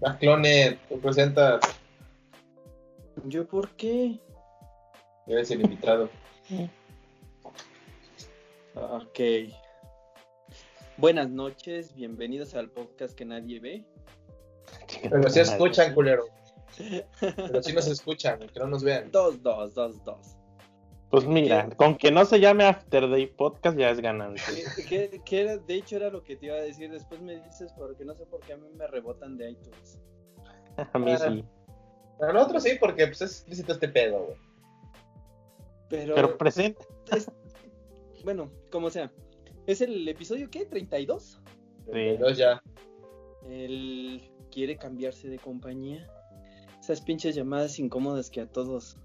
Las clones, Ah, tú presentas. ¿Yo por qué? Eres el invitado. Ok. Buenas noches, bienvenidos al podcast que nadie ve. Pero sí escuchan, culero. Pero sí nos escuchan, que no nos vean. Dos, dos, dos, dos. Pues mira, con que no se llame After Day Podcast ya es ganancia. ¿Qué- Eh, ¿Qué, qué era? De hecho, era lo que te iba a decir. Después me dices, porque no sé por qué a mí me rebotan de iTunes. A mí sí. Para nosotros sí, porque pues, es explícito este pedo, güey. Pero, Pero presenta. bueno, como sea. ¿Es el episodio qué? ¿32? Sí. Pero ya. Él quiere cambiarse de compañía. Esas pinches llamadas incómodas que a todos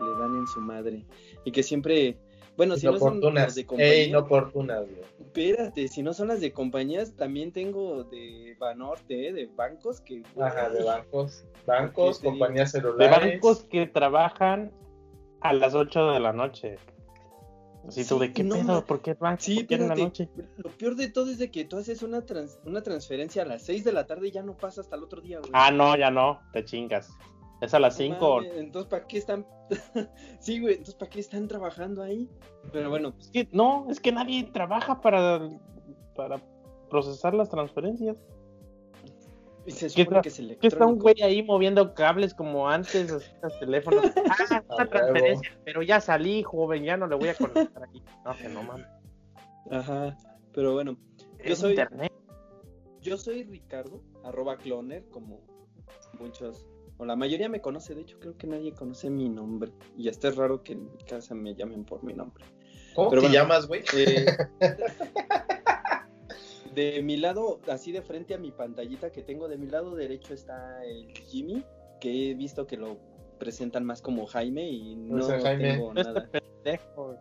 le dan en su madre. Y que siempre. Bueno, si no son las Inoportunas. de compañía. Ey, inoportunas, güey. Espérate, si no son las de compañías, también tengo de Banorte, ¿eh? de bancos que. Ajá, de bancos. Bancos, Sí, sí. compañías De celulares. bancos que trabajan a las 8 de la noche. Así tú, Sí, ¿de qué no, pedo? ma- ¿Por qué banco? Sí, ¿Por qué en la espérate. noche? Lo peor de todo es de que tú haces una, trans- una transferencia a las 6 de la tarde y ya no pasa hasta el otro día, güey. Ah, no, ya no. Te chingas. Es a las No 5. mames, Entonces, ¿para qué están.? sí, güey, entonces, ¿para qué están trabajando ahí? Pero bueno, pues, Es que, no, es que nadie trabaja para, para procesar las transferencias. y se ¿Qué supone tra- que es Que está un electrónico. güey ahí moviendo cables como antes, así, los teléfonos. A Ah, huevo. una transferencia, pero ya salí, joven, ya no le voy a conectar aquí. No, que no mames. Ajá, pero bueno, Yo Es soy- internet. yo soy Ricardo, arroba cloner, como muchos, o la mayoría me conoce, de hecho creo que nadie conoce mi nombre, y hasta es raro que en mi casa me llamen por mi nombre. ¿Cómo Pero te bueno. llamas, güey? Eh, de mi lado, así de frente a mi pantallita que tengo, de mi lado derecho está el Jimmy, que he visto que lo presentan más como Jaime y no Pues el Jaime. tengo Este nada. pendejo.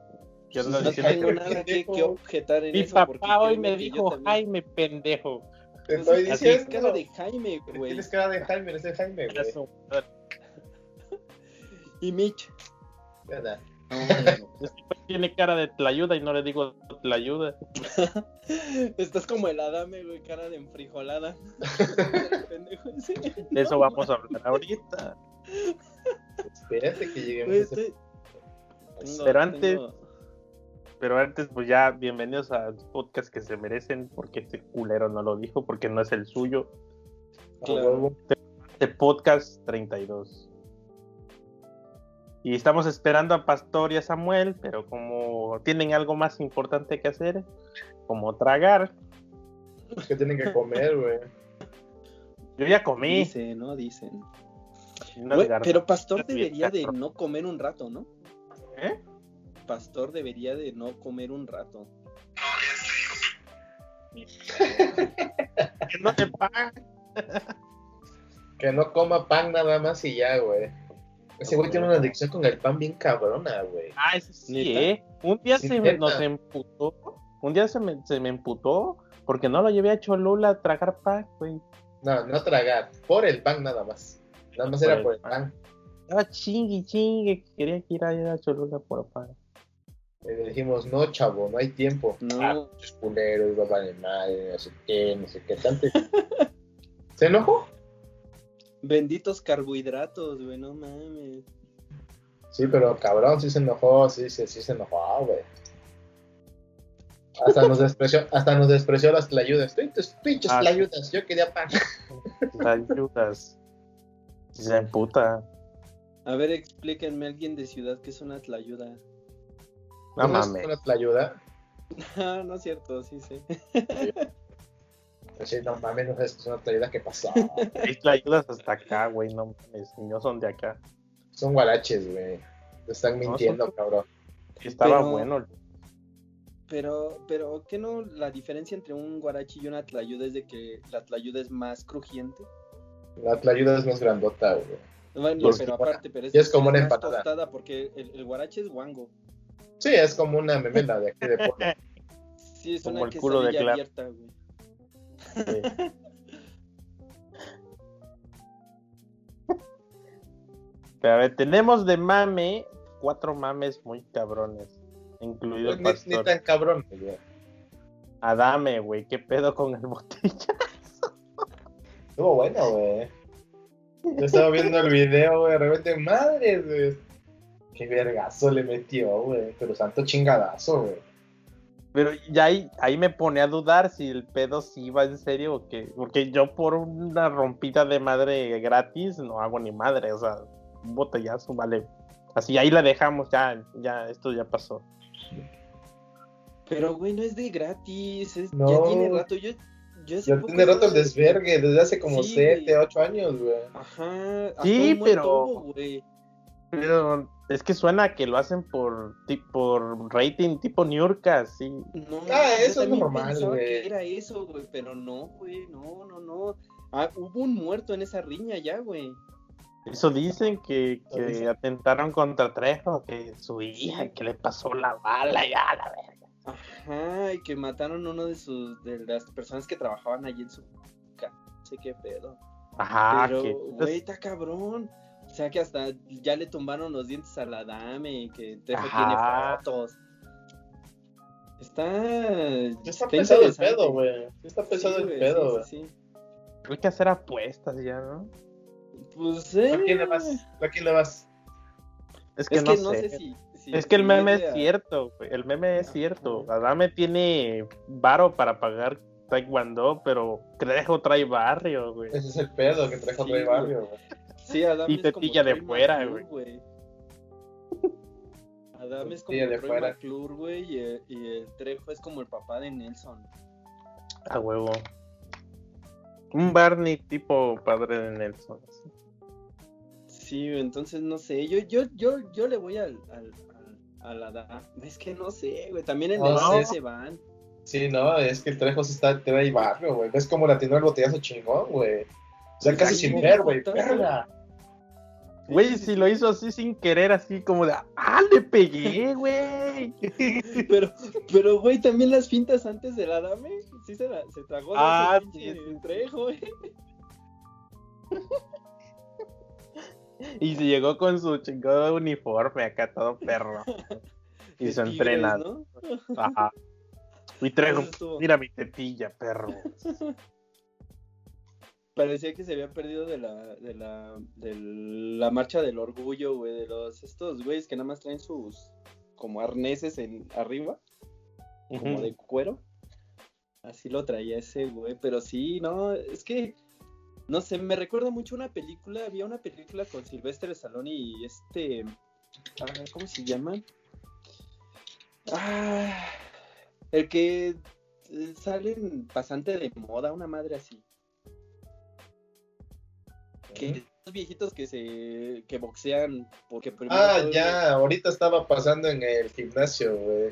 Yo No lo dije. tengo nada que, que objetar en Mi eso. porque papá hoy créeme me que yo dijo, también- Jaime, pendejo. Te Pues estoy es que así diciendo. Tienes cara de Jaime, güey. Tienes cara de Jaime, eres de Jaime, Era güey. su madre. Y Mitch. Nada. pues, Tiene cara de tlayuda y no le digo tlayuda. Estás como el Adame, güey, cara de enfrijolada. El pendejo ese. De eso vamos a hablar ahorita. Espérate que lleguemos Güey, a ese estoy- tengo- Pero antes- tengo- Pero antes, pues ya, bienvenidos a los podcasts que se merecen, porque este culero no lo dijo, porque no es el suyo. a huevo. de este Podcast 32. Y estamos esperando a Pastor y a Samuel, pero como tienen algo más importante que hacer, como tragar, que tienen que comer, güey. yo ya comí. Dice, ¿no? Dicen. unas Güey, garzas. pero Pastor unas debería de viejas. no comer un rato, ¿no? ¿Eh? Pastor debería de no comer un rato. Que no te pagan. Que no coma pan nada más y ya, güey. Ese güey tiene una adicción con el pan bien cabrona, güey. Ah, eso sí, ¿Neta? ¿eh? Un día se me, Neta. nos emputó. Un día se me, se me emputó porque no lo llevé a Cholula a tragar pan, güey. No, no tragar. Por el pan nada más. Nada más Por era el por el pan. Estaba chingue, chingue. que Quería que ir a, a Cholula por pan. Y le dijimos, no, chavo, no hay tiempo. No. Ah, pues, es culero, iba a valer madre, no sé qué, no sé qué tanto. ¿Se enojó? Benditos carbohidratos, güey, no mames. Sí, pero cabrón, sí se enojó, sí, sí, sí se enojó, güey. Hasta nos despreció, hasta nos despreció las tlayudas. Tú y tus pinches Ah, sí. tlayudas, yo quería pan. Ayudas. Se emputa. A ver, explíquenme alguien de ciudad que es una tlayuda. No ¿Conoces mames. Una tlayuda. Ah, no es cierto, sí sé. Pues Sí, no mames, no es una tlayuda que pasó. Ahí te ayudas hasta acá, güey, no mames, y no son de acá. Son guaraches, güey. Te están No, mintiendo, son- cabrón. Sí Estaba Pero- bueno. Pero, pero, ¿qué no? La diferencia entre un guarachi y una tlayuda es de que la tlayuda es más crujiente. La tlayuda es más grandota, güey. Bueno, Pues, pero aparte, pero ya es como una más empanada. tostada porque el, el guarachi es guango. Sí, es como una memela de aquí de pueblo. Sí, es Como una el culo de quesadilla Clara. abierta, güey. güey. Pero a ver, tenemos de mame cuatro mames muy cabrones, incluido el Pues Ni- Ni, pastor. tan cabrón, güey. Adame, güey, qué pedo con el botella. Estuvo bueno, güey. Yo estaba viendo el video, güey, de repente, madre, güey. Qué vergazo le metió, güey. Pero santo chingadazo, güey. Pero ya ahí, ahí me pone a dudar si el pedo sí va en serio o qué. Porque yo por una rompita de madre gratis no hago ni madre. O sea, un botellazo, vale. Así ahí la dejamos, ya, ya, esto ya pasó. Pero, güey, no es de gratis. es- No. Ya tiene rato. Yo, yo hace Ya poco tiene rato el estaba- desvergue, desde hace como Sí, 7, güey. 8 años, güey. Ajá. hasta Sí, un buen pero- tomo, güey. Pero es que suena a que lo hacen por, ti- por rating tipo Niurka, sí. No, Ah, yo eso es también normal, pensaba güey. que Era eso, güey, pero no, güey, no, no, no. Ah, hubo un muerto en esa riña ya, güey. Eso dicen que, que Lo dicen. atentaron contra Trejo, que su hija, que le pasó la bala ya, la verga. Ajá, y que mataron uno de sus de las personas que trabajaban allí en su ca- no sé qué pedo. Ajá, pero, Ah, que pues, güey, está cabrón. O sea que hasta ya le tumbaron los dientes a la dame, que Trejo Ajá. tiene fotos. Está. Ya está pesado el pedo, güey. Ya está pesado Sí, el güey, pedo, sí, güey. sí, sí. hay que hacer apuestas ya, ¿no? Pues, ¿Tú a eh, quién le vas? ¿Tú a quién le vas? Es que, Es no, que no sé. sé si. si- es que el si meme de es a- cierto, güey, el meme es Ajá. cierto. Adame tiene varo para pagar taekwondo, pero Trejo trae barrio, güey. Ese es el pedo que trajo Sí, Rey Barrio, güey. Sí, Adam Y es como tetilla de Troy fuera, McClure, Adam es como Tetilla de Troy fuera. McClure, güey, y, el- y el Trejo es como el papá de Nelson. A huevo. Un Barney tipo padre de Nelson. así. Sí, entonces no sé, yo, yo, yo, yo le voy al, al, al- al Adam. Es que no sé, güey, también en No, el no. Ah. C se van. Sí, no, es que el Trejo sí está, trae barrio, güey. Ves como la tiene el botellazo chingón, güey. O sea, Sí, casi sí, sin sí, ver, sí, güey. sí, sí. Verga. Güey, si lo hizo así sin querer, así como de, ¡ah, le pegué, güey! Pero, pero, güey, también las fintas antes del Adame, sí se, la, se tragó. de Ah, ese sí, pinche sí, sí. Trejo, güey. Y se llegó con su chingado uniforme acá, todo perro. Y De su Tigres, entrenador. ¿no? Ajá. Y Trejo, Eso estuvo. mira mi tetilla, perro. Parecía que se había perdido de la, de la, de la marcha del orgullo, güey, de los estos güeyes que nada más traen sus como arneses en arriba, Mm. como de cuero. Así lo traía ese güey, pero sí, no, es que no sé, me recuerda mucho una película, había una película con Sylvester Stallone y este ah, ¿cómo se llama? Ah, el que eh, sale en pasante de moda, una madre así. que los viejitos que se que boxean porque primero Ah, fue- ya, ahorita estaba pasando en el gimnasio, güey.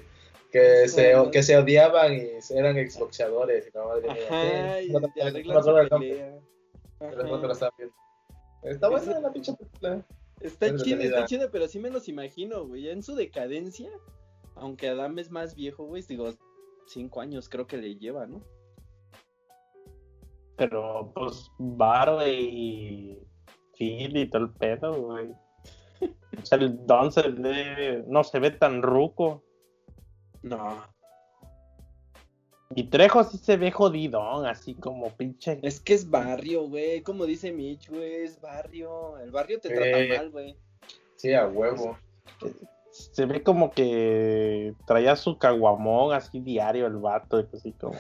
Que se, que se odiaban y eran exboxeadores. y la madre mía. ajá Sí, y no me te acuerdo- no me arreglan su acuerdo el nombre, pelea pero no te Ajá. lo estaba viendo. Está buena la pinche película. está Es de chida calidad. está chida pero sí me los imagino güey ya en su decadencia aunque Adam es más viejo güey digo cinco años creo que le lleva no Pero, pues, bar, y Phil y todo el pedo, güey. O sea, el Don se ve- no se ve tan ruco. no Y Trejo sí se ve jodidón, así como pinche. es que es barrio güey como dice Mitch güey es barrio el barrio te Sí. trata mal güey Sí, a huevo. Se ve como que traía su caguamón así diario el vato, así como.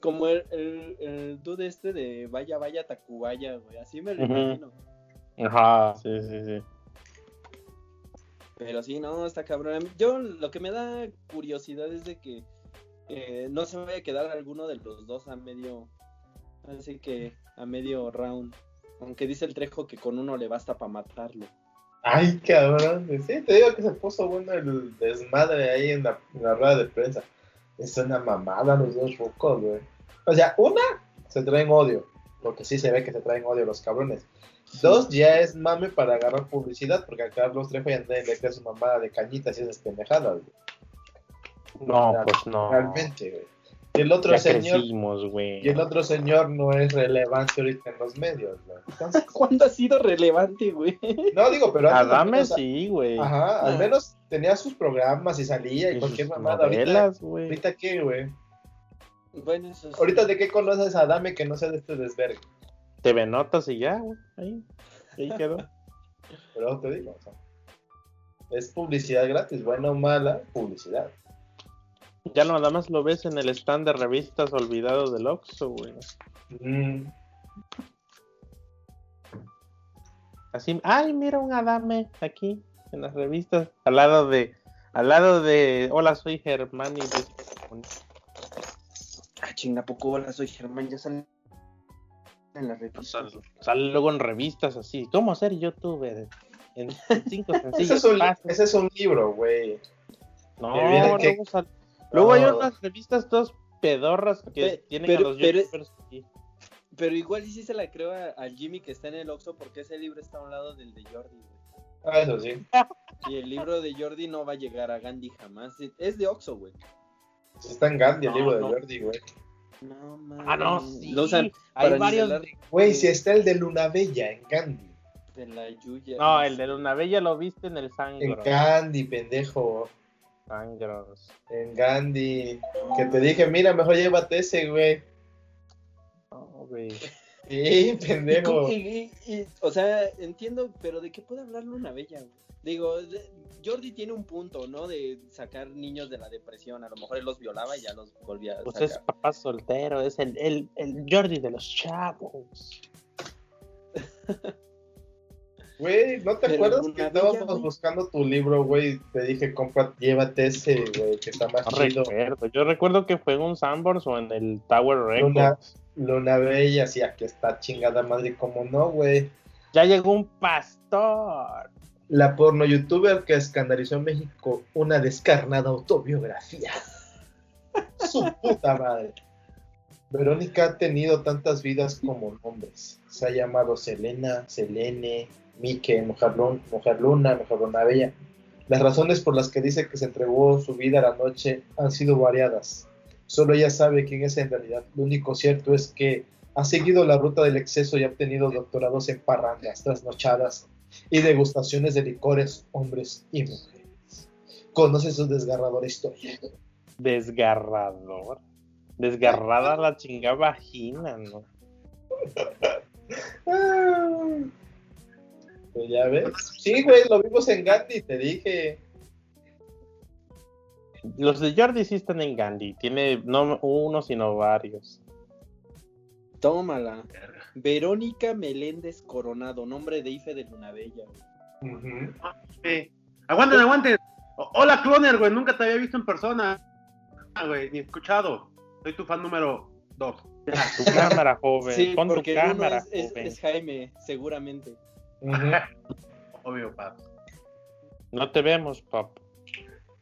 como el, el, el dude este de vaya vaya Tacubaya güey así me lo Ujú. imagino Ajá, sí, sí, sí. Pero sí, no, está cabrón. A mí- Yo lo que me da curiosidad es de que eh, no se vaya a quedar alguno de los dos a medio. Así que a medio round. Aunque dice el Trejo que con uno le basta para matarlo. Ay, cabrón. Sí, te digo que se puso bueno el desmadre ahí en la, en la rueda de prensa. Es una mamada los dos rucos, güey. O sea, una, se traen odio. Porque sí se ve que se traen odio los cabrones. Dos, ya es mame para agarrar publicidad. Porque a Carlos Trejo ya nadie le crea su mamada de cañitas y esas pendejadas, güey. No, pues no. Realmente, güey. Y el otro ya señor. crecimos, güey. Y el otro señor no es relevante ahorita en los medios, güey. Entonces, ¿Cuándo ha sido relevante, güey? no digo, pero antes Adame o sea, sí, güey. Ajá, al menos tenía sus programas y salía y, Y cualquier sus mamada. Ahorita, novelas, güey. ahorita qué, güey. Bueno, eso sí. Ahorita de qué conoces a Adame que no sea de este desvergue. TV Notas y ya, güey. Ahí, ahí quedó. Pero eso te digo, o sea, es publicidad gratis, buena o mala, publicidad. Ya nada más lo ves en el stand de revistas olvidado del Oxxo, güey. Mm, Así, ay, mira un Adame aquí en las revistas, al lado de, al lado de, hola, soy Germán y de- Ah, chinga, poco hola, soy Germán, ya salen en la revista. pues, sal- sale luego en revistas así, ¿cómo ser youtuber? En cinco Ese, sencillos es un, pasos. ese es un libro, güey. No, que viene luego, que- sal- luego hay No. unas revistas todas pedorras que Pe- tienen pero- a los pero- youtubers aquí. Pero igual y sí se la creo a- al Jimmy que está en el Oxxo porque ese libro está a un lado del de Jordi, güey. Ah, eso sí. Y el libro de Jordi no va a llegar a Gandhi jamás. Es de Oxxo, güey. Sí Está en Gandhi el No, libro de no. Jordi, güey. No, mames. Ah, no, sí. Lo usan para hay varios. nivelar Güey, si está el de Luna Bella en Gandhi. de la Yuya. No, el de Luna Bella lo viste en el En Sangro. Gandhi, pendejo. Sangros. En Gandhi. Que te dije, mira, mejor llévate ese, güey. No, güey. Sí, Y pendejo. como- y- y- y- o sea, entiendo, pero ¿de qué puede hablar Luna Bella? güey? Digo, de- Jordi tiene un punto, ¿no? De sacar niños de la depresión. A lo mejor él los violaba y ya los volvía a Pues sacar. es papá soltero, es el, el, el Jordi de los chavos. Güey, ¿no te Pero acuerdas Luna que Bella, estábamos güey. buscando tu libro, güey? Te dije, compra, llévate ese, güey, que está más No chido. recuerdo. Yo recuerdo que fue en un Sanborns o en el Tower Records. Luna, Luna Bella, sí, aquí está chingada madre, como no, güey. Ya llegó un pastor. La porno youtuber que escandalizó en México, una descarnada autobiografía. Su puta madre. Verónica ha tenido tantas vidas como nombres. Se ha llamado Selena, Selene, Mike, Mujer, Lun- Mujer Luna, Mujer Luna Bella. Las razones por las que dice que se entregó su vida a la noche han sido variadas. Solo ella sabe quién es en realidad. Lo único cierto es que ha seguido la ruta del exceso y ha obtenido doctorados en parrandas, trasnochadas, y degustaciones de licores, hombres y mujeres. Conoce su desgarradora historia. Desgarrador. Desgarrada la chingada vagina, ¿no? Pues ya ves. Sí, güey, lo vimos en Gandhi, te dije. Los de Jordi sí están en Gandhi. Tiene no uno, sino varios. Tómala. Verónica Meléndez Coronado, nombre de IFE de Luna Bella. güey. Sí. Aguanten, aguanten. O- Hola, Cloner, güey. Nunca te había visto en persona, Ah, güey. Ni escuchado. Soy tu fan número dos. Tu cámara, joven. Sí, Pon tu porque uno cámara, es- es- joven. es Jaime, seguramente. Ujú. Obvio, papi. No te vemos, pap.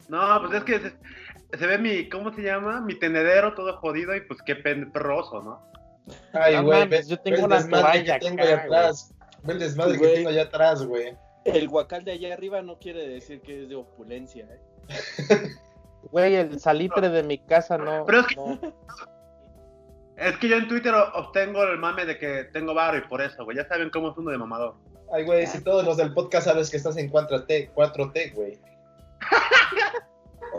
No, pues es que se, se ve mi, ¿cómo se llama? Mi tenedero todo jodido y pues qué pen- perroso, ¿no? Ay, No güey, mames, ves- yo tengo ves una desmadre toalla que tengo acá, allá atrás. Ve el desmadre que Güey. tengo allá atrás, güey. El guacal de allá arriba no quiere decir que es de opulencia, ¿eh? Güey, el salitre de mi casa no. Pero es que- no. Es que yo en Twitter o- obtengo el mame de que tengo barro y por eso, güey. Ya saben cómo es uno de mamador. Ay, güey, Ah. si todos los del podcast sabes que estás en 4T, 4T, güey.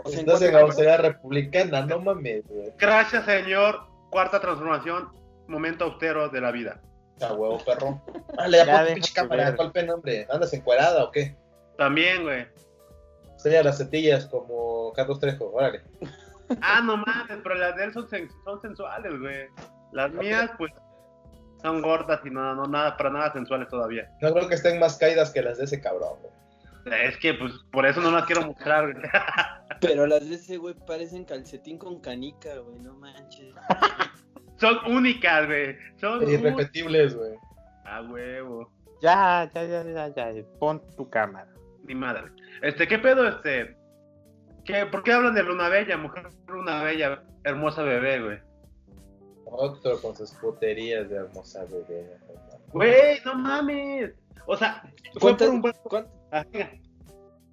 O sea, Estás en la cuanto- austeridad republicana, no mames, güey. Gracias, señor. Cuarta transformación. Momento austero de la vida. A huevo, perro. Dale, ya Ya pon tu deja pinche tu cámara, verga. ¿cuál pena, hombre? ¿Andas encuerada o qué? También, güey. Estrella de las setillas como Carlos Trejo, órale. Ah, no mames, pero las de él son, sen- son sensuales, güey. Las mías, pues, son gordas y no, no, nada, para nada sensuales todavía. No creo que estén más caídas que las de ese cabrón, güey. Es que, pues, por eso no las quiero mostrar, güey. Pero las de ese güey parecen calcetín con canica, güey, no manches. Son únicas, güey. Son únicas. Irrepetibles, güey. Ah, huevo. Ya, ya, ya, ya, ya. Pon tu cámara. Ni madre. Este, ¿qué pedo, este? ¿Qué, ¿Por qué hablan de Luna Bella, mujer Luna Bella, hermosa bebé, güey? Otro con sus puterías de hermosa bebé. Güey, no mames. O sea, fue por un buen... cuán- Ah, venga.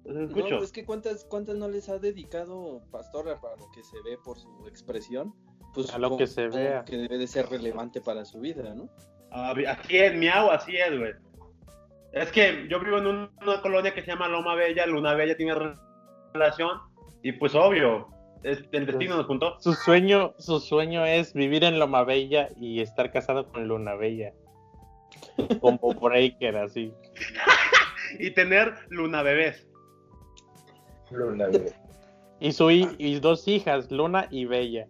Los no, escucho. es que cuántas, cuántas no les ha dedicado Pastor a lo que se ve por su expresión. Pues A lo supongo que se vea. Que debe de ser relevante para su vida, ¿no? Ah, vi- así es, miau, así es, güey. Es que yo vivo en un- una colonia que se llama Loma Bella, Luna Bella tiene re- relación, y pues obvio, es- el Pues. destino nos juntó. Su sueño, su sueño es vivir en Loma Bella y estar casado con Luna Bella. Como breaker, así. Y tener luna bebés. Luna, güey. Y su hi- y dos hijas, Luna y Bella.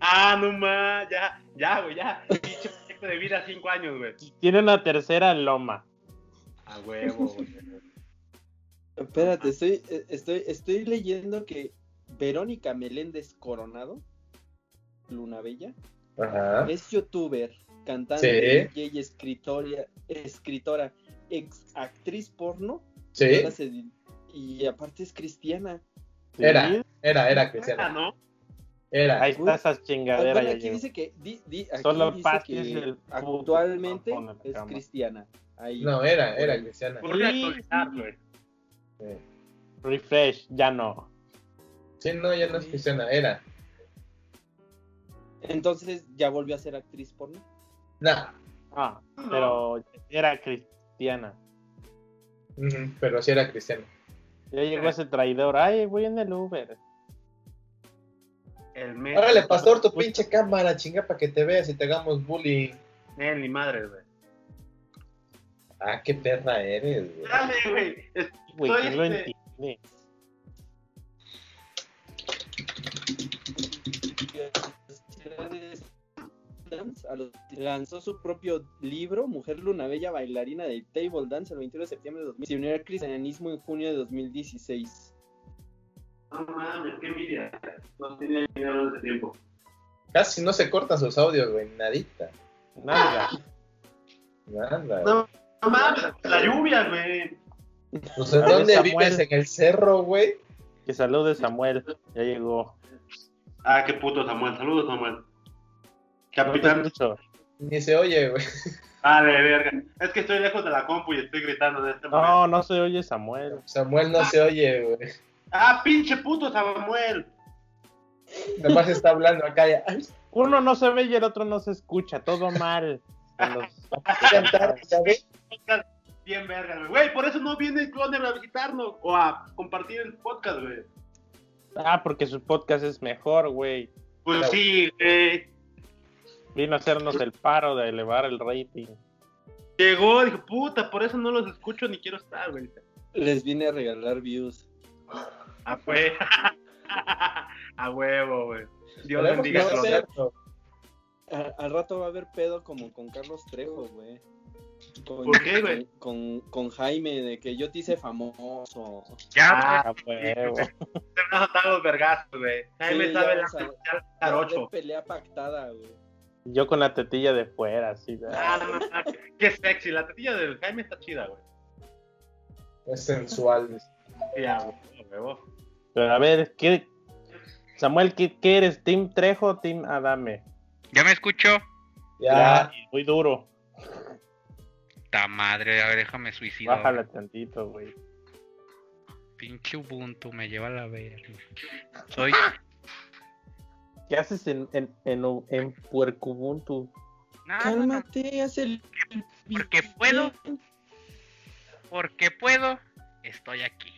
Ah, no más, ya, ya, güey, ya. Pinche proyecto de vida, cinco años, güey. Tiene una tercera Loma. A huevo, güey. Espérate, estoy, eh, estoy, estoy leyendo que Verónica Meléndez Coronado, Luna Bella, Ajá. es youtuber, cantante, Ah. Sí. DJ, escritora, escritora, ex actriz porno, y, Sí, ahora se di- y aparte es cristiana. ¿sí? era, era, era Ah, cristiana. ¿no? Era. Ahí está esa Ah, chingadera. bueno, ya aquí llegó. dice que, di- di- aquí Solo dice Patti que es el puto actualmente que no pone la es cama. cristiana. Ahí. No, era, era cristiana. Por qué actualizar, güey. Sí. Refresh, ya no. Sí, no, ya no es cristiana, era. Entonces ya volvió a ser actriz porno. Nah. Ah, pero era cristiana. Ujú, Pero sí era cristiana. Ya Eh. llegó ese traidor. Ay, voy en el Uber. El mes. Órale, pastor, tu pinche cámara, chinga, para que te veas y te hagamos bullying. Eh, ni madre, güey. Ah, qué perra eres, güey. Dale, güey. Es- Güey, Soy ¿quién lo este- entiende? A los- Lanzó su propio libro, Mujer Luna Bella, bailarina del table dance, el 21 de septiembre de 2000. Se unió al cristianismo en junio de 2016. No mames, qué envidia. No tenía dinero en ese tiempo. Casi no se cortan sus audios, güey, nadita. Nada. Nada. No. No mames, la lluvia, güey. güey. O sea, A ver, Pues, ¿dónde Samuel. vives? ¿En el cerro, güey? Que salude Samuel. Ya llegó. Ah, qué puto, Samuel. Saludos, Samuel. No te Capitán. escucho. Ni se oye, güey. Vale, verga. Es que estoy lejos de la compu y estoy gritando en este momento. No, no se oye Samuel. Samuel no se oye, güey. Ah, pinche puto, Samuel. Además está hablando acá. Ya. Ay, Uno no se ve y el otro no se escucha. Todo mal. En los- cantar, ya ves. Bien verga, güey. güey. Por eso no viene el clone a visitarnos o a compartir el podcast, güey. Ah, porque su podcast es mejor, güey. Pues Claro. sí, güey. Vino a hacernos el paro de elevar el rating. Llegó, dijo, puta, por eso no los escucho ni quiero estar, güey. Les vine a regalar views. Ah, pues. a huevo, güey. Dios Esperemos que bendiga no a sea los cierto. A- al rato va a haber pedo como con Carlos Trejo, güey. Con, ¿Por qué, güey? Con, con Jaime, de que yo te hice famoso. Ya, Ah, huevo. te van a saltar los vergazos, güey. Jaime Sí, sabe ya la vas a- Va a haber carocho. pelea pactada, güey. Yo con la tetilla de fuera, así. de- Ah, no, no, qué sexy. La tetilla del Jaime está chida, güey. Es sensual. Sí, a huevo, a huevo. Pero a ver, ¿qué? Samuel, ¿qué, qué eres? ¿Team Trejo o Team Adame? ¿Ya me escucho? Ya. Muy duro. Ta madre, a ver, déjame suicidar. Bájale tantito, güey. Pinche Ubuntu, me lleva a la verga. Soy, ¿Qué haces en, en, en, U- en Puercubuntu? nada, Cálmate, haz el. Porque puedo. porque puedo, estoy aquí.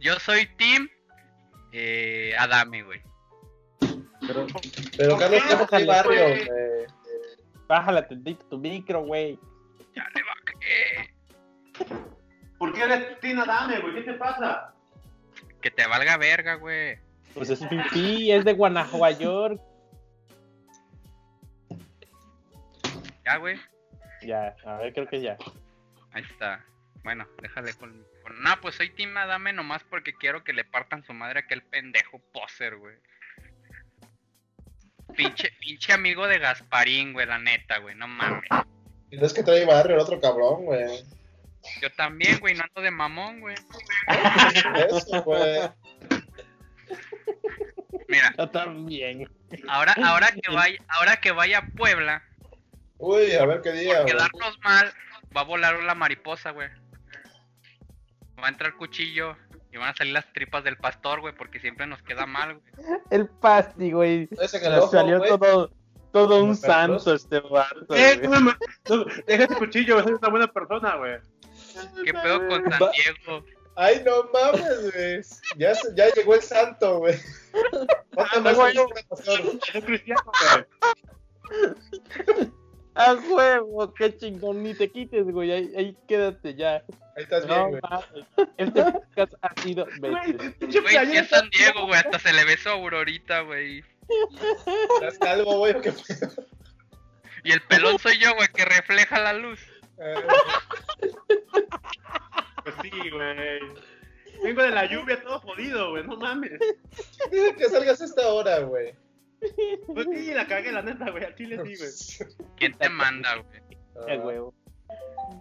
Yo soy Team eh, Adame, güey. Pero, pero Carlos Trejo qué barrio, güey. Bájale tantito tu micro, güey. Ya le bajé. ¿Por qué eres Tina Dame, güey? ¿Qué te pasa? Que te valga verga, güey. Pues es pipí, es de Guanajuato. Ya, güey. Ya, a ver, creo que ya. Ahí está. Bueno, déjale con... con- No, pues soy Team Adame nomás porque quiero que le partan su madre a aquel pendejo poser, güey. Pinche, pinche amigo de Gasparín, güey, la neta, güey, no mames. No es que trae barrio el otro cabrón, güey. Yo también, güey, no ando de mamón, güey. Eso, güey. Mira, Yo también. ahora, ahora que vaya, ahora que vaya a Puebla, Uy, a ver qué día, por güey. quedarnos mal, va a volar la mariposa, güey. Va a entrar cuchillo y van a salir las tripas del pastor, güey, porque siempre nos queda mal, güey. El pasti, güey. Ese en el Nos ojo, salió güey. todo, todo un Los santo este vato. Eh, güey. no, no, no, deja ese cuchillo, güey, soy una buena persona, güey. ¿Qué pedo con San Va- Diego? Ay, no mames, güey. Ya, se- ya llegó el santo, güey. ¿Cuánto Ah, más güey. necesita pasar? Soy cristiano, güey. A huevo, qué chingón, ni te quites, güey. Ahí, ahí quédate ya. Ahí estás bien, No, güey. mames. Este podcast ha sido. Güey, bestia. pinche Güey, sí playera es San Diego, güey. Hasta se le besó a Aurorita, güey. Estás calvo, güey. o qué pedo? Y el pelón soy yo, güey, que refleja la luz. Eh, Pues sí, güey. Vengo de la lluvia todo jodido, güey, no mames. Dice que salgas a esta hora, güey. Pues sí, la cagué, la neta, güey, al chile sí, güey. ¿Quién te manda, güey? Ah. A huevo.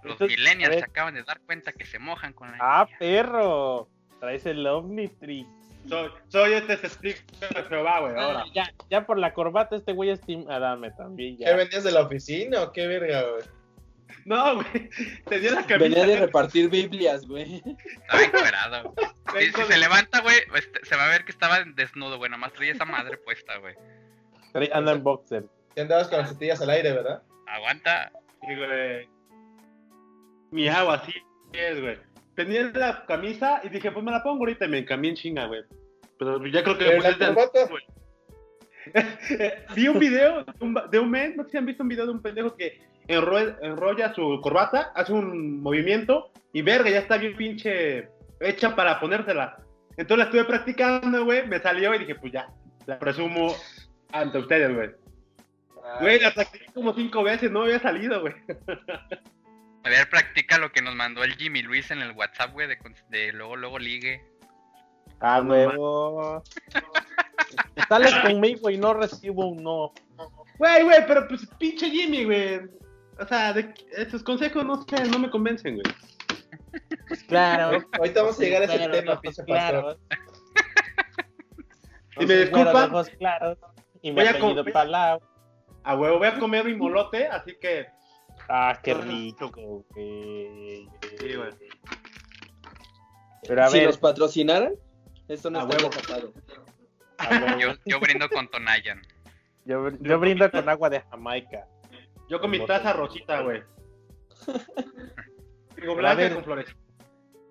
Los Entonces, millennials a se ver. acaban de dar cuenta que se mojan con la Ah, energía. perro. Traes el Omnitrix. Soy, soy este testigo de Jehová, güey, ahora. Ah, Ya, ya por la corbata, este güey es Team Adame también. ¿Qué Ya. venías de la oficina o qué verga, güey? No, güey, tenía la Venía camisa. de repartir Biblias, güey. Estaba encuerado. güey. Si, vengo si de- se levanta, güey, este, se va a ver que estaba desnudo, güey. Nomás traía esa madre puesta, güey. Trae- Anda en boxer. Te andabas con las tetillas al aire, ¿verdad? Aguanta. Sí, güey. Mi agua, así es, güey. Tenía la camisa y dije, pues me la pongo ahorita y me encambié en chinga, güey. Pero ya creo que Pero pues, Eh, la es de- corbata. güey. Eh, Vi un video de un, va- de un men, no sé si han visto un video de un pendejo que enro- enrolla su corbata, hace un movimiento y verga, ya está bien pinche hecha para ponérsela. Entonces la estuve practicando, güey, me salió y dije, pues ya, la presumo ante ustedes, güey. Güey, la practiqué como cinco veces, no había salido, güey. A ver, practica lo que nos mandó el Jimmy Luis en el WhatsApp, güey, de, con- de luego, luego ligue. A Ah, huevo. Sales conmigo y no recibo un no. Güey, güey, pero pues pinche Jimmy, güey. O sea, de, estos consejos no sé, no me convencen, güey. Claro. Ahorita vamos a llegar a ese Claro, tema, ojos pinche pastor. claros. Y me Claro, disculpan. ojos claros. Y Voy me a ha pedido comer. palabra. A huevo, voy a comer mi molote, así que. Ah, qué Ajá. rico, güey. Sí, güey. Pero a si ver, los patrocinaran, esto no A estaría huevo. tapado. a huevo. Yo, yo brindo con Tonayan. yo, yo brindo con agua de Jamaica. Yo con mi taza rosita, güey. Pero Digo, a blanca ver. con flores.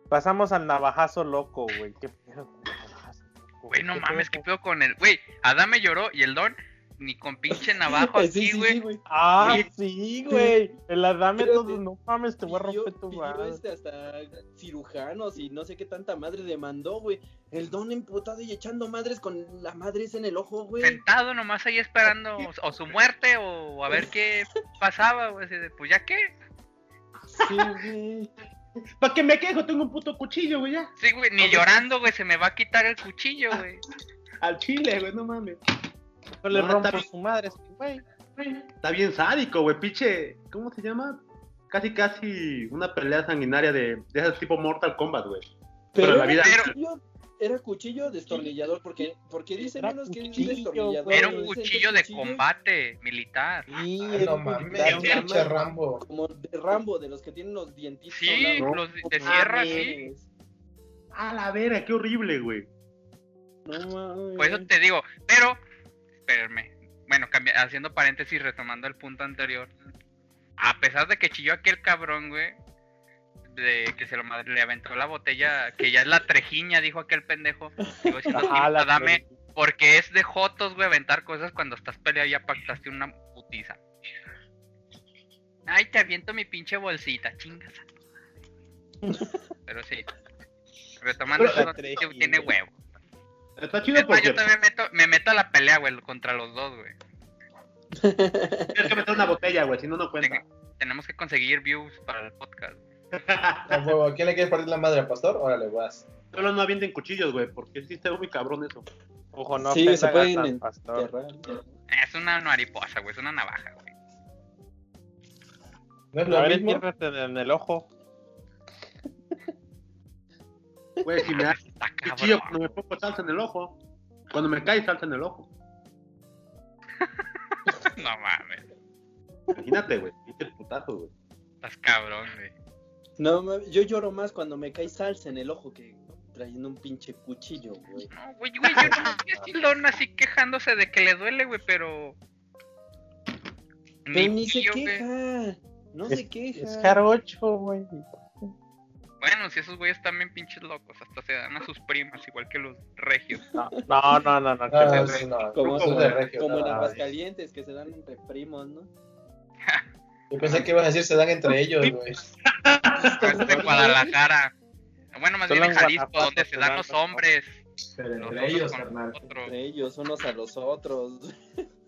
Pasamos al navajazo loco, güey. ¿Qué pedo con el navajazo loco? Güey, no ¿Qué mames, qué pedo? pedo con el. Güey, Adame lloró y el Don ni con pinche navajo Eh, Sí, aquí, sí, güey. sí, güey. Ah, sí, güey. El adame Pero todo. te- No mames, te voy a Pidió- romper tu pidió, madre. este, hasta cirujanos y no sé qué tanta madre demandó, güey. El don emputado y echando madres con la madre esa en el ojo, güey. sentado nomás ahí esperando o, o su muerte o a ver qué pasaba, güey, así de, pues ya qué. Sí, güey. ¿Para qué me quejo? Tengo un puto cuchillo, güey, ya. Sí, güey, ni llorando, güey, se me va a quitar el cuchillo, güey. Al chile, güey, no mames. Yo le No, rompo está bien. su madre, este güey. Está bien sádico, güey, pinche. ¿Cómo se llama? Casi, casi una pelea sanguinaria de, de ese tipo Mortal Kombat, güey. Pero la era vida- cuchillo- Era cuchillo destornillador, porque, porque dicen Era unos que es cuchillo, destornillador. güey. Era dicen un que cuchillo de combate militar. Sí, Ay, era Ah, no un mames, militar, Sí, güey. pinche Rambo. Como de Rambo, de los que tienen los dientitos. Sí, ¿no? los de sierra, sí. Mames. A la verga, qué horrible, güey. No mames. Por Pues eso te digo, pero, espérenme, bueno, cambia- haciendo paréntesis, retomando el punto anterior, a pesar de que chilló aquel cabrón, güey, de que se lo madre, le aventó la botella, que ya es la trejiña, dijo aquel pendejo, digo, si no, Ajá, la dame, porque es de jotos, güey, aventar cosas cuando estás peleado y ya pactaste una putiza. Ay, te aviento mi pinche bolsita, chingas. a tu madre. Pero sí. Retomando Pero- eso, tiene huevo. Está Es chido más, porque yo también meto- me meto a la pelea, güey, contra los dos, güey. tienes que meter una botella, güey, si no, no cuenta. Tenemos que conseguir views para el podcast. A Ah, huevo, ¿a quién le quieres partir la madre al pastor? Órale, vas. Solo no avienten cuchillos, güey, porque sí está muy cabrón eso. Ojo, no Sí, ofendas se pueden a San en- Pastor. Terra- Es una mariposa, güey, es una navaja, güey. ¿No es A lo ver, mismo? entiérrate en el ojo. Güey, si me das Está cuchillo, cabrón. cuando me pongo salsa en el ojo. Cuando me cae salsa en el ojo. No mames, Imagínate, güey. Pinche putazo, güey. estás cabrón, güey. No mames, yo lloro más cuando me cae salsa en el ojo que trayendo un pinche cuchillo, güey. No, güey, güey, yo no estoy Don así quejándose de que le duele, güey, pero. Pero ni se pillo, güey. queja. No Es- se queja. Es jarocho, güey. Bueno, si esos güeyes también pinches locos, hasta se dan a sus primas, igual que los regios. No, no, no, no. no, que Ah, No, me- eso no, eso Como, es como- de regio, como en no, no, Aguascalientes, que se dan entre primos, ¿no? Yo pensé que ibas a decir se dan entre ellos, güey. Es Este, de Guadalajara. Bueno, más Solo bien en en Jalisco, Guanajuato donde se se dan dan los los- hombres. Pero los entre unos ellos, con carnal. los otros. Entre ellos, unos a los otros.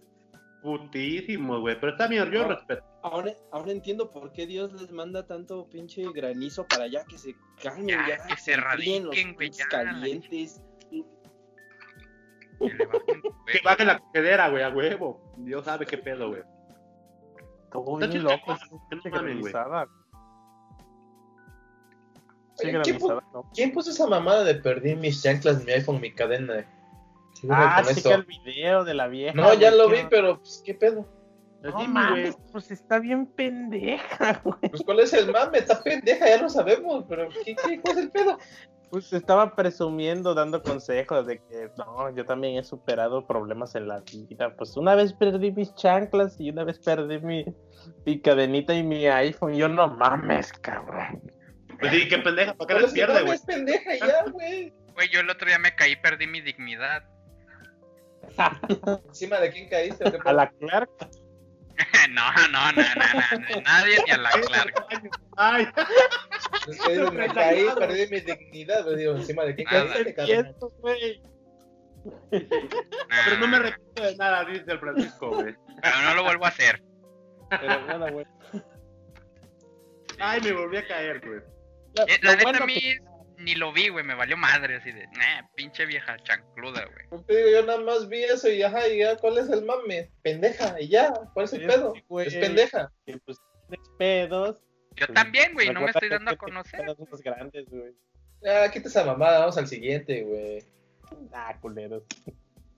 Putísimo, güey. Pero está bien, yo Ah. respeto. Ahora, ahora entiendo por qué Dios les manda tanto pinche granizo para allá, que se calmen, Ya, ya, que se enfríen los radiquen, güey, pinches ya. calientes. Que le bajen, güey. Que baje la cogedera, güey, a huevo. Dios sabe qué pedo, güey. Todo Está bien chido, loco. esa no pinche mames, güey. granizada. Sí, Oye, ¿qué granizada, ¿no? ¿Quién puso esa mamada de perdí mis chanclas, mi iPhone, mi cadena? Sí, güey, Ah, con sí, eso. que el video de la vieja. No, ya güey, lo que- vi, pero pues, ¿qué pedo? Así, No güey. mames, pues está bien pendeja, güey. Pues, ¿cuál es el mame? Está pendeja, ya lo sabemos, pero ¿qué, qué, ¿cuál es el pedo? Pues estaba presumiendo, dando consejos de que no, yo también he superado problemas en la vida. Pues una vez perdí mis chanclas y una vez perdí mi, mi cadenita y mi iPhone. Yo no mames, cabrón. Pues sí, qué pendeja, ¿para qué ¿Cuál les es el pierde, mame? güey? Es pendeja ya, güey. Güey, yo el otro día me caí, perdí mi dignidad. ¿Encima de quién caíste? o qué A la Clark, no, no, no, no, no, nadie ni a la Clark. Ay, Es que dices, me caí, perdí mi dignidad, pues, digo, ¿encima de quién Nada. caíste, carnal? quieto, güey. pero no me arrepiento de nada, dice el Francisco, güey. Pero no lo vuelvo a hacer. Pero bueno, güey. Ay, me volví a caer, güey. Eh, Lo La neta bueno a mí que- ni lo vi, güey, me valió madre así de, nah, pinche vieja chancluda, güey. Te digo, yo nada más vi eso y ajá, y ya, ¿cuál es el mame? Pendeja, y ya, ¿cuál es el Sí, pedo? güey. Es pendeja. que, pues, tienes pedos. Yo Pues, también, güey, no me recuerda estoy dando a que te conocer. quedas unos grandes, güey. Ah, quita esa mamada, vamos al siguiente, güey. Ah, culeros.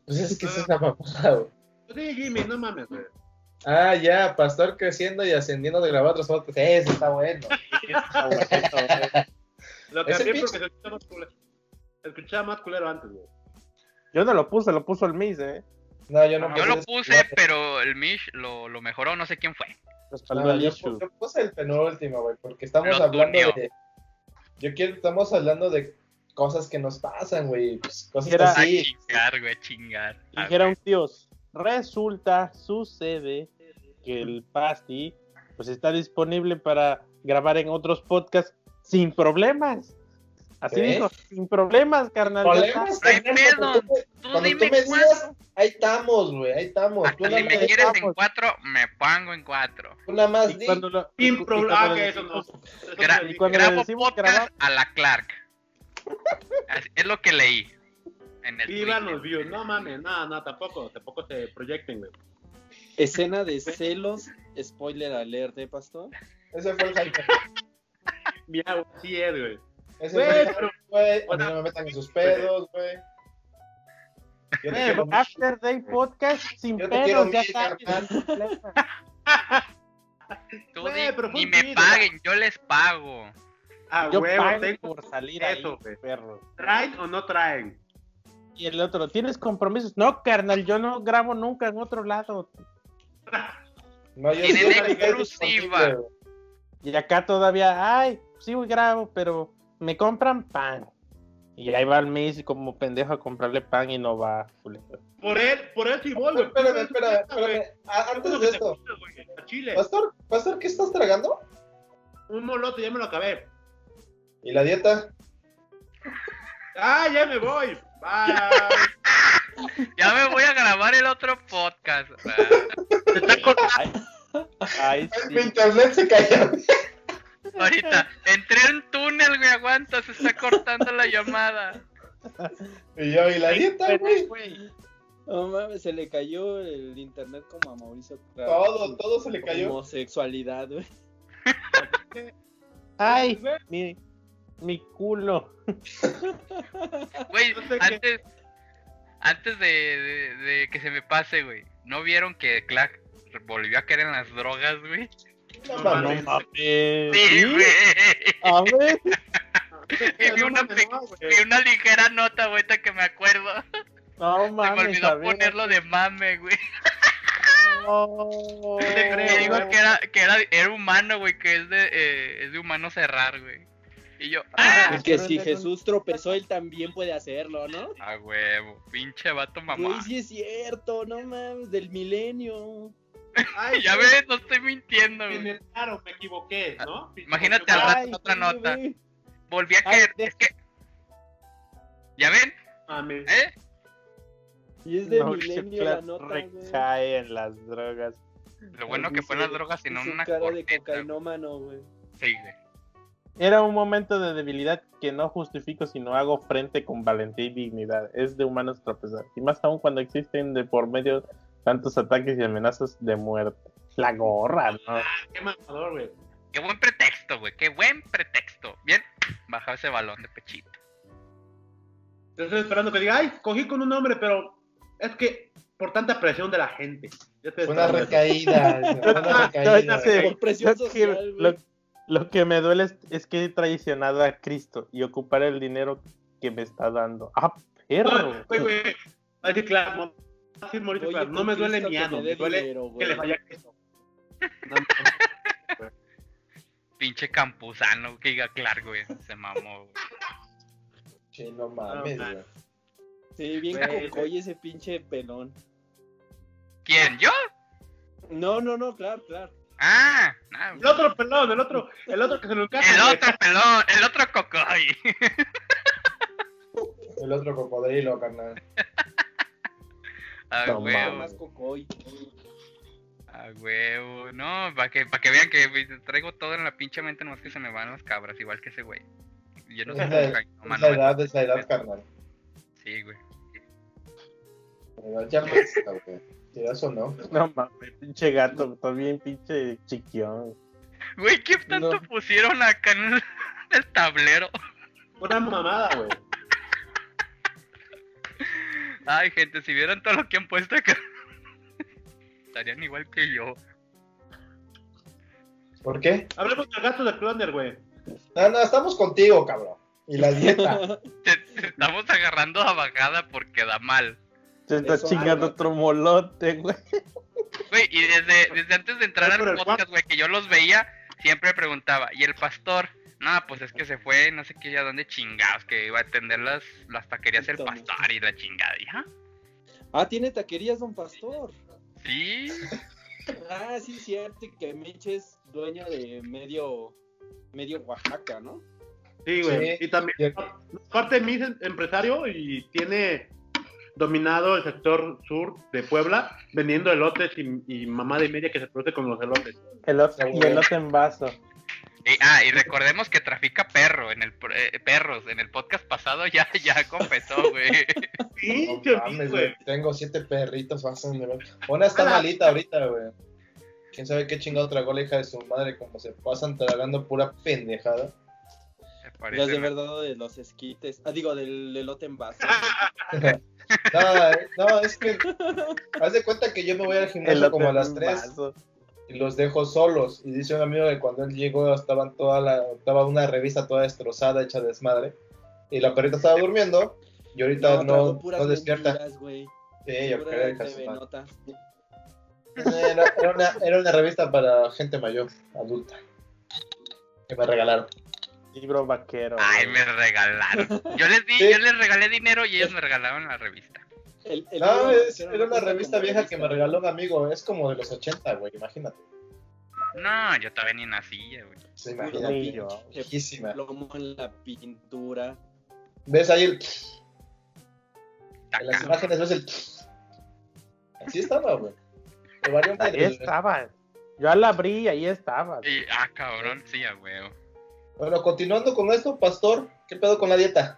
Pues es que es esa mamada, güey. Pues sí, Jimmy, no mames, güey. Ah, ya, pastor creciendo y ascendiendo de grabar otros fotos. Eso está bueno. Está bueno, güey. Lo Ese cambié pinche- porque se escuchaba más culero. Se escuchaba más culero antes, güey. Yo no lo puse, lo puso el Miss, eh. No, yo no Yo puse lo ese puse, cuatro. pero el Mish lo, lo mejoró, no sé quién fue. Respaldó No, al yo, issue. pu- yo puse el penúltimo, güey, porque estamos Lo hablando tuneó. de. Yo quiero, estamos hablando de cosas que nos pasan, güey. pues, cosas Era- A así. chingar, güey, a chingar. Ah, Dijera un dios. Resulta, sucede que el pasty pues está disponible para grabar en otros podcasts sin problemas. Así ¿Eh? dijo, sin problemas, carnal. ya está. Problemas, No hay carnal, pedo. cuando tú- Tú Cuando dime tú me digas, cuándo. ahí estamos, güey, ahí estamos. Tú Si nada me más, quieres en estamos. cuatro, me pongo en cuatro. tú nada más Y di. cuando lo- y- Sin y problema. cuando Ah, que le eso no. decimos, Eso Gra- no le y cuando le Grabo decimos podcast grabar, a la Clark. Así- es lo que leí. En el Viva Twitter. los views, no mames, nada, nada, tampoco, tampoco se proyecten, güey. Escena de Pues, celos, spoiler alert, ¿eh, pastor? Ese fue el hype. Mira, güey, sí es, güey. Ese Güey, fue el pero- hype, güey. A mí Bueno. no me metan en sus pedos, güey. Yo te eh, quiero mucho. After Day Podcast sin Yo te pedos, quiero ya mil, está. carnal. sin problemas. Tú Güey, di- pero fue ni un me tweet, paguen, yo les pago. A Yo huevo, pago tengo. por salir eso, eso, güey. perro. ¿Traen o no traen? Y el otro, ¿tienes compromisos? No, carnal, yo no grabo nunca en otro lado. No, yo Tienen siempre estoy exclusiva. disponible, güey. Y acá todavía, ay, sí güey, grabo, pero me compran pan. Y ahí va el Miss como pendejo a comprarle pan y no va. culero. Por él, por él sí voy, güey. Espérame, espérame, espérame. A- Antes de esto, A Chile, Pastor, Pastor, ¿qué estás tragando? un molote, ya me lo acabé. ¿Y la dieta? Ah, ya me voy. Bye. Ya me voy a grabar el otro podcast. Ah, Se está cortando. Ay, sí. Mi internet se cayó. Ahorita, entré en túnel, güey, aguanta, se está cortando la llamada. Y yo, ¿y la dieta, güey? No mames, se le cayó el internet como a Mauricio. Clark. Todo, todo se le cayó. Homosexualidad, güey. Ay, mi, mi culo. Güey, No sé qué. antes, antes de, de- de que se me pase, güey, ¿no vieron que Clark volvió a caer en las drogas, güey? No No No mames. mames. mames. Sí, güey. Eh, A ver, Y vi una, pe- vi una ligera nota, güey, ahorita que me acuerdo. no Se me mames. a olvidó ver. ponerlo de mame, güey. No. te Me creo, dijo que era, que era, era humano, güey, que es de, eh, es de humano cerrar, güey. Y yo, ¡ah! Es que si Jesús tropezó, él también puede hacerlo, ¿no? A huevo, "Ah, pinche vato mamá. Güey, sí es cierto, no mames, del milenio. Ay, ya güey, ves, no estoy mintiendo, me güey. mentaron, me equivoqué, ¿no? Imagínate al Ah, rato otra nota. Volví a Ay, caer. de- Es que. ¿Ya ven? mames. ¿Eh? Y es de No, milenio la Chiflas nota, güey. recae en las drogas. Lo bueno que fue las drogas, sino su una cara de corneta, güey. cocainómano, güey. Sí, güey. Era un momento de debilidad que no justifico si no hago frente con valentía y dignidad. Es de humanos tropezar. Y más aún cuando existen de por medio tantos ataques y amenazas de muerte. La gorra, ¿no? Qué mamador, güey. Qué buen pretexto, güey. Qué buen pretexto. Bien, baja ese balón de pechito. Yo estoy esperando que diga, ay, cogí con un hombre, pero es que por tanta presión de la gente. Yo estoy Fue una esperando. recaída. fue una recaída. Sí. Por presión Lo que- social, lo, güey. lo que me duele es, es que he traicionado a Cristo y ocupar el dinero que me está dando. ¡Ah, perro! Oye, güey, así, claro, así, Mauricio, Oye, claro, no me Cristo, duele mi que ano, me dé me duele dinero, que güey. le falla Cristo. Pinche campusano que diga Clark, güey. Se mamó, güey. Sí, no mames, No, güey. Sí, bien Güey. cocoy ese pinche pelón. ¿Quién? ¿Yo? No, no, no, claro, claro. Ah, ah, El otro pelón, el otro, el otro que se lo encaja. el güey. otro pelón, el otro cocoy. El otro cocodrilo, carnal. A No Ah, huevo, Más cocoy. a huevo. No, para que, pa' que vean que güey, traigo todo en la pinche mente, nomás que se me van las cabras, igual que ese güey. Yo no soy Es un la- cocainómano, Es la güey. edad, es la edad, carnal. Sí, güey. La edad ya pasa, güey. ¿Quieras o no? No mames, pinche gato, también pinche chiquión. Güey, ¿qué tanto No. pusieron acá en el, el tablero? Una mamada, güey. Ay, gente, si vieran todo lo que han puesto acá, estarían igual que yo. ¿Por qué? Hablemos del gato de Cloner, güey. No, no, estamos contigo, cabrón. Y la dieta. Te, te estamos agarrando a bajada porque da mal. Se está Eso habla. chingando otro molote, güey. Güey, y desde, desde antes de entrar Fue por al el podcast, güey, que yo los veía, siempre preguntaba, ¿y el pastor? No, pues es que se fue, no sé qué, a dónde chingados, que iba a atender las, las taquerías el Puta madre. pastor y la chingada, hija. Ah, tiene taquerías, don Pastor. Sí, Ah, sí, cierto, que Meche es dueño de medio, medio Oaxaca, ¿no? Sí, güey. Sí. Y también, aparte de mí, es empresario y tiene dominado el sector sur de Puebla vendiendo elotes y, y mamada y media que se produce con los elotes. Elote, y güey. elote en vaso. Y- ah, y recordemos que trafica perro en el pro- eh, perros. En el podcast pasado ya, ya confesó, güey. Sí, No mames, güey. Tengo siete perritos, vas a un nivel. Una está malita ahorita, güey. Quién sabe qué chingado tragó la hija de su madre, como se pasan tragando pura pendejada. Se Las de parece. verdad de los esquites. Ah, digo, del elote en vaso. Ah, No, no, es que. Haz de cuenta que yo me voy al gimnasio Elote como a las en 3 vaso. y los dejo solos. Y dice un amigo que cuando él llegó estaban toda la, estaba una revista toda destrozada, hecha desmadre. Y la perrita estaba durmiendo y ahorita no, tragó no, puras despierta. mentiras, güey. Sí, yo Pura creo hija de su TV madre. notas. Era, era una, era una revista para gente mayor, adulta. Que me regalaron. Libro vaquero. Ay, güey. me regalaron. Yo les di, Sí. yo les regalé dinero y ellos me regalaron la revista. El- el No, libro es- vaquero era no una cuenta revista como vieja que me revista. regaló un amigo. Es como de los 80, güey, imagínate. No, yo todavía ni nacía, güey. Sí, Ni imagínate. yo. Viejísima. Plomo en la pintura. ¿Ves ahí el... En las Taca. imágenes ves el... Así estaba, güey. Te valió madre, Ahí güey. estaba. Yo la abrí y ahí estaba. Y- ah, cabrón, sí, a huevo. Bueno, continuando con esto, Pastor, ¿qué pedo con la dieta?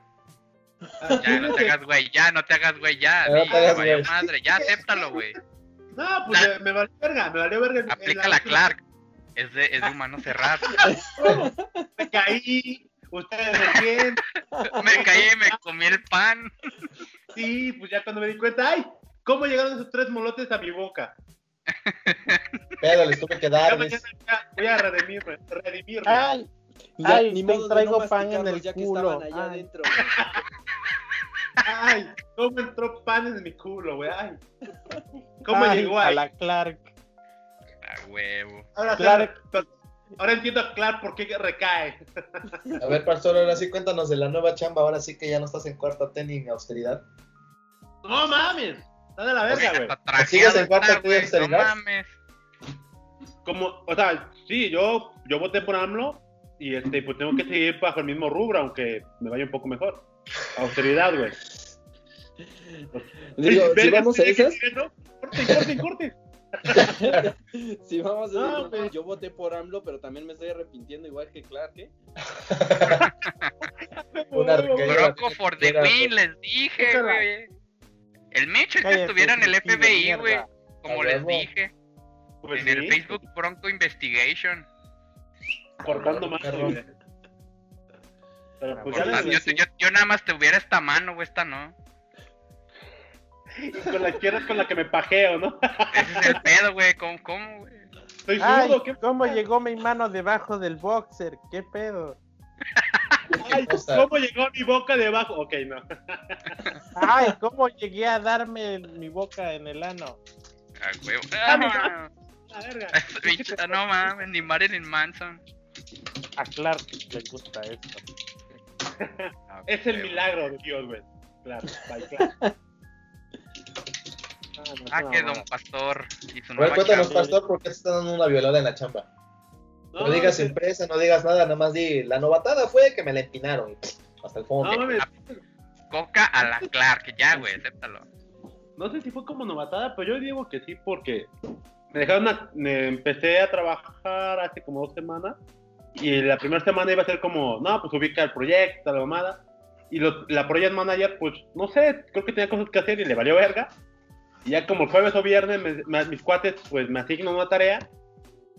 Ya no te hagas güey, ya no te hagas güey, ya. Ya no sí, te hagas valió güey. madre, ya acéptalo, güey. No, pues eh, me valió verga, me valió verga. en- en Aplica la Clark. Es de, es de humano cerrar. Me caí, ustedes me entienden. Me caí y me comí el pan. Sí, pues ya cuando me di cuenta, ay, ¿cómo llegaron esos tres molotes a mi boca? Pero les tuve que Ya dar, mañana ya voy a redimirme, redimirme. Ay, Ya, Ay, te de traigo pan en masticarlos el ya que culo. estaban allá Ay. adentro, güey. Ay, cómo entró pan en mi culo, güey. Ay. ¿Cómo ay, llegó A ahí? la Clark. A huevo. Ahora, Clark. pero- ahora entiendo a Clark por qué recae. A ver, Pastor, ahora sí cuéntanos de la nueva chamba. Ahora sí que ya no estás en cuarta T ni en austeridad. No mames, está de la verga, Güey, güey. hasta trajeado ¿Sigues en cuarta está, T de güey, No austeridad? mames. como, o sea, sí, yo, yo voté por AMLO y este, pues tengo que seguir bajo el mismo rubro, aunque me vaya un poco mejor. Austeridad, güey. Digo, si Sí, verga, vamos a tenía que esas, decir, ¿no? Corte, corte, corte. si vamos a No, esas, pues. yo voté por AMLO, pero también me estoy arrepintiendo igual que Clark, ¿eh? Un arquero. Broco for the Era- win, les dije, Búscala. güey. El Meche que Cállate, estuviera en el pinche FBI, mierda. güey. Como A les huevo. dije. Pues en sí, el Facebook Bronco Investigation. cortando más. Perro. güey. Pero pues ya Por- ah, les- yo, sí. yo- yo nada más tuviera esta mano, güey, esta no. con la izquierda es con la que me pajeo, ¿no? Ese es el pedo, güey. ¿Cómo, cómo, güey? Soy Ay, zurdo, ¿qué? ¿Cómo llegó mi mano debajo del boxer? ¿Qué pedo? Ay, cosa? ¿Cómo llegó mi boca debajo? Ok, no. Ay, ¿cómo llegué a darme mi boca en el ano? Ah, güey. Ah, no. Ah, La verga. bichita, no mames, ni Marilyn Manson. A Clark le gusta esto. Ah, Es el güey. milagro de Dios, güey. Claro, bye, claro. Ah, que Don Pastor y su A ver, nueva cuéntanos, chava. pastor, por qué te están dando una violada en la chamba. No, No, digas no, empresa, no digas nada, nada más di. La novatada fue que me la empinaron. y, pff, Hasta el fondo. No, mames, Coca a la Clark, ya, güey, acéptalo. no sé si fue como novatada, pero yo digo que sí porque me dejaron, a- me empecé a trabajar hace como dos semanas y la primera semana iba a ser como, no, pues ubica el proyecto, la mamada. Y lo- la project manager, pues, no sé, creo que tenía cosas que hacer y le valió verga. Y ya como el jueves o viernes, me- me- mis cuates, pues, me asignan una tarea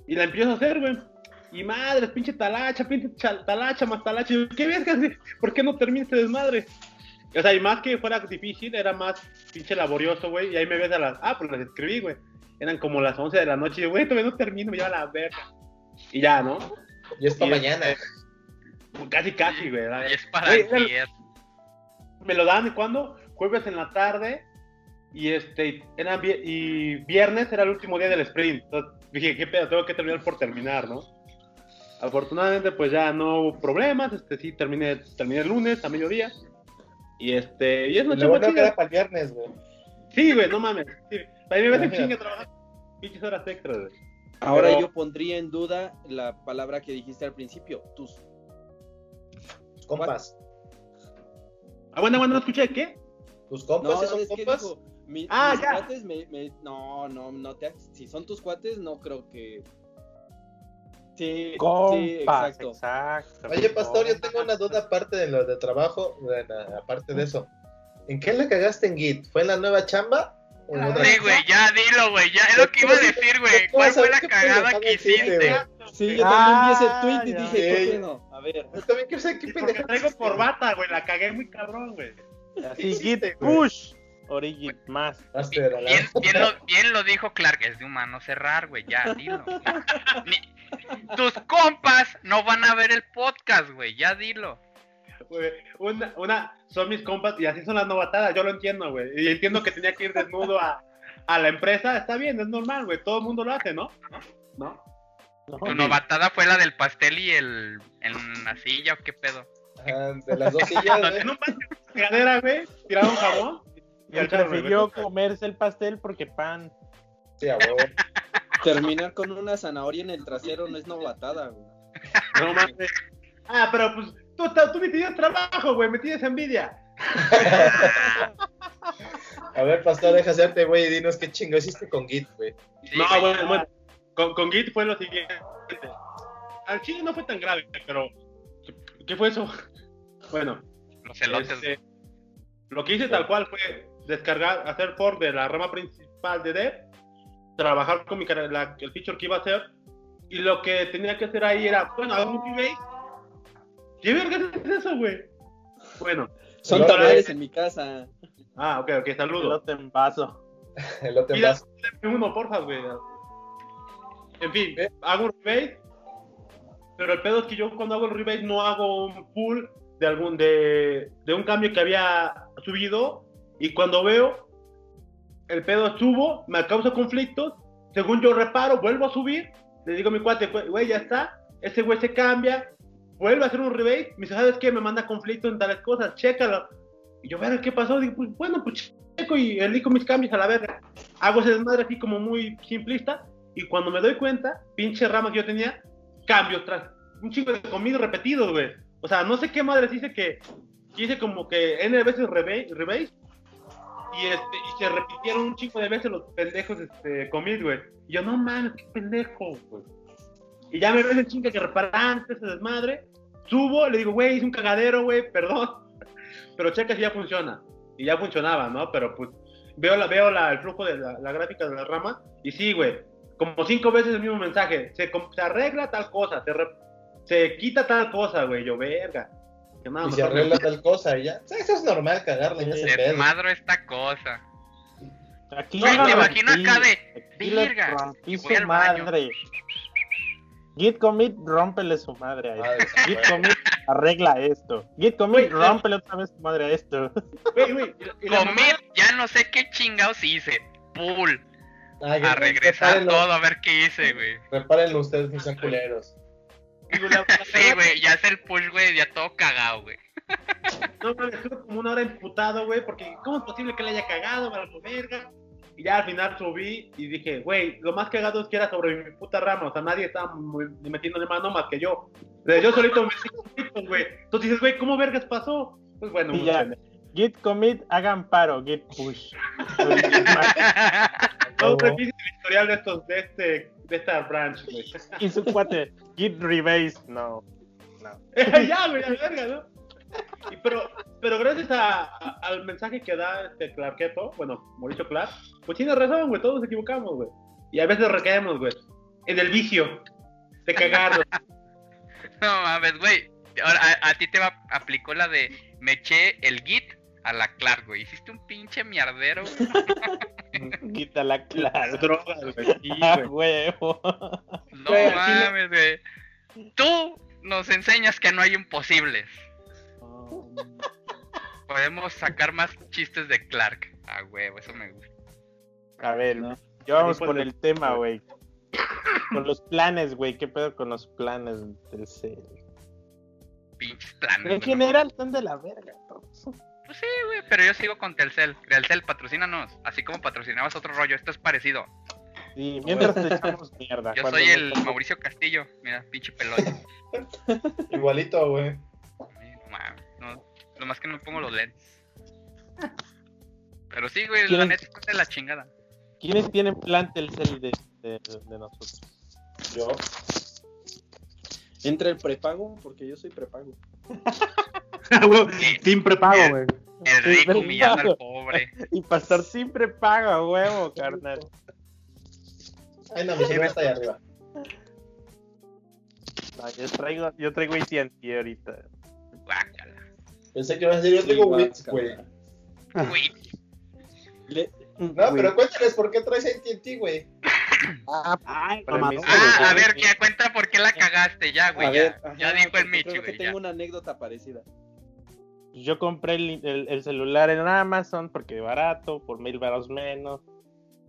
y la empiezo a hacer, güey. Y madre, pinche talacha, pinche chal- talacha, más talacha. Y yo, ¿Qué verga? güey? ¿Por qué no termina este desmadre? O sea, y más que fuera difícil, era más pinche laborioso, güey. Y ahí me ves a las. Ah, pues las escribí, güey. Eran como las 11 de la noche. Y yo, güey, todavía no termino, me lleva la verga. Y ya, ¿no? y es para y- mañana. Pues Casi, casi, güey. la- Y es para Güey, el el- 10. Me lo dan, ¿cuándo? Jueves en la tarde. Y este, era vi- y viernes era el último día del sprint. Entonces dije, qué pedo, tengo que terminar por terminar, ¿no? Afortunadamente, pues ya no hubo problemas. Este, sí, terminé, terminé el lunes a mediodía. Y este, y es una Lo chamba bueno que chida. era para el viernes, güey. Sí, güey, no mames. Sí. A mí me ves en chinga trabajar pinches horas extras, güey. Ahora Pero- yo pondría en duda la palabra que dijiste al principio, tus. Tus compas. Ah, bueno, bueno, no escuché, ¿qué? ¿Tus No, compas? ¿Sí no, son es que compas? dijo, mi- Ah, mis ya. cuates me, me- No, no, no te... hagas- Si son tus cuates, no creo que... Sí, sí, Compas, exacto. exacto. Oye, pastor, yo tengo una duda aparte de lo de trabajo. bueno, Aparte de eso. ¿En qué la cagaste en Git? ¿Fue en la nueva chamba? ¿O en otra Sí, güey, ya dilo, güey, ya es lo que iba a decir, güey. ¿Cuál fue la cagada que hiciste? Sí, yo Ah, también vi ese tweet y ya. dije, Sí. ¿por qué no? A ver. Yo también quiero saber qué Porque pendeja. traigo corbata, güey, la cagué muy cabrón, güey. Así, Git güey? Push. Origin más. Hazte de la Bien, bien lo, bien lo dijo Clark, es de humano cerrar, güey, ya, dilo. Ni- tus compas no van a ver el podcast, güey, ya dilo. Güey, Una, una, son mis compas y así son las novatadas, yo lo entiendo, güey. Y entiendo que tenía que ir desnudo a, a la empresa, está bien, es normal, güey, todo el mundo lo hace, ¿no? ¿No? Tu novatada fue la del pastel y el en la silla, ¿o qué pedo? Ah, de las dos sillas, güey. En un baño de cadera, güey, tiraba un jabón. Y Él al chorro, güey. prefirió comerse el pastel porque pan. Sí, a huevo. Terminar con una zanahoria en el trasero no es novatada, güey. No mames. Ah, pero pues tú, ta- tú me tienes trabajo, güey, me tienes envidia. A ver, pastor, deja hacerte, güey, y dinos qué chingo hiciste con Git, güey. Sí, no, güey. bueno, bueno. Con, con Git fue lo siguiente. Al chile no fue tan grave, pero. ¿Qué fue eso? Bueno, Los elotes, este, lo que hice tal cual fue descargar, hacer fork de la rama principal de dev, trabajar con mi, cara- la- el feature que iba a hacer, y lo que tenía que hacer ahí era, bueno, hago un pivot. ¿Qué verga es eso, güey? Bueno, Son Pero, tamales en mi casa. ah, ok, ok, saludos. Pelote en vaso. El otro Mira, más. dame uno, porfa, güey. En fin, hago un rebase, pero el pedo es que yo cuando hago el rebase no hago un pull de algún de, de un cambio que había subido y cuando veo el pedo subo, me causa conflictos, según yo reparo, vuelvo a subir, le digo a mi cuate, "Güey, güey, ya está, ese güey se cambia, vuelve a hacer un rebase, me dice, ¿sabes qué? Me manda conflicto en tales cosas, chécalo. Y yo, ver, ¿qué pasó? Digo, pues bueno, pues checo y elijo mis cambios a la verga hago ese desmadre así como muy simplista Y cuando me doy cuenta, pinche rama que yo tenía, cambio tras un chico de conmigo repetido, güey. O sea, no sé qué madres hice que hice como que N veces rebase, rebase y, este, y se repitieron un chico de veces los pendejos este, commit, güey. Y yo, no mames, qué pendejo, güey. Y ya me ves el chinga que reparan ese desmadre. Subo, le digo, güey, es un cagadero, güey, perdón. Pero checa si ya funciona. Y ya funcionaba, ¿no? Pero pues veo, la, veo la, el flujo de la, la gráfica de la rama. Y sí, güey, como cinco veces el mismo mensaje. Se, com- se arregla tal cosa, se, re- se quita tal cosa, güey. Yo, verga. Que nada, Y se mejor no. arregla tal cosa y ya. O sea, eso es normal cagarle en ese pedo. Desmadro esta cosa. Aquí Güey, la me imagino rompí, acá de, aquí le "Virga, rompí voy su al baño". madre. Git commit, rómpele su madre a Madre, esto. Git commit, arregla esto. Git commit, Güey, la- rómpele otra vez su madre a esto. Güey, güey, y- y la mamá- Comí, ya no sé qué chingados hice. Pool. Ah, que- A regresar repárenlo, todo a ver qué hice, güey. Repárenlo ustedes, no sean culeros. digo, la- Sí, güey, ya es el push, güey, ya todo cagado, güey. No mames, estuve como una hora imputado, güey, porque ¿cómo es posible que le haya cagado, para su verga? Y ya al final subí y dije, güey, lo más cagado es que era sobre mi puta rama, o sea, nadie estaba mu- metiéndole mano más que yo. O sea, Yo solito me hice solito, güey. Entonces dices, güey, ¿cómo vergas pasó? Pues bueno, Y pues, ya. pendejo. Git commit, hagan paro. Git push. no repites el historial de estos, de este, de esta branch, güey. y su cuate, Git rebase. No. ya, güey, la verga, ¿no? Y pero, pero gracias a, a- al mensaje que da este Clarketo, bueno, Mauricio Clark, pues tiene razón, güey, todos nos equivocamos, güey. Y a veces recaemos, güey, en el vicio de cagarlo. No mames, güey. Ahora, a, a ti te va, aplicó la de me eché el git a la Clark, güey. Hiciste un pinche mierdero, güey. Quítala Las claro. drogas, güey. Sí, Ah, güey. huevo. No Güey, así no- mames, güey. Tú nos enseñas que no hay imposibles. Oh, Podemos sacar más chistes de Clark. Ah, huevo, eso me gusta. A ver, No. ya vamos Ahí con ponle- el tema, güey. Con los planes, güey. ¿Qué pedo con los planes del C? Pinches planes. En no general, están de la verga todos. mames. Pues sí, güey, pero yo sigo con Telcel. Telcel, patrocínanos. Así como patrocinabas otro rollo, esto es parecido. Y mientras te echamos mierda. Yo cuando soy no el estás- Mauricio Castillo. Mira, pinche pelota. Igualito, güey. No mames, no, lo más que no pongo los lentes. Pero sí, güey, la ¿Quieren- neta es de la chingada. ¿Quiénes tienen plan del cel de, de, de nosotros? Yo. Entra el prepago, porque yo soy prepago. Sí, Team prepago, güey. El Sí, rico ¿verdad? humillando al pobre. Y pasar siempre paga, huevo, carnal. Ay, no, mi señora está ahí arriba. No, yo traigo, yo traigo AT&T ahorita. Guácala. Pensé que iba a decir, yo tengo Sí, Wix, guácala. güey. Güey, Le- No, pero cuéntales por qué traes ATT, güey. Ah, mamador. Ah, a ver, que cuenta por qué la cagaste ya, güey. a Ya, ver, ajá, ya dijo el porque Michi, Creo que güey. tengo ya. una anécdota parecida. Yo compré el, el- el celular en Amazon porque barato, por mil varos menos.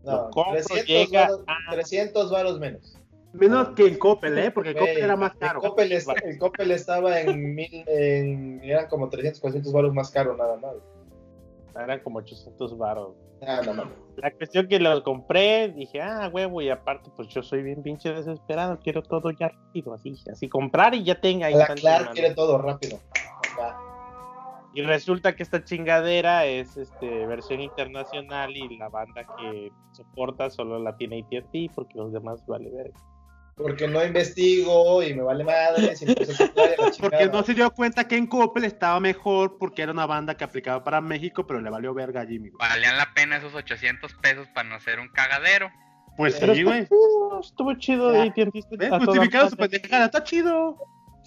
No, Lo compro, 300, llega varos, 300 varos menos. Menos que en Coppel, ¿eh? Porque el Güey, Coppel era más El caro. Coppel, es- el Coppel estaba en mil, en, eran como 300, 400 varos más caro nada más. Eran como 800 varos. Ah, no, mames. La cuestión que los compré, dije, ah, huevo, y aparte, pues yo soy bien pinche desesperado, quiero todo ya rápido, así, así comprar y ya tenga. ahí La tanto en Clark mano. quiere todo rápido. Va. Y resulta que esta chingadera es este versión internacional y la banda que soporta solo la tiene AT&T porque los demás vale verga. Porque no investigo y me vale madre. Si empiezo a comprar y la chingada. Porque no se dio cuenta que en Coppel estaba mejor porque era una banda que aplicaba para México, pero le valió verga a Jimmy. güey. Valían la pena esos 800 pesos para no ser un cagadero. Pues Pero sí, güey. Uh, estuvo chido Ya. AT&T. ¿Ves? a toda Justificado su madre. pendejada, está chido.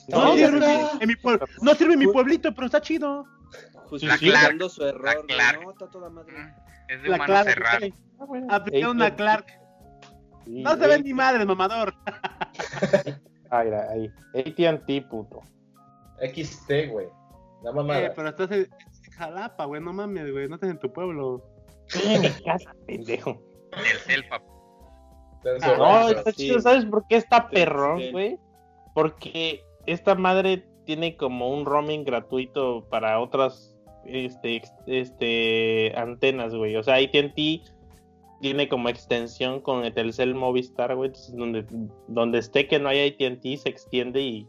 No, No, ya sirve, está. en mi pueblo. no sirve en mi pueblito, pero está chido. Justificando Pues su la error. Clark. güey, No, está toda madre. Mm, Es de La humano Clark. cerrar. güey. Aplicaron Ey, a Clark. Sí, No se güey. ve ni madre, mamador. Ah, mira, ahí. AT&T, puto. XT, güey. La mamada. Eh, pero estás en en Jalapa, güey. No mames, güey. No estás en tu pueblo. Sí, en mi casa, pendejo. Telcel, papá. Entonces, Ah, bueno, No, pero- está sí. chido. ¿Sabes por qué está Sí, perrón, sí. güey? Porque esta madre tiene como un roaming gratuito para otras este, ex- este, antenas, güey. O sea, ATT tiene como extensión con el Telcel Movistar, güey. Entonces, donde, donde esté que no haya ATT, se extiende y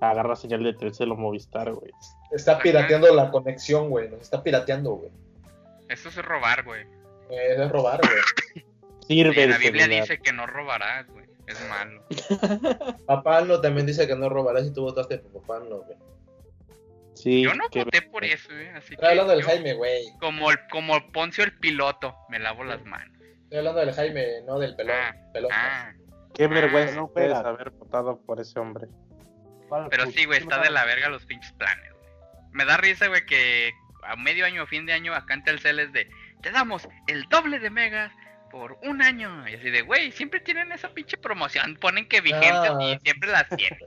agarra señal de Telcel o Movistar, güey. Está pirateando la conexión, güey. Nos está pirateando, güey. Eso es robar, güey. Eh, es robar, güey. Sirve. Oye, el la Biblia celular. dice que no robarás, güey. Es malo. Papá no también dice que no robarás si tú votaste por papá no, güey. Sí, Yo no que- voté por eso, güey. Así que Estoy hablando del yo, Jaime, güey. como, el, como el Poncio el piloto, me lavo las manos. Estoy hablando del Jaime, no del pelón. Ah, pelón. Ah, Qué vergüenza no puedes juega. haber votado por ese hombre. pero sí, güey, está de la verga los pinches planes, güey. Me da risa, güey, que a medio año, fin de año, acá en Telcel es de, te damos el doble de megas por un año. Y así de, güey, siempre tienen esa pinche promoción, ponen que vigente Ah. y siempre las tienen.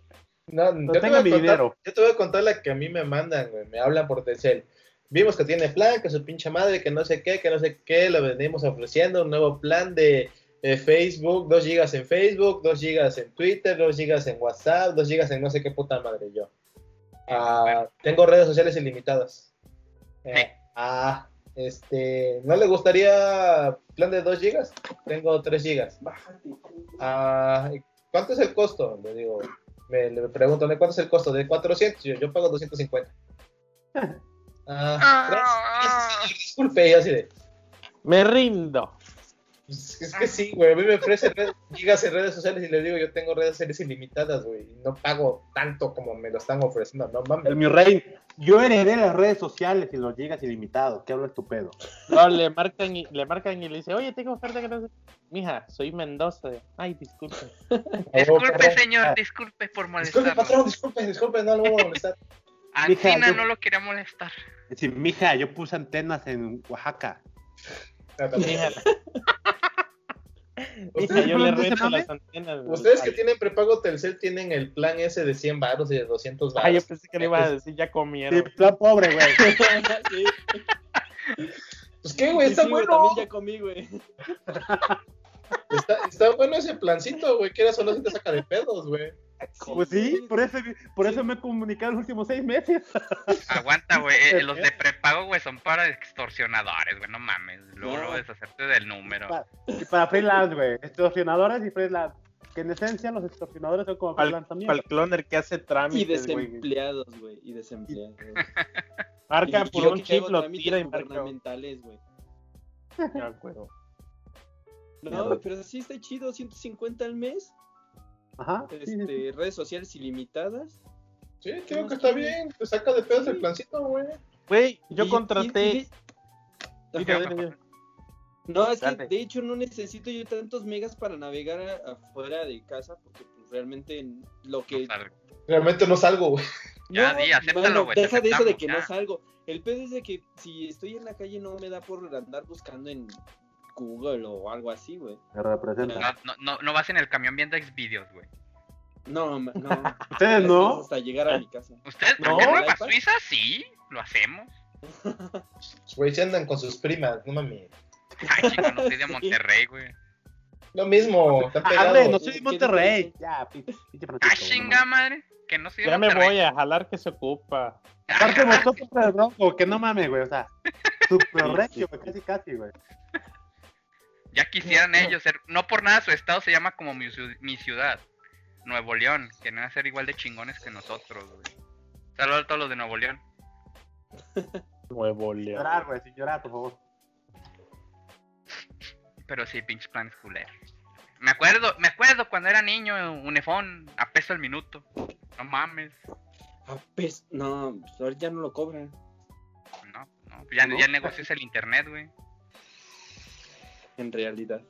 No, yo, te tengo voy a mi contar, dinero. yo te voy a contar la que a mí me mandan, güey. Me hablan por Telcel. Vimos que tiene plan, que su pinche madre, que no sé qué, que no sé qué. Le venimos ofreciendo un nuevo plan de eh, Facebook, 2 gigas en Facebook, 2 gigas en Twitter, 2 gigas en WhatsApp, 2 gigas en no sé qué puta madre yo. Ah, Tengo redes sociales ilimitadas. Eh, Sí. Ah, este, ¿no le gustaría plan de 2 gigas? Tengo 3 gigas. Ah, ¿Cuánto es el costo? Le digo, me, le pregunto, ¿de cuánto es el costo? De 400, yo, yo pago 250. Ah, Ah, gracias, gracias, disculpe, y así de. Me rindo. pues, Es Ah. que sí, güey, a mí me ofrecen red- gigas en redes sociales y le digo, yo tengo redes sociales ilimitadas, güey, y no pago tanto como me lo están ofreciendo, no mames. mi rey, yo heredé las redes sociales y los llegas ilimitados. ¿Qué hablas tu pedo? No, le marcan y le marcan y le dice, oye, tengo oferta que no sé. Mija, soy Mendoza. Ay, disculpe. Disculpe, patrón. señor, disculpe por Disculpe, molestar. patrón, disculpe, disculpe, no lo voy a molestar. Ancina Mija, yo- ah, no lo quería molestar. Es decir, mija, yo puse antenas en Oaxaca. Mija, mija, Ustedes- yo le hablan de ese reto mame? las antenas. güey. Ustedes que tienen prepago Telcel tienen el plan ese de 100 baros y de 200 Ay, yo baros. pensé que le ibas a decir, ya comieron. Sí, plan pobre, güey. Sí. Pues qué, güey, Sí, está sí, güey, bueno. También ya comí, güey. Está, está bueno ese plancito, güey, que era solo si te saca de pedos, güey. Pues sí, por eso, por eso me he comunicado los últimos seis meses. Aguanta, güey. eh, los de prepago, güey, son para extorsionadores, güey. No mames. Luego, No. luego deshacerte del número. Pa- Y para freelance, güey. Extorsionadores y freelance. Que en esencia los extorsionadores son como freelance también. Para el cloner que hace Y trámites, güey. desempleados, güey. Y desempleados. Marca Y- y por yo un que hago chip, lo trámites tira y marca. gubernamentales, güey. Ya, güey. No, güey, pero sí está chido, 150 al mes, Ajá. sí, sí, sí. este, redes sociales ilimitadas. Sí, creo que está bien, te saca de pedos el plancito, güey. Güey, yo Y- y- contraté. y- Dime, Ajá. dime, dime. No, es que Dale. de hecho no necesito yo tantos megas para navegar a- afuera de casa, porque pues, realmente en lo que... Total, Realmente no salgo, güey. Ya, No, di, acéptalo, mano, güey, te Deja de eso de aceptamos, que ya. no salgo. El pedo es de que si estoy en la calle no me da por andar buscando en Google o algo así, güey. Me representa. No, no, no, no vas en el camión viendo Xvideos, güey. No, ma- no. Ustedes Las no. cosas Hasta llegar a mi casa. ¿Ustedes No. por qué no van a ¿Lipa? Suiza? Sí, lo hacemos. Güey, se andan con sus primas, no mami. Ay, chico, no soy de Sí. Monterrey, güey. Lo mismo, están Ah, hombre, no pegados. soy de Monterrey. Ya, pinche pinche Ah, Francisco, chinga madre. Que no soy de Ya me Monterrey. Ah, voy a jalar que se ocupa. no mames. Aparte votó por el Bronco, que no mames, güey. O sea, super regio, güey. Casi, casi, güey. Ya quisieran ellos ser. No por nada su estado se llama como mi, ciu- mi ciudad. Nuevo León. Quieren ser igual de chingones que nosotros, güey. Saludos a todos los de Nuevo León. Nuevo Sin León. llorar, güey. Sin llorar, por favor. Pero sí, pinches planes culeros. Me acuerdo, me acuerdo cuando era niño, Unifón, a peso el minuto. No mames. Ah, pues, no, pues, ahorita ya no lo cobran. No, no. Ya, ¿No? ya el negocio es el internet, güey. en realidad.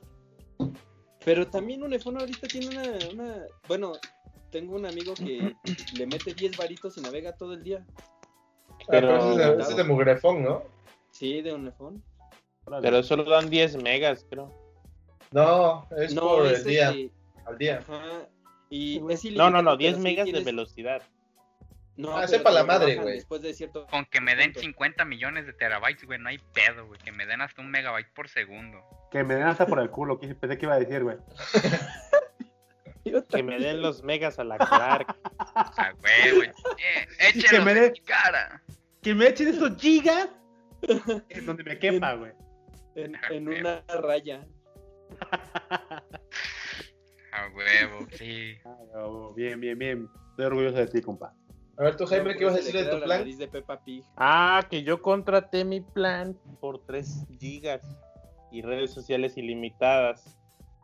Pero también Unifón ahorita tiene una, una- Bueno, tengo un amigo que le mete 10 varitos y navega todo el día. Ah, pero Pero- ese es, de- ese es de mugrefón, ¿no? Sí, de Unifón. Pero solo dan 10 megas, creo. No, es no, por es el de día, que- al día. Ajá. Y es No, ilimitado, no, no, pero 10 sí megas de tienes- velocidad. No, Ah, pero sepa te la lo madre, bajan güey. Después de cierto. Con que me den Punto. 50 millones de terabytes, güey, no hay pedo, güey. Que me den hasta un megabyte por segundo. Que me den hasta por el culo, que pensé que iba a decir, güey. Que me den los megas a la Clark. O sea, güey, güey. Eh, Y que échelos me en den- mi cara. Que me echen esos gigas en donde me quepa, güey. En, en una raya. A huevo, sí. Oh, bien, bien, bien. Estoy orgulloso de ti, compa. A ver, tú, Jaime, ¿qué vas a Se decir le de queda tu la plan? nariz de Peppa Pig. Ah, que yo contraté mi plan por 3 gigas y redes sociales ilimitadas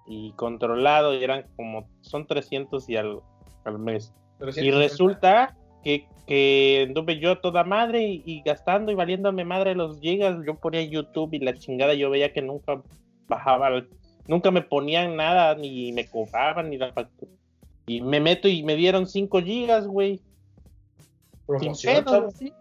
y controlado y eran como, son 300 y algo al mes. Y 360. resulta que, que anduve yo a toda madre y, y gastando y valiéndome madre los gigas, yo ponía YouTube y la chingada, yo veía que nunca bajaba, al- nunca me ponían nada, ni me cobraban, ni la factura. Y me meto y me dieron 5 gigas, güey. Sin Promoción, pedo, chavo. sí.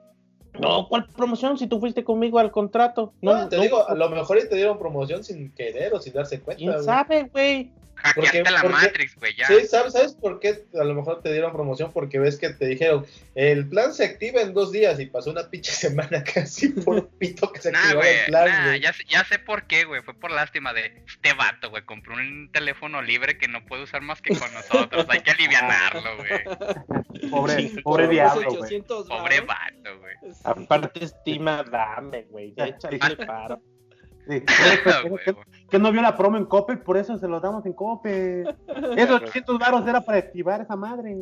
No, ¿cuál promoción? Si tú fuiste conmigo al contrato. No, No, Ah, te no, pues, digo, a lo mejor y te dieron promoción sin querer o sin darse cuenta. ¿Quién güey. sabe, güey? Hackeaste la porque- Matrix, güey, ya. Sí, ¿sabes, ¿sabes por qué? A lo mejor te dieron promoción porque ves que te dijeron, el plan se activa en dos días y pasó una pinche semana casi por un pito que se Nah, activaba güey, el plan. nah, güey. ya, sé- ya sé por qué, güey. Fue por lástima de este vato, güey. Compró un teléfono libre que no puede usar más que con nosotros. Hay que alivianarlo, güey. Pobre, Sí. pobre Por diablo, unos güey. 800 Pobre varos. vato, güey. Aparte, estima, dame, güey. Ya échale paro. Sí. Ah, güey, güey. Que no vio la promo en Coppel, por eso se lo damos en Coppel. Esos 800 varos era para activar esa madre.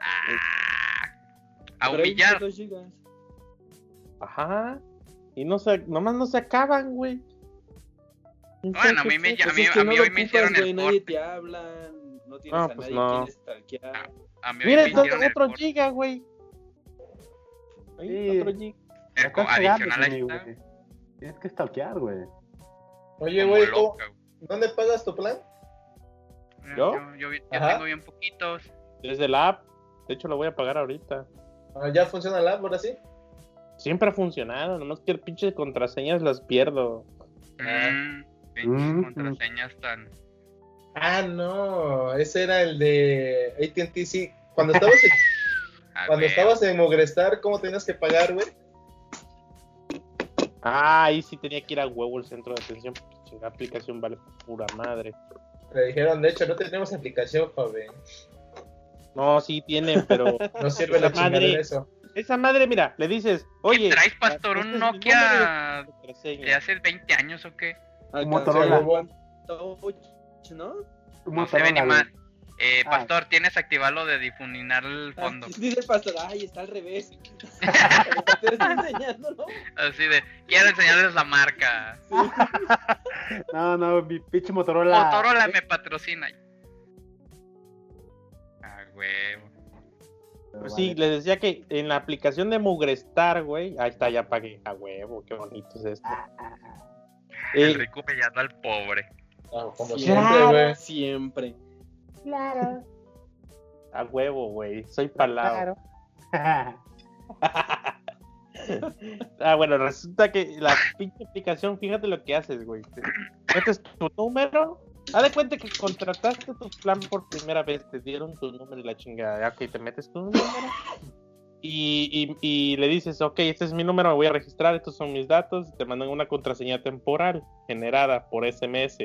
Ah, a Pero ahí humillar. dice dos gigas. Ajá. Y no se, nomás no se acaban, güey. Bueno, a mí me- Pues A mí- es que a no mí lo hoy me ocupas, hicieron el güey, Nadie corte. te habla, no tienes No, a pues nadie no. quieres stalkear. A mí Mira, me entonces hicieron el otro cor- giga, güey. Ahí, Sí. Otro giga. el La co- estás pegando, adicional a Jimmy, esta, güey. Tienes que stalkear, güey. Oye, como güey, ¿cómo- loca, güey. ¿dónde pagas tu plan? ¿Yo? Yo, yo- yo Ajá. tengo bien poquitos. Desde la app. De hecho, lo voy a pagar ahorita. Ah, ¿Ya funciona la app ahora sí? Siempre ha funcionado. Nomás que el pinche contraseñas las pierdo. Ah. Mm, pinches Mm. contraseñas tan. Ah, no, ese era el de AT&T, sí. Cuando estabas en, a cuando ver, estabas en Mogrestar, ¿cómo tenías que pagar, güey? Ah, ahí sí tenía que ir a huevo el centro de atención. porque La aplicación vale pura madre. Le dijeron, de hecho, no tenemos aplicación, joven. No, sí tienen, pero No sirve la Madre. chingada de eso. esa madre, mira, le dices, oye, traes, pastor? este ¿Un es mi Nokia número de contraseña". ¿De hace 20 años o qué? Alcanzó Motorola. el Touch, ¿no? No se ve ni más. Eh, Ah. pastor, tienes activado de difuminar el Ah, fondo. Dice el pastor, ay, está al revés. Te estoy enseñando, ¿no? Así de, quiero enseñarles la marca. No, no, mi pinche Motorola. Motorola me patrocina. Ah, huevo. Pero Pues vale. sí, les decía que en la aplicación de Mugrestar, güey, ahí está, ya pagué a huevo, qué bonito es esto. Ah, Eh, El rico pillando al pobre. Ah, como Sí. siempre, güey. Siempre. Claro, a huevo, güey, soy palado. claro. Ah, bueno, resulta que la pinche aplicación, fíjate lo que haces, güey. Te Metes tu número. Haz de cuenta que contrataste tu plan por primera vez, te dieron tu número y la chingada. ya, Ok, te metes tu número y, y- y le dices, ok, este es mi número, me voy a registrar, estos son mis datos. y Te mandan una contraseña temporal generada por SMS.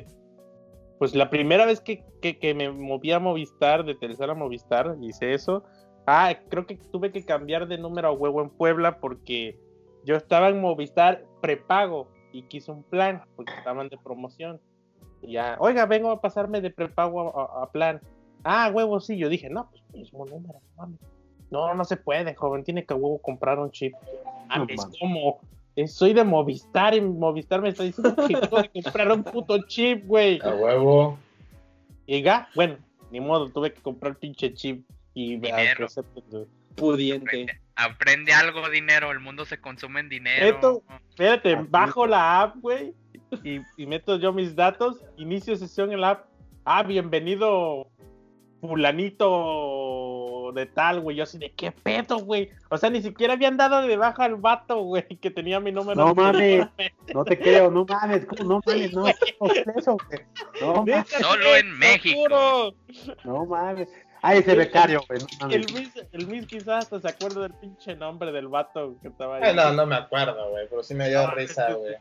Pues la primera vez que, que- que me moví a Movistar, de Telesur a Movistar, hice eso. Ah, creo que tuve que cambiar de número a huevo en Puebla porque yo estaba en Movistar prepago y quise un plan porque estaban de promoción. Y ya, oiga, vengo a pasarme de prepago a, a- a plan. Ah, huevo, sí. Yo dije, no, pues mismo número, no mames. No, no se puede, joven, tiene que a huevo comprar un chip. Ah, No es mames. como, eh, soy de Movistar y Movistar me está diciendo que tengo que comprar un puto chip, güey. A huevo. Y ya, bueno, ni modo, tuve que comprar pinche chip y me Dinero. Pudiente. Aprende algo, dinero. El mundo se consume en dinero. Esto- Espérate, Así. bajo la app, güey, y, y meto yo mis datos, inicio sesión en la app. Ah, bienvenido, fulanito de tal, güey. Yo así de qué pedo, güey. O sea, ni siquiera habían dado de baja al vato, güey, que tenía mi número. No de mames. No te creo, no mames, ¿cómo? no mames, no, ¿cómo es eso, güey? No, teléfono. mames, Neta, Solo güey, en te lo México. juro. no mames. Ay, ese becario, güey, no El mames. Luis, el Luis quizás hasta se acuerda del pinche nombre del vato que estaba ahí. Ay, Ah, no, no me acuerdo, güey, pero Ah, sí me dio risa, güey.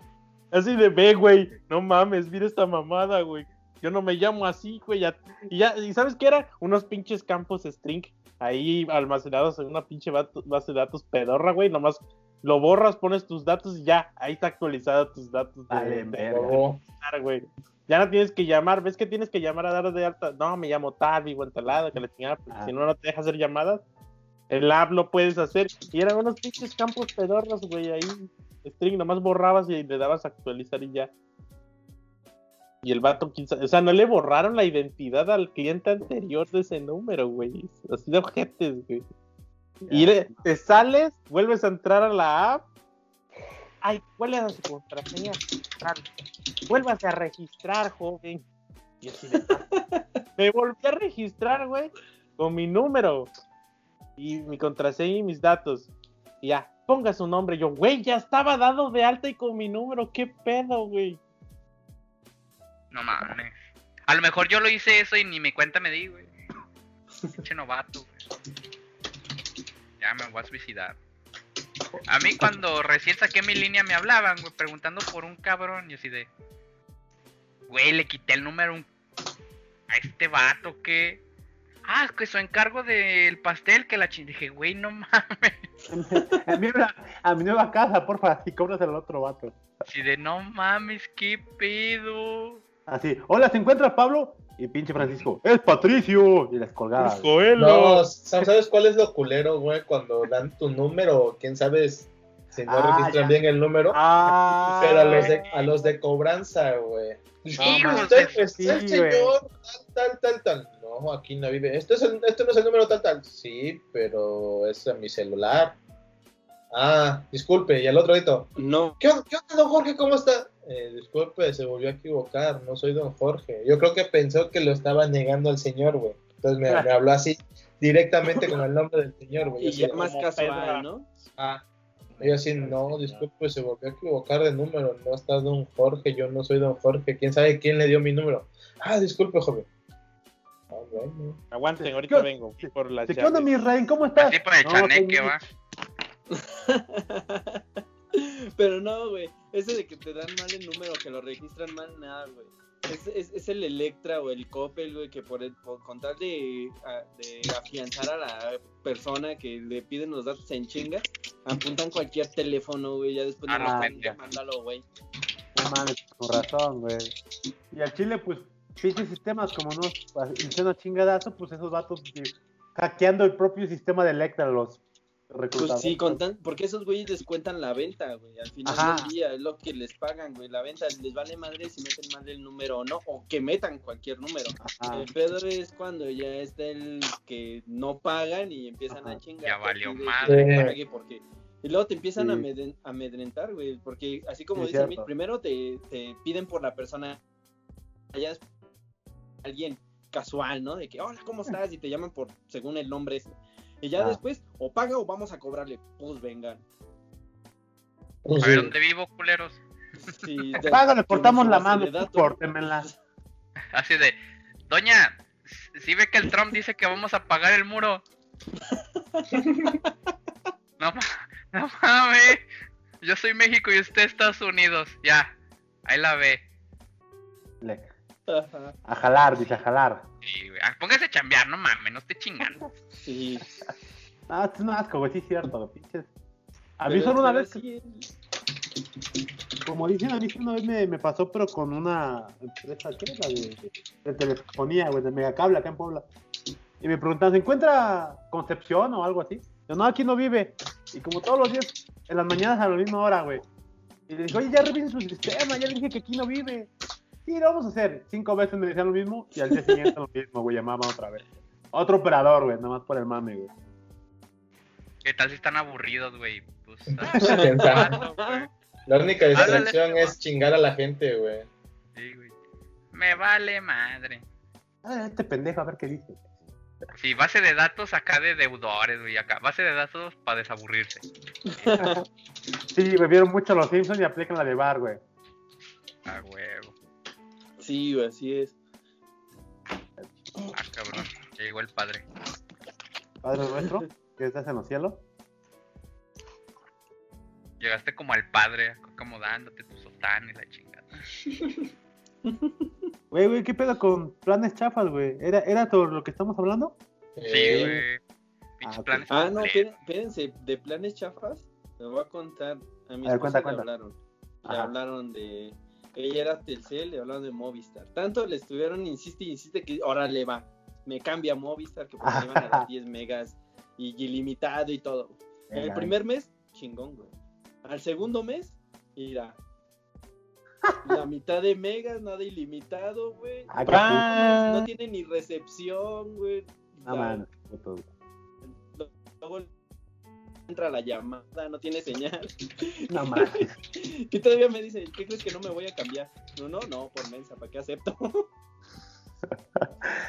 Así de ve, güey. No mames, mira esta mamada, güey. Yo no me llamo así, güey. ya- Y ya, ¿y sabes qué era? Unos pinches campos string ahí almacenados en una pinche vato- base de datos pedorra, güey. Nomás Lo borras, pones tus datos y ya, ahí está actualizada tus datos. de- Vale, de verga. Luego, buscar, güey. Ya no tienes que llamar, ves que tienes que llamar a dar de alta. No, me llamo tal, vivo en tal lado, que la chingada, porque Ah. si no, no te deja hacer llamadas. El app lo puedes hacer. Y eran unos pinches campos pedorros, güey, ahí. String, nomás borrabas y le dabas a actualizar y ya. Y el vato, quizá, o sea, no le borraron la identidad al cliente anterior de ese número, güey. Así de ojetes, güey. Y le- te sales, vuelves a entrar a la app. Ay, ¿cuál era su contraseña? Tal. Vuélvase a registrar, joven. Y así de- Me volví a registrar, güey, con mi número y mi contraseña y mis datos. Y ya, ponga su nombre. Yo, güey, ya estaba dado de alta y con mi número. ¿Qué pedo, güey? No mames. A lo mejor yo lo hice eso y ni me cuenta me di, güey. Pinche novato, güey. Ya me voy a suicidar. A mí cuando recién saqué mi línea me hablaban, güey, preguntando por un cabrón. Y así de... Güey, le quité el número a un- a este vato que... Ah, es que su encargo del pastel que la chingada. Dije, güey, no mames. A mi, nueva, a mi nueva casa, porfa, y cobras al otro vato. Así de, no mames, qué pedo. Así, hola, ¿se encuentra Pablo? Y pinche Francisco, ¡es Patricio! Y las Ah, colgaba. güey. No, ¿sab- ¿sabes cuál es lo culero, güey? Cuando dan tu número, quién sabe si no Ah, registran ya. bien el número. Ah, Pero a los de, a los de cobranza, güey. mames. usted, usted, el Sí, güey. este señor, tal, tal, tal, tal. No, aquí no vive. Este, es el- este no es el número tal, tal. Sí, pero es a mi celular. Ah, disculpe, y al otro grito. No, ¿Qué, on- qué onda, don Jorge? ¿Cómo está? Eh, disculpe, se volvió a equivocar. No soy don Jorge. Yo creo que pensó que lo estaba negando al señor, güey. Entonces me, me habló así, directamente con el nombre del señor, güey. y Así ya de, más como pedra. casual, ¿no? Ah. Y yo así, no, disculpe, se volvió a equivocar de número. No está don Jorge, yo no soy don Jorge. ¿Quién sabe quién le dio mi número? Ah, disculpe, joven. Ah, bueno. Aguanten, ahorita ¿Qué- vengo. fui Por las Sí, ¿Qué onda, llaves. mi rey? ¿Cómo estás? Así por el No, chaneque, soy- va. Pero no, güey. Ese de que te dan mal el número, que lo registran mal, nada, güey. Es, es, es el Electra o el Coppel, güey, que por, el- por- con tal de, a- de afianzar a la persona que le piden los datos en chinga, apuntan cualquier teléfono, güey, ya después Ah, no no, están ya. llamándolo, güey. No mames, con razón, güey. Y al Chile, pues, pinches sistemas, como no hicieron chingadazo, pues esos vatos que- hackeando el propio sistema de Electra, los Pues reclutadores. sí, contan, porque esos güeyes descuentan la venta, güey, al final Ajá. del día, es lo que les pagan, güey, la venta les vale madre si meten mal el número o no, o que metan cualquier número. Ah. Ajá. El pedo es cuando ya está el que no pagan y empiezan Ajá. a chingar. Ya te valió pide que madre. te pague porque... Y luego te empiezan a Sí. amedren- a amedrentar, güey, porque así como Sí, dice Mitch, cierto. primero te, te piden por la persona, allá es alguien casual, ¿no? De que, hola, ¿cómo estás? Y te llaman por, según el nombre ese. Y ya Ah. después, o paga o vamos a cobrarle. Pues vengan. Pues A ver sí. dónde vivo, culeros. Sí, te- Págale, tienes cortamos su la base mano, pues, de datos. córtemela. Así de, doña, si ve que el Trump dice que vamos a pagar el muro. no, ma- no mames. Yo soy México y usted Estados Unidos. Ya, ahí la ve. Le- Ajá, A jalar, dice, a jalar. Sí, güey. Ah, póngase a chambear, no mames, no esté chingando. sí. Ah, es un asco, güey, sí es cierto, güey, pinches. A mí Pero- solo una pero vez, sí, como dicen, a mí solo una vez me, me pasó, pero con una empresa, ¿qué era? De, de telefonía, güey, de Megacable, acá en Puebla. Y me preguntaban, ¿se encuentra Concepción o algo así? Yo, no, aquí no vive. Y como todos los días, en las mañanas a la misma hora, güey. Y le dije, oye, ya revisen su sistema, ya le dije que aquí no vive. Sí, lo vamos a hacer. Cinco veces me decían lo mismo y al día siguiente lo mismo, güey, llamaban otra vez. Otro operador, güey, nada más por el mame, güey. ¿Qué tal si están aburridos, güey? Pues, ah, ¿Quién sabe? vato, güey. La única Háblale, distracción este, es chingar a la gente, güey. Sí, güey. Me vale madre. Ah, este pendejo, a ver qué dice. Sí, base de datos acá de deudores, güey. Acá, base de datos para desaburrirse. Sí, me vieron mucho los Simpsons y aplican la de bar, güey. A Ah, huevo. Sí, güey, así es. Ah, cabrón. Ya llegó el padre. Padre nuestro, que estás en los cielos. Llegaste como al padre, acomodándote tu sotana y la chingada. Güey, güey, ¿qué pedo con planes chafas, güey? ¿Era, ¿Era todo lo que estamos hablando? Sí, Eh, güey. Ah, Pinches ok. planes. Ah, no, completos. espéren- espérense, de planes chafas, Les voy a contar. A mi A esposa ver, cuenta, le cuenta. hablaron. Le Ajá. hablaron de. Ella era Telcel, le hablaron de Movistar. Tanto le estuvieron, insiste, insiste que ahora le va. Me cambia a Movistar, que porque iban a las 10 megas y ilimitado y todo. El Venga. primer mes, chingón, güey. Al segundo mes, mira. La mitad de megas, nada ilimitado, güey. Ah, No Ah, tiene ni recepción, güey. Ah, man, puto. Luego entra la llamada, no tiene señal. No mames. Y todavía me dice, ¿qué crees que no me voy a cambiar? No, no, no, por mensa, ¿para qué acepto?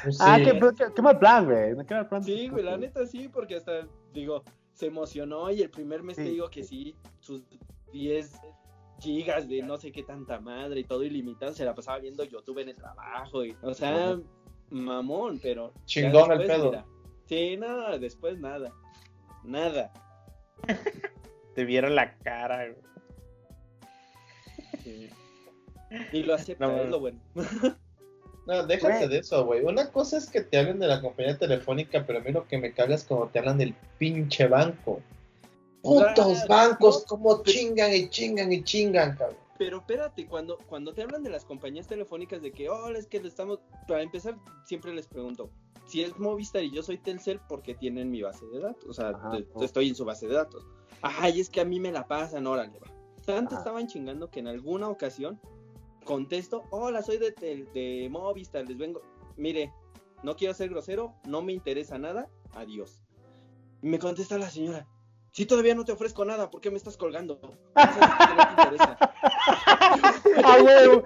Pues Ah, sí. qué, qué- qué mal plan, güey. Qué mal plan. Sí, güey, la neta sí, porque hasta, digo, se emocionó y el primer mes te Sí. digo que sí, sus 10 gigas de no sé qué tanta madre y todo ilimitado, se la pasaba viendo YouTube en el trabajo y, o sea, Ajá. mamón, pero... ya Chingón el después, pedo. mira, sí, no, después nada, nada. te vieron la cara, güey. Sí. Y lo acepta, No, es lo bueno. No, déjate Güey. de eso, güey. Una cosa es que te hablen de la compañía telefónica, pero a mí lo que me cagas es cuando te hablan del pinche banco. Putos Claro, bancos, no, como chingan y chingan y chingan, cabrón. Pero espérate, cuando, cuando te hablan de las compañías telefónicas de que, oh, es que le estamos... Para empezar, siempre les pregunto, si es Movistar y yo soy Telcel, ¿por qué tienen mi base de datos? O sea, Ajá, te- te ok. estoy en su base de datos. Ay, es que a mí me la pasan, órale, va. Tanto Ajá. estaban chingando que en alguna ocasión contesto, hola, soy de, Tel- de Movistar, les vengo... Mire, no quiero ser grosero, no me interesa nada, adiós. Y me contesta la señora, si todavía no te ofrezco nada, ¿por qué me estás colgando? Eso es lo que no te interesa. ¡Ah, huevo!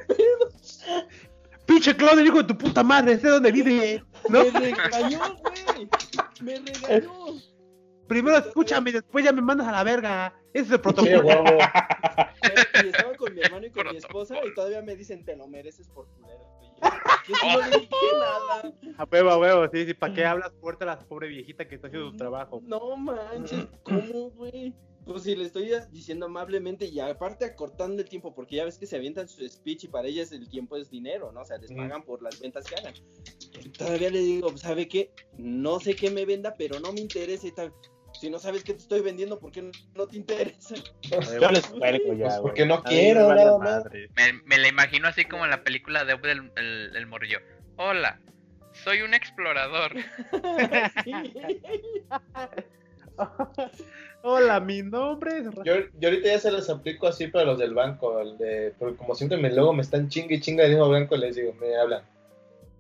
¡Pinche Claudio, hijo de tu puta madre! ¡Sé dónde vive! ¿No? Me regañó, güey. Me regañó. Primero escúchame y después ya me mandas a la verga. Ese es el Qué protocolo. huevo. Y estaba con mi hermano y con mi esposa y todavía me dicen, te lo mereces por culero. güey. Yo sí no le dije nada. A huevo, a huevo. Sí, sí, ¿para qué hablas fuerte a la pobre viejita que está haciendo su trabajo? No manches, ¿cómo, güey? Pues si le estoy diciendo amablemente y aparte acortando el tiempo, porque ya ves que se avientan su speech y para ellas el tiempo es dinero, ¿no? O sea, les pagan por las ventas que hagan. Todavía le digo, ¿sabe qué? No sé qué me venda, pero no me interesa y tal. Si no sabes qué te estoy vendiendo, ¿por qué no te interesa? Yo les cuelgo ya, Pues güey. porque no A mí quiero, me vale nada más. madre. Me, me la imagino así como en la película de Up del el, el morrillo. Hola, soy un explorador. Sí. Hola, mi nombre es... Ra- Yo, yo ahorita ya se los aplico así para los del banco, el de, porque como siempre me, luego me están chingue y chinga el mismo banco, les digo, me hablan.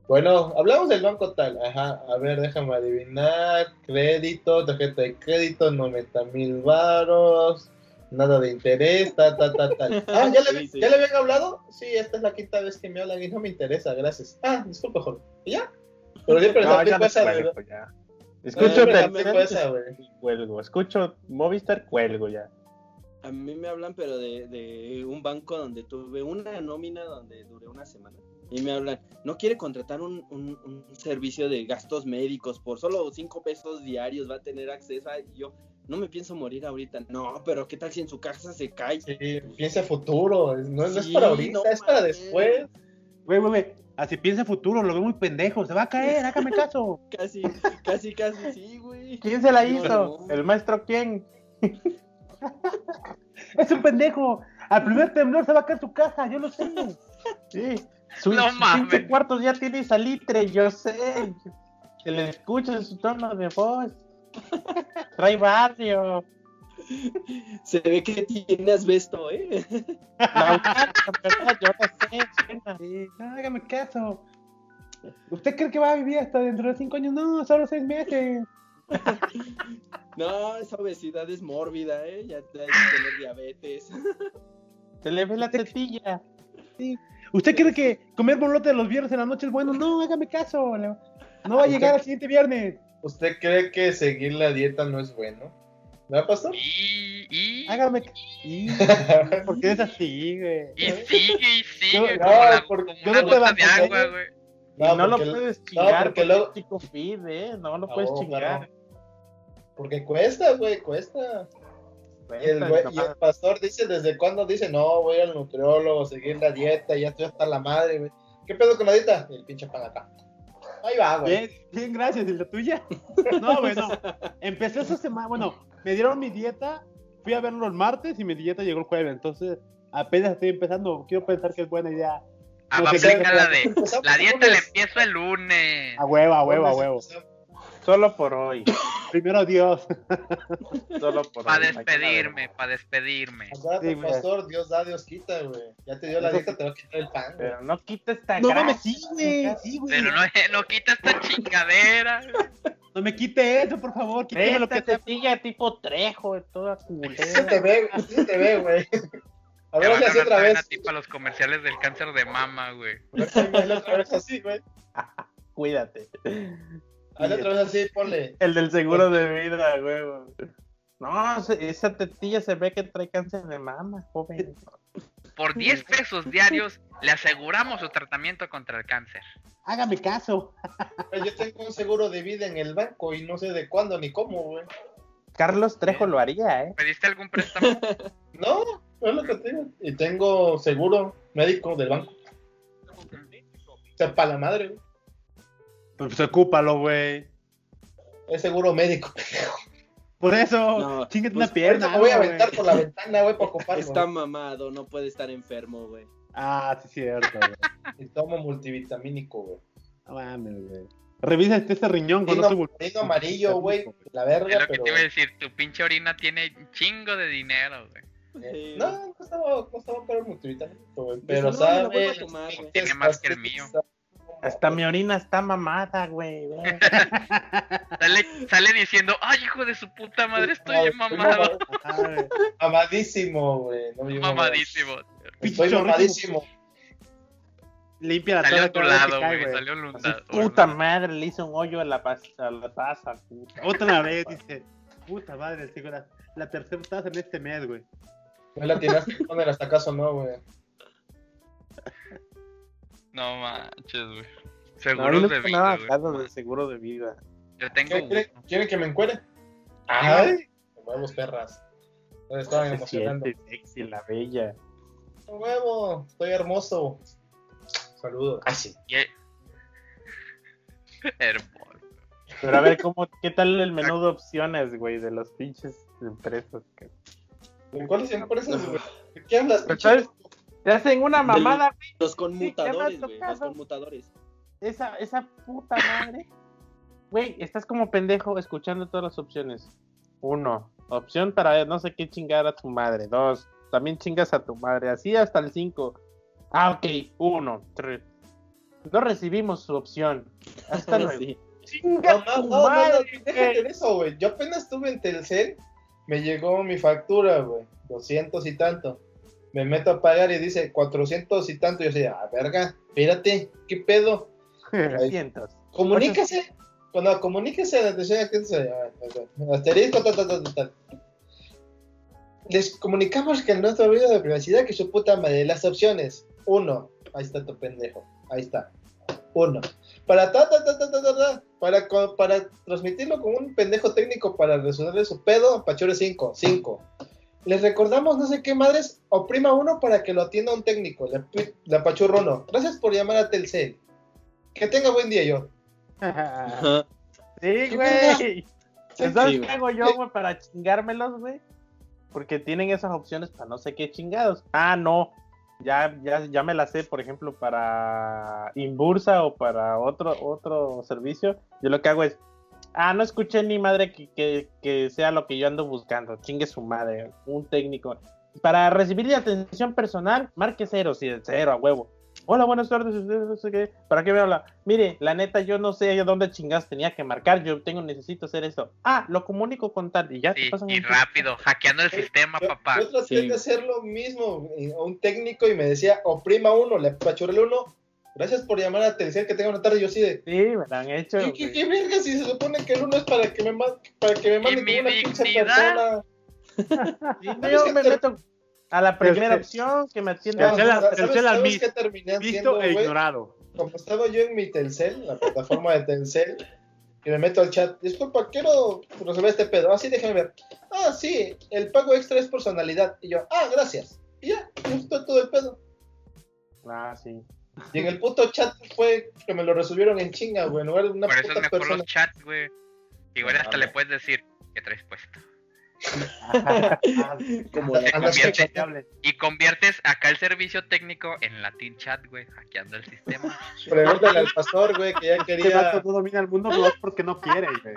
Bueno, hablamos del banco tal, ajá, a ver, déjame adivinar, crédito, tarjeta de crédito, 90 mil varos, nada de interés, tal, tal, tal, tal. Ah, ¿ya le, Sí, sí. ¿ya le habían hablado? Sí, esta es la quinta vez que me hablan y no me interesa, gracias. Ah, disculpe, Jorge, ¿y ya? Pero siempre les No, ya aplico les esa, de- cuelgo ya. siempre Escucho les Escúchame, aplico Telcel esa, güey. y cuelgo. Escucho Movistar, cuelgo ya. A mí me hablan, pero de, de un banco donde tuve una nómina donde duré una semana. Y me hablan, ¿no quiere contratar un, un- un servicio de gastos médicos por solo cinco pesos diarios? ¿Va a tener acceso a y yo? No me pienso morir ahorita. No, pero ¿qué tal si en su casa se cae? Sí, piensa futuro, es- no, no es Sí, para ahorita, no es para mames. después. Güey, güey, güey. Así piensa futuro, lo veo muy pendejo. Se va a caer, hágame caso. Casi, casi, casi, sí, güey. ¿Quién se la No, hizo? no. ¿El maestro quién? Es un pendejo. Al primer temblor se va a caer su casa, yo lo sé. Sí. Su, No su mames. pinche cuarto ya tiene salitre, yo sé. Se le escucha en su tono de voz. Trae barrio. Se ve que tiene asbesto, ¿eh? La usan, ¿verdad? yo lo sé. suena. Sí, no, hágame caso. ¿Usted cree que va a vivir hasta dentro de cinco años? No, solo seis meses. No, esa obesidad es mórbida, ¿eh? Ya te hay que tener diabetes. Se le ve la tetilla. ¿Usted cree que comer bolote los viernes en la noche es bueno? No, hágame caso. le- No va a llegar al siguiente viernes. ¿Usted cree que seguir la dieta no es bueno? ¿Me pasó? Y, y, Hágame caso. ¿Por qué es así, güey? y sigue, y sigue, No, como, la- porque- como yo una no te gota de banco, agua, ¿eh? güey. Y No, lo porque- puedes no, chingar porque porque luego- es chico fit, ¿eh? No lo Ah, puedes oh, chingar. claro. Porque cuesta, güey, cuesta. Y el, güey- y el pastor dice, ¿desde cuándo dice? No, voy al nutriólogo, seguir la dieta, ya estoy hasta la madre, güey. ¿Qué pedo con la dieta? El pinche pan acá. Ahí va, güey. Bien, bien, gracias. ¿Y la tuya? No, güey, no. Empecé esa semana, bueno, me dieron mi dieta fui a verlo el martes y mi dieta llegó el jueves. Entonces, apenas estoy empezando. Quiero pensar que es buena idea. Ah, No va, sé qué- aplica la de. Empezamos La dieta la lunes. empiezo el lunes. Ah, A huevo, a huevo, a huevo. Solo por hoy. Primero Dios. Solo por Para hoy. despedirme, para despedirme. Acuérdate, Sí, güey. pastor, Dios da, Dios quita, güey. Ya te dio la dieta, te va a quitar el pan, güey. Pero no quita esta No grasa. mames, sí, güey. Sí, güey. Pero no, eh, no quita esta chingadera. No me quite eso, por favor. Quítame lo que Esta sea. cepilla tipo trejo, toda Así se culera. te ve, así se te ve, güey. A Te ver, van hazle a así otra lanzar vez. a ti para los comerciales del cáncer de mama, güey. A ver, hazle otra vez así, güey. Cuídate. Hazle otra vez así, ponle. El del seguro de vida, güey. No, se- esa tetilla se ve que trae cáncer de mama, joven. Por 10 pesos diarios le aseguramos su tratamiento contra el cáncer. Hágame caso. Güey, Yo tengo un seguro de vida en el banco y no sé de cuándo ni cómo, güey. Carlos Trejo lo haría, ¿eh? ¿Pediste algún préstamo? No, es lo que te digo. Y tengo seguro médico del banco. O sea, para la madre, güey. Pues ocúpalo, güey. Es seguro médico. Por eso, No, chingate pues, una Ahorita pierna. me voy a güey. aventar por la ventana, güey, para ocuparlo. Está mamado, no puede estar enfermo, güey. Ah, sí, cierto, güey. Y tomo multivitamínico, güey. No mames, güey. Revisa este, este riñón con Vino, otro bol- vino amarillo, güey. La verga, Es lo que pero. eh, te iba a decir, tu pinche orina tiene un chingo de dinero, güey. Sí, No, no estaba, no estaba para el multivitamínico, güey. Dice, Pero, "No, sabe me lo vuelvo a tomar, güey". Tiene más que el mío. Hasta mi orina está mamada, güey. güey. Sale, sale diciendo, ay, hijo de su puta madre, estoy Ay, bien mamado. mama- Ajá, güey. Mamadísimo, güey. No, yo no- Mamadísimo. Estoy Pinche mamadísimo. Limpia la Salió taza a tu cada vez que lado, cae, güey. Salió un Su lado. puta madre le hizo un hoyo a la, pas- a la taza, puta. Otra vez, dice. Puta madre, sí, güey, la, la tercera taza en este mes, güey. No la tiraste con el hasta acaso, no, güey. No manches, güey. No, a mí Seguros nunca de me ha vida, bajado güey. del seguro de vida. Yo tengo ¿Quieren, uno. quieren- quieren que me encuere? ¡Ay! Huevos, perras. Me estaban Se emocionando. siente sexy la bella. ¡Huevo! Estoy hermoso. Saludos. Ah, sí. Y- Hermoso. Pero a ver, ¿cómo, ¿qué tal el menú de opciones, güey, de las pinches empresas? que- ¿En cuáles empresas, güey? ¿De qué hablas, Pero, Pues pinche? ¿sabes? Te hacen una mamada, güey. Los Sí, conmutadores, ya me ha güey. Los tocado. conmutadores. Esa, esa puta madre. Güey, estás como pendejo escuchando todas las opciones. Uno, opción para no sé qué chingar a tu madre. Dos, también chingas a tu madre. Así hasta el cinco. Ah, ok. Uno, tres. No recibimos su opción. Hasta luego. Sí. No, Chinga no, no, tu no, madre, no, güey. déjate de eso, güey. Yo apenas estuve en Telcel, me llegó mi factura, güey, 200 y tanto. Me meto a pagar y dice 400 y tanto. Yo decía, ah, verga, espérate, ¿qué pedo? Ahí, Cientos. comuníquese. Cuando comuníquese a la atención al cliente, se- ah, ah, asterisco, tal, tal, tal, tal, tal. Les comunicamos que en nuestro video de privacidad que su puta madre, las opciones. Uno, ahí está tu pendejo, ahí está. Uno, para ta, ta, ta, ta, ta, ta, ta, para, co- para transmitirlo con un pendejo técnico para resolverle su pedo, Pachore 5, 5. Les recordamos no sé qué madres, oprima uno para que lo atienda un técnico, la, pi- la Pachurro no. Gracias por llamar a Telcel. Que tenga buen día, yo. Ajá. Sí, ¿Qué güey. Sí, ¿Sabes sí, qué güey. hago yo, güey, para chingármelos, güey? Porque tienen esas opciones para no sé qué chingados. Ah, no. Ya, ya, ya me las sé, por ejemplo, para Inbursa o para otro, otro servicio. Yo lo que hago es, ah, no escuché ni madre que, que, que sea lo que yo ando buscando. Chingue su madre, un técnico. Para recibir la atención personal, marque cero, sí, cero, a huevo. Hola, buenas tardes. usted no sé qué, ¿Para qué me habla? Mire, la neta, yo no sé a dónde chingas tenía que marcar. Yo tengo, necesito hacer esto. Ah, lo comunico con tal. Y ya te Sí, pasan y un- rápido, hackeando el sistema, Eh, Yo, Ah, papá. yo traté Sí. de hacer lo mismo eh, a un técnico y me decía, oprima uno, le apachurré el uno. Gracias por llamar a Telcel, que tenga una tarde. Yo sí de, Sí, me lo han hecho. ¿qué, qué, güey. qué verga? Si se supone que el uno es para que me, ma- para que me mande mi como una pinche dignidad? persona. Yo me meto a la primera Tercer- opción que me atiende. No, Telcel al- ¿sabes- Telcel al ¿sabes mis- qué terminé haciendo, Visto e güey? ignorado. Como estaba yo en mi Telcel, la plataforma de Telcel, y me meto al chat, disculpa, quiero resolver este pedo. Así déjame ver. Ah, sí, el pago extra es personalidad. Y yo, ah, gracias. Y ya, justo todo el pedo. Ah, sí. Y en el puto chat fue que me lo resolvieron en chinga, güey, en lugar de una Por eso es puta mejor persona. los chats, güey. Igual No hasta le mames. puedes decir que traes puesto. Como la- Ah, no sé. Convierte- y conviertes acá el servicio técnico en Latin Chat, güey, hackeando el sistema. Pregúntale al pastor, güey, que ya Este vato quería. no domina el mundo nomás porque no quiere, güey.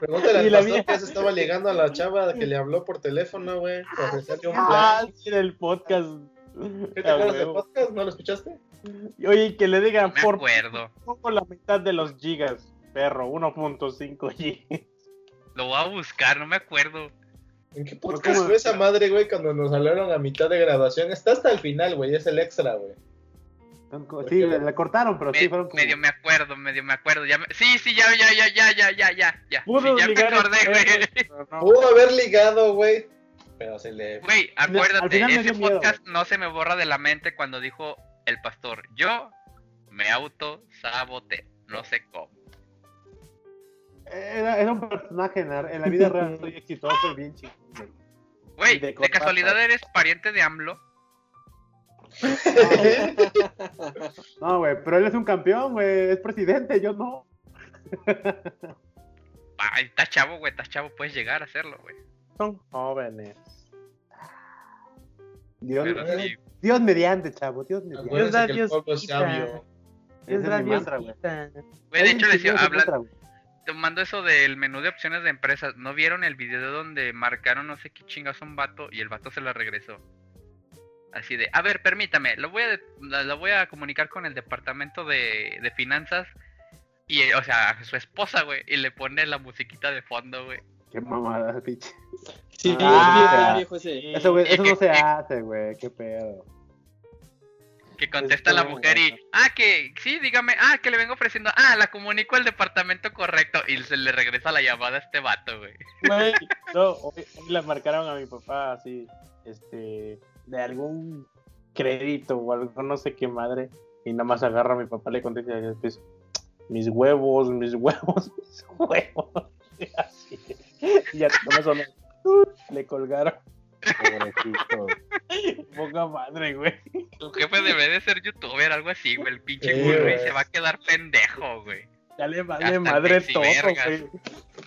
Pregúntale Y al la pastor vieja. que ya se estaba ligando a la chava que le habló por teléfono, güey, para ofrecerle un Ah, plan. sí, en el podcast. ¿Qué te Ah, acuerdas del huevo. podcast? ¿No lo escuchaste? Oye, y que le No digan, me por acuerdo. poco la mitad de los gigas, perro, 1.5 gigas. Lo voy a buscar, no me acuerdo. ¿En qué ¿Cómo? podcast fue esa madre, güey, cuando nos hablaron a mitad de graduación? Está hasta el final, güey, es el extra, güey. Sí, la cortaron, pero Me- sí fueron como... medio me acuerdo, medio me acuerdo. Ya me- Sí, sí, ya, ya, ya, ya, ya, ya, ya. ya. Sí, Pudo ya me ligar el acordé, güey. perro, Eh, pero no. Pudo haber ligado, güey, pero se le. Güey, final- eh, al acuérdate, final me ese dio miedo, podcast no se me borra de la mente cuando dijo el pastor, yo me auto sabote, no sé cómo. Era, era un personaje en la, en la vida real, soy exitoso y bien chingón. Güey, Y de de, corbata. casualidad eres pariente de AMLO. No, güey, pero él es un campeón, güey, es presidente, yo no. Ay, estás chavo, güey, estás chavo, puedes llegar a hacerlo, güey. Son jóvenes. Dios, Pero sí, Dios mediante, chavo, Dios mediante. Acuérdense Dios da, que el Dios pueblo es quita. sabio. Esa es mi mantra, güey. güey, de Hay hecho, un les iba- chingón que habla- otra, güey. tomando eso del menú de opciones de empresas, ¿no vieron el video donde marcaron no sé qué chingas a un vato y el vato se la regresó? Así de, a ver, permítame, lo voy a, de- la- la voy a comunicar con el departamento de, de finanzas y, eh, o sea, a su esposa, güey, y le pone la musiquita de fondo, güey. Qué mamada, pinche. Sí, bien, Ah. bien, bien viejo ese. Eso, güey, eso no se Eh, eh. hace, güey, qué pedo. Que contesta la muy mujer y, bueno. ah, que, sí, dígame, ah, que le vengo ofreciendo, ah, la comunico al departamento correcto y se le regresa la llamada a este vato, güey. Güey, no, hoy, hoy la marcaron a mi papá así, este, de algún crédito o algo, no sé qué madre. Y nada más agarra a mi papá, le contesta y después, mis huevos, mis huevos, mis huevos. Y así. Y ya nada más sonó, le colgaron. Pobrecito. Poca madre, güey. Tu jefe debería de ser youtuber, algo así, güey. El pinche Sí, gurú, güey. y se va a quedar pendejo, güey. Ya le vale Hasta el madre todo, Pexivergas. güey.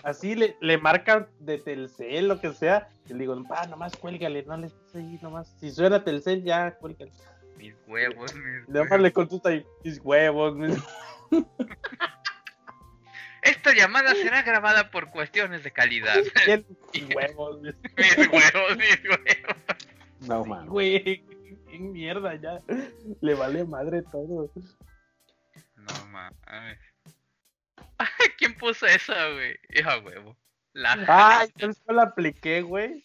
Así le, le marcan de Telcel, lo que sea. Y le digo, pa, nomás cuélgale, no le estés ahí, nomás. Si suena Telcel, ya, cuélgale. Mis huevos, mis Nada más huevos. le contesta ahí, mis huevos, mis... Esta llamada será grabada por cuestiones de calidad. ¿Quién? mis huevos, mis... mis huevos, mis huevos. No, Sí, mames. güey, qué mierda, ya. Le vale madre todo. No mames. ¿Quién puso eso, güey? Hijo huevo. La... Ay, entonces yo la apliqué, güey.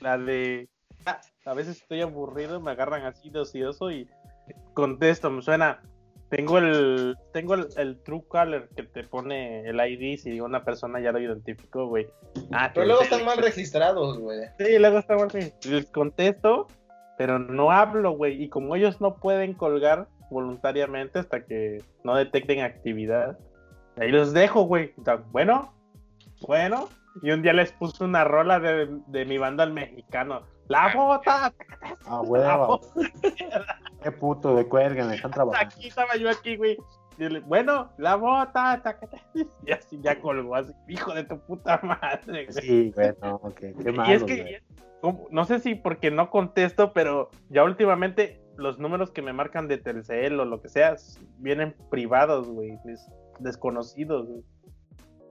La de. ah, A veces estoy aburrido, me agarran así de ocioso y contesto, me suena. Tengo el, tengo el, el True Caller que te pone el ID si una persona ya lo identificó, güey. Ah, Pero luego sí, están mal registrados, güey. Sí, luego está mal registrado. Les contesto, pero no hablo, güey. Y como ellos no pueden colgar voluntariamente hasta que no detecten actividad, ahí los dejo, güey. O sea, Bueno, bueno. Y un día les puse una rola de, de mi banda al mexicano. La bota, Ah, la huevo. bota. Qué puto de cuelgan, están trabajando. Aquí estaba yo aquí, güey. Y le- bueno, la bota, tacata. y así ya colgó, así, hijo de tu puta madre, güey. Sí, güey, no, qué, qué malo, y es que, güey. como- no sé si porque no contesto, pero ya últimamente los números que me marcan de Telcel o lo que sea s- vienen privados, güey, des- desconocidos. güey.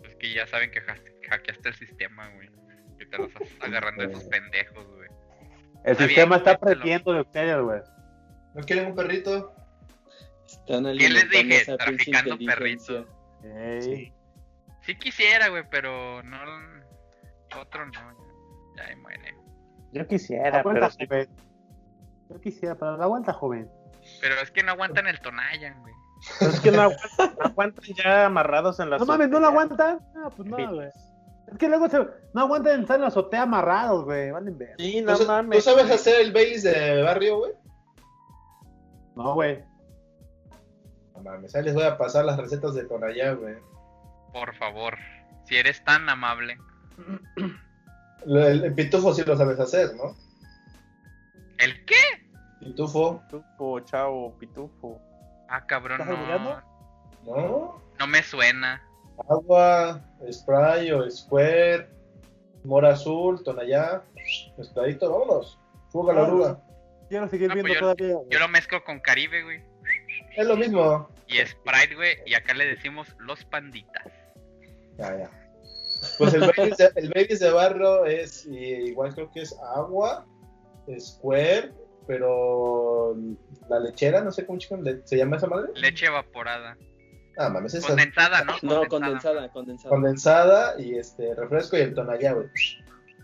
Es que ya saben que haste- hackeaste el sistema, güey. Que te los estás agarrando de esos pendejos, güey. El Está sistema bien, está cuéntalo. aprendiendo de ustedes, güey. ¿No quieren un perrito? Están les alimentando dije? esa pinche Traficando inteligencia. Sí. Sí quisiera, güey, pero no... Otro no. Ya ahí muere. Yo quisiera, pero Aguanta, sí, joven. Yo quisiera, pero la aguanta, joven. Pero es que no aguantan el Tonayan, güey. pero pues, es que no aguantan, no aguantan ya amarrados en la No mames, ¿no la azotea. aguantan? Ah, pues no, güey. Es que luego se... no aguantan estar en la azotea amarrados, güey. Valen ver. Sí, ¿Tú, no sa- mames. ¿Tú sabes hacer el Baileys de barrio, güey? No, güey. No mames, ahí les voy a pasar las recetas de por allá, güey. Por favor. Si eres tan amable. Lo- El, el pitufo sí lo sabes hacer, ¿no? ¿El qué? Pitufo, Pitufo, chavo, pitufo. Ah, cabrón, ¿Estás no. olvidando? ¿no? No me suena. Agua, spray o square, Mora Azul, Tonayá, mezcladito, vámonos. Fuga la oruga. Quiero seguir No, pues viendo yo- todavía. Yo lo mezclo con Caribe, güey. Es lo mismo. Y Sprite, güey. Y acá le decimos los panditas. Ya, ya. Pues el baby, de, el Baileys de barro es eh, igual creo que es agua, square, pero la lechera, no sé cómo chico le- se llama esa madre. Leche evaporada. Ah, mames, esa Condensada, ¿no? No, condensada, condensada. condensada y este refresco y el tonallá, güey.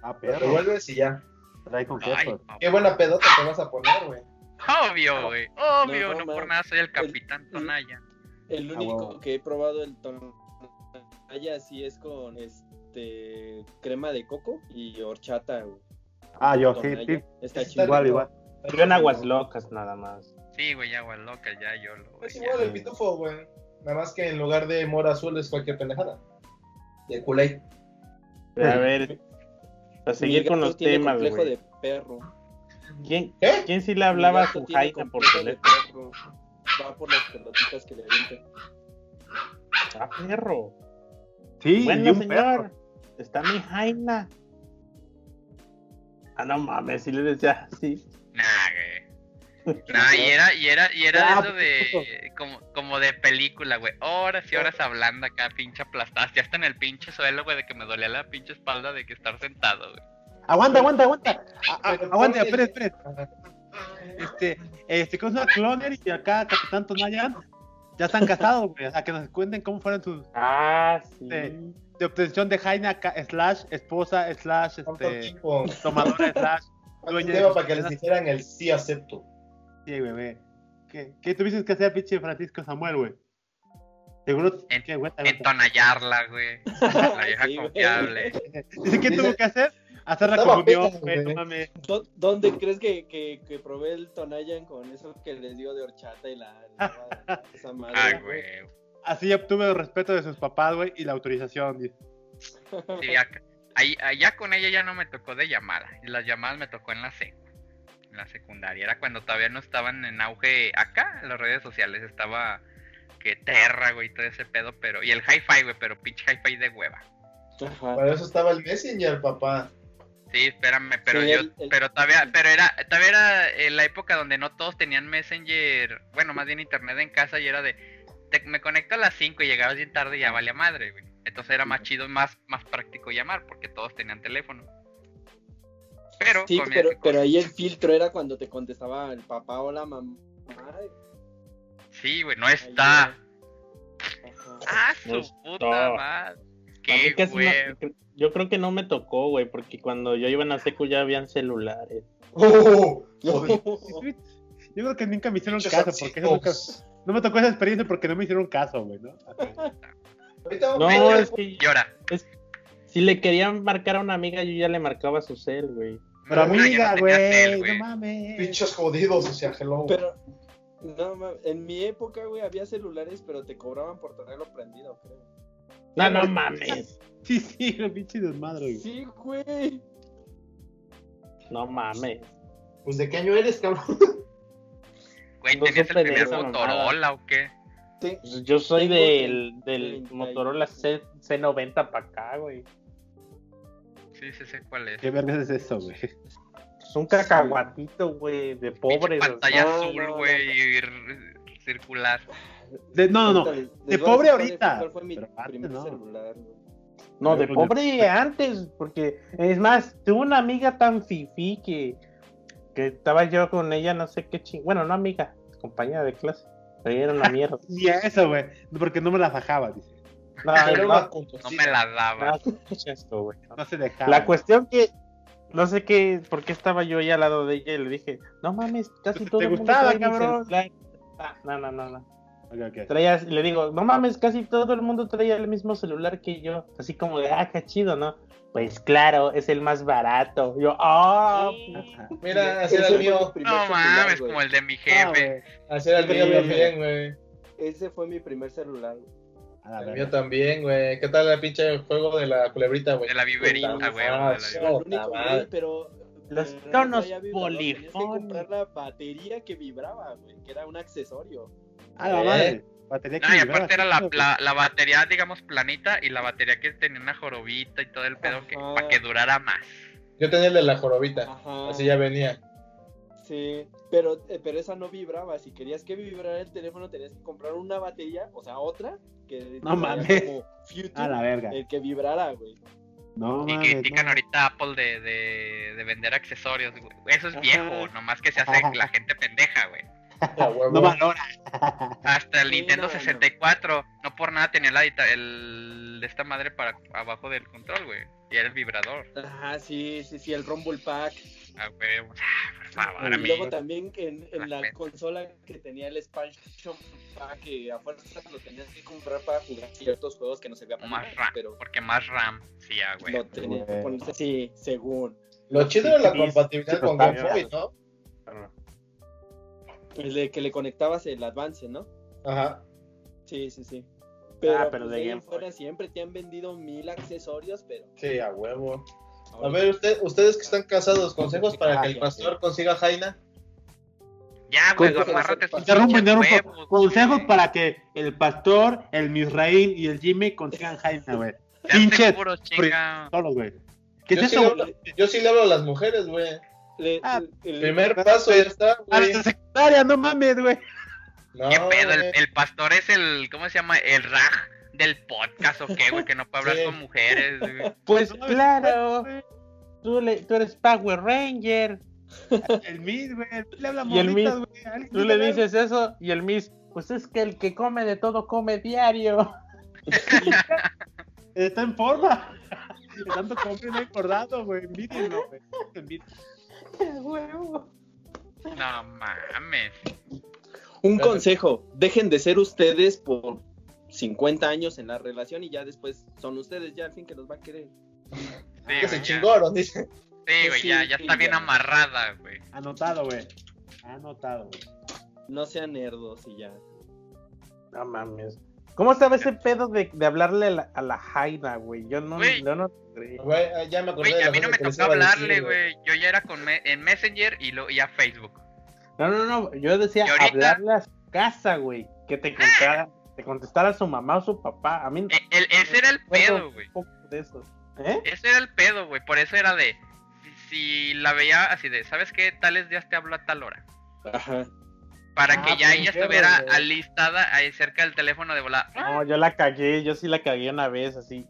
Ah, Lo perro. revuelves y ya. Trae con Ay, queso. papá. Qué buena pedota te vas a poner, güey. Obvio, güey. Obvio, No, no, no, por man. nada soy el capitán Tonaya. El único Ah, huevo. que he probado el tonalla sí es con este crema de coco y horchata. güey. Ah, yo, sí, Tonalla. sí. Está Está chido. Igual, rico. igual. Yo en aguas locas nada más. Sí, güey, ya, güey, loca, ya, yo lo. güey, Es ya. Pues igual el pitufo, güey. Nada más que en lugar de mora azul es cualquier pendejada. Y el culé. A ver, para seguir Mi con gato los tiene temas, complejo güey. de perro. ¿Quién, ¿Qué? ¿Quién sí le hablaba Mi a gato su tiene jaina por complejo de perro. teléfono? Va por las pelotitas que le avientan. Ah, perro. Sí, y bueno, un señor. perro. Está mi jaina. Ah, no mames, si le decía así. Nah, güey. Nah, y era, y era, y era Ah, de eso de. Como, como de película, güey. Horas y horas hablando acá, pinche aplastadas. Ya hasta en el pinche suelo, güey, de que me dolía la pinche espalda de que estar sentado, güey. Aguanta, aguanta, aguanta. Ah, Pero aguante, eh, ponle- espera, espera. Este, este, ¿cómo se llama? Cloner y acá Capitán Tonayan. Ya están casados, güey. O sea, que nos cuenten cómo fueron sus Ah, sí. Sí. de obtención de Jaina ca- slash esposa slash Tanto este tiempo. tomadora slash ¿Cuánto dueña lleva de- para que les dijeran el sí acepto? sí, güey, güey. ¿Qué, qué tuviste que hacer, pinche Francisco Samuel, güey? Seguro En- que güey, Entonallarla, güey. La vieja Sí, güey. confiable. Dice que Dice- tuvo que hacer hacer la Estaba comunión, peda, güey, no güey. mames. ¿Dó- ¿Dónde crees que, que, que probé el Tonayan con eso que les digo de horchata y la, la- esa madre? Ah, güey. Así obtuve el respeto de sus papás, güey, y la autorización. dice. Sí, acá- ahí- allá con ella ya no me tocó de llamada. Las llamadas me tocó en la secu. En la secundaria. Era cuando todavía no estaban en auge acá, en las redes sociales. Estaba que terra, güey, todo ese pedo, pero. Y el hi-fi, güey, pero pinche hi-fi de hueva. Ajá. Para eso estaba el Messenger, papá. Sí, espérame, pero Sí, yo, el- el- pero todavía, pero era, todavía era eh, la época donde no todos tenían Messenger, bueno, más bien internet en casa y era de, te- me conecto a las 5 y llegabas bien tarde y ya valía madre, güey. Entonces era más chido, más, más práctico llamar porque todos tenían teléfono. Pero, Sí, con mi- pero, con- pero ahí el filtro era cuando te contestaba el papá o la mamá. sí, güey, no está. Ajá. Ah, su No está. puta madre. A mí Qué casi no- güey. yo creo que no me tocó, güey, porque cuando yo iba en la secu ya habían celulares. ¡Oh! Yo creo que nunca me hicieron caso, porque eso nunca- no me tocó esa experiencia porque no me hicieron caso, güey, ¿no? Ahorita vamos No, a ver es que Llora. si le querían marcar a una amiga, yo ya le marcaba su cel, güey. Pero No, yo no amiga, tenía cel, güey, no mames. pinchos jodidos, o sea, hello. Pero, no, ma- en mi época, güey, había celulares, pero te cobraban por tenerlo prendido, creo. No, no mames. Sí, sí, lo pinche desmadre, güey. Sí, güey. No mames. Pues de qué año eres, cabrón. Güey, No ¿tenías el supe de primer esa mamada. Motorola o qué? Te- Pues Yo soy Tengo del, treinta y del tres. Motorola C, C90 para acá, güey. Sí, sí sé cuál es. ¿Qué vergas es eso, güey? Es un cacahuatito, güey, de pobre. Pinche pantalla No, no, azul, no. güey, y r- circular. De- no, no, ahorita no. les- les de voy a pobre decir cuál ahorita, Fue, cuál fue mi pero antes primer no. celular, güey. No, Pero de pues, pobre de- antes, porque es más, tuve una amiga tan fifí que, que estaba yo con ella, no sé qué ching. Bueno, no amiga, compañera de clase. Pero ella era una mierda. Y a eso, güey. Porque no me la fajaba, dice. No, Era no, una No me la daba. no, escucha esto, güey. No se dejaba. La cuestión que no sé qué, por qué estaba yo ahí al lado de ella y le dije, no mames, casi Pues, todo ¿te el mundo gustaba, trae mi cabrón? celular". Ah, No, no, no, no. Ok, ok. Traía, le digo, no mames, casi todo el mundo traía el mismo celular que yo. Así como de, ah, qué chido, ¿no? Pues claro, es el más barato. Yo, ah, Mira, así Ese era fue el mi mío. primer No celular, mames, güey. como el de mi Ah, jefe. güey. Así era el mío Sí. también, güey. Ese fue mi primer celular. güey. A la El verga. mío también, güey. ¿Qué tal el pinche juego de la culebrita, güey? de la viverita, Puta güey. madre. Era de la viverita. el Puta único, güey, madre. pero. Los pero no tonos traía vibrador, Tenías que polifónicos. comprar la batería que vibraba, güey, que era un accesorio. A la Eh. madre. Batería No, y equilibrada, aparte era sí, la, güey. la, la batería, digamos, planita y la batería que tenía una jorobita y todo el pedo que, Ajá. para que durara más. Yo tenía el de la jorobita, Ajá. así ya venía. Ah, Sí, pero, eh, pero esa no vibraba. Si querías que vibrara el teléfono, tenías que comprar una batería, o sea, otra, que No traía mames. como Future, A la verga. el que vibrara, güey. No eh, y mames. critican no. ahorita a Apple de, de, de vender accesorios. güey. Eso es Ajá. viejo, nomás que se hace la gente pendeja, güey. A huevo. No valora. Hasta el Sí, Nintendo no, no. 64, no por nada tenía la, dita- el, esta madre para abajo del control, güey. Y era el vibrador. Ajá, sí, sí, sí, el Rumble Pack. Ah, güey, ah, por favor, y amigo. luego también en, en la Las consola que tenía el expansion pack, que a fuerza lo tenías que comprar para jugar ciertos juegos que no se veía para Más nada, RAM, pero Porque más RAM, sí, ah, güey. lo tenías que ponerse así, según. Lo chido era la Sí, compatibilidad sí, con está Game Boy, ¿no? El de que le conectabas el Advance, ¿no? Ajá. Sí, sí, sí. Pero, pues, pero de de ahí Game en fuera siempre te han vendido mil accesorios, pero. Sí, a huevo. A ahora- ver, usted, ustedes que están casados, consejos para que el Ah, ya, pastor consiga Jaina. Ya, güey, Consejos- amárrate tus Interrumpo, pinches interrumpo. huevos, Consejos güey. para que el pastor, el Misraín y el Jimmy consigan Jaina, güey. Sean pinches seguros, chinga. Solo, güey. ¿Qué yo, es sí eso, le güey? hablo, yo sí le hablo a las mujeres, güey. le- Ah, el- Primer paso, ya está, A güey. la secundaria, no mames, güey. No, ¿Qué pedo? El, güey. el pastor es el, ¿cómo se llama? El raj del podcast o qué, güey, que no puede hablar Sí. con mujeres, güey. Pues No, claro. Tú, le- tú eres Power Ranger. El Miss, güey. Le habla Y el morritas, Miss, güey. Alguien Tú le habla- dices eso y el Miss, pues es que el que come de todo come diario. Está en forma. De tanto comer, no he engordado, güey. Envídienlo, güey. Envídienlo. No mames. Un Claro. consejo, dejen de ser ustedes por 50 años en la relación y ya después son ustedes ya al fin que los va a querer. Sí, que güey, se ya. chingaron, dice. Sí, güey, Sí, ya, ya sí, está bien ya. amarrada, güey. Anotado, güey. Anotado, güey. No sean nerdos y ya. No mames. ¿Cómo estaba ese pedo de, de hablarle a la, a la Jaina, güey? Yo no, Güey. yo no creí. Güey, ah, ya me acordé Güey, de a la mí no cosa me que les iba tocó a decir, hablarle, güey. Yo ya era con me- en Messenger y, lo, y a Facebook. No, no, no. Yo decía ¿Y ahorita? hablarle a su casa, güey. Que te contara, te contestara su mamá o su papá. A mí E- el- ese era el pedo, güey. un poco de eso. ¿Eh? Ese era el pedo, güey. Por eso era de. si- Si la veía así de, ¿sabes qué? Tales días te hablo a tal hora. Ajá. Para Ah, que ya pues, ella qué estuviera verga. alistada ahí cerca del teléfono de volar. No, yo la cagué, yo sí la cagué una vez, así.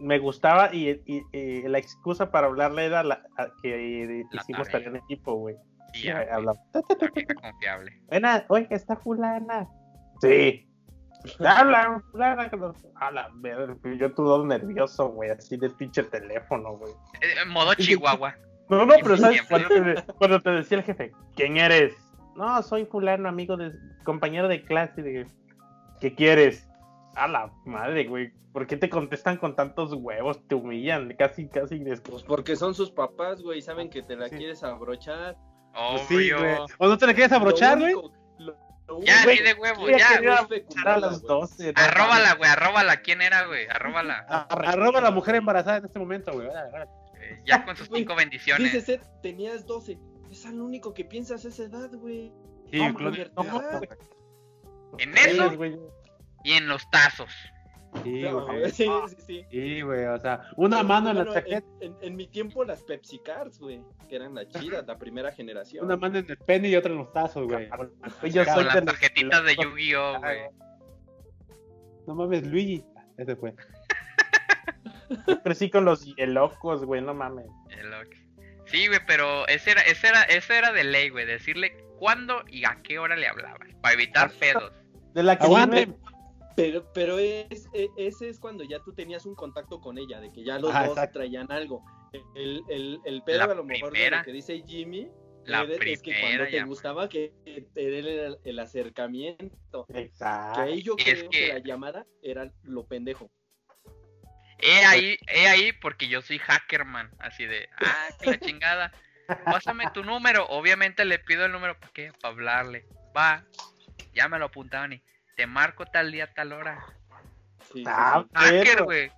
Me gustaba y, y- y la excusa para hablarle era la, a- que La hicimos tarea. tarea en equipo, güey. Sí, Y ya, güey, hablaba. la vieja confiable. Buena, oye, está fulana. Sí. Habla, fulana. que no- A la verga, yo todo nervioso, güey, así del pinche teléfono, güey. Eh, en modo Chihuahua. No, no, pero Sí, ¿sabes? siempre. Cuando te, cuando te decía el jefe, ¿quién eres? No, soy fulano, amigo de compañero de clase. De, ¿Qué quieres? A la madre, güey. ¿Por qué te contestan con tantos huevos? Te humillan, casi, casi. des- Pues porque son sus papás, güey, y saben que te la Sí. quieres abrochar. Pues sí, Obvio. güey. ¿O no te le quieres abrochar, Lo güey? único- lo- lo ya, único ni de huevo, que Yo ya. quería quería es escuchar a fecundarla, las güey. 12. ¿no? Arróbala, güey, arróbala. ¿Quién era, güey? Arróbala. Ah, A- Arroba a la mujer embarazada en este momento, güey. Órale, órale. Eh, Ya con sus Güey, cinco bendiciones. Dices, "Ed, tenías 12. Es al único que piensas a esa edad, güey. Sí, No, Claudio, libertad. En eso Eres, güey. y en los tazos. Sí, No, güey. sí, sí, sí. Sí, güey. O sea, Ah, una mano en la Bueno, chaqueta, en- en mi tiempo las Pepsi Cards, güey, que eran la chida, la primera generación. una mano en el pene y otra en los tazos, güey. Güey, Yo soy Con de las los- tarjetitas de Yu-Gi-Oh, güey. No mames, Luigi. Ese fue. Yo crecí con los locos, güey, no mames. El ok. Sí, güey, pero ese era, ese era, ese era de ley, güey, decirle cuándo y a qué hora le hablabas, para evitar Ah, pedos. De la que Aguante. siempre- Pero, pero es, e- ese es cuando ya tú tenías un contacto con ella, de que ya los Ajá, dos exacto. traían algo. El, el, el pedo La a lo mejor de primera. lo que dice Jimmy La Eder, es que cuando primera te llamada. gustaba que que era el, el acercamiento. Que Exacto. ahí yo es creo que... que- la llamada era lo pendejo. He ahí, he ahí, porque yo soy hacker, man, así de, ah, que la chingada, pásame tu número, obviamente le pido el número, ¿para qué? Para hablarle, va, ya me lo apuntaban y te marco tal día, tal hora. Sí, sí, Ah, sí. Hacker, pero- güey.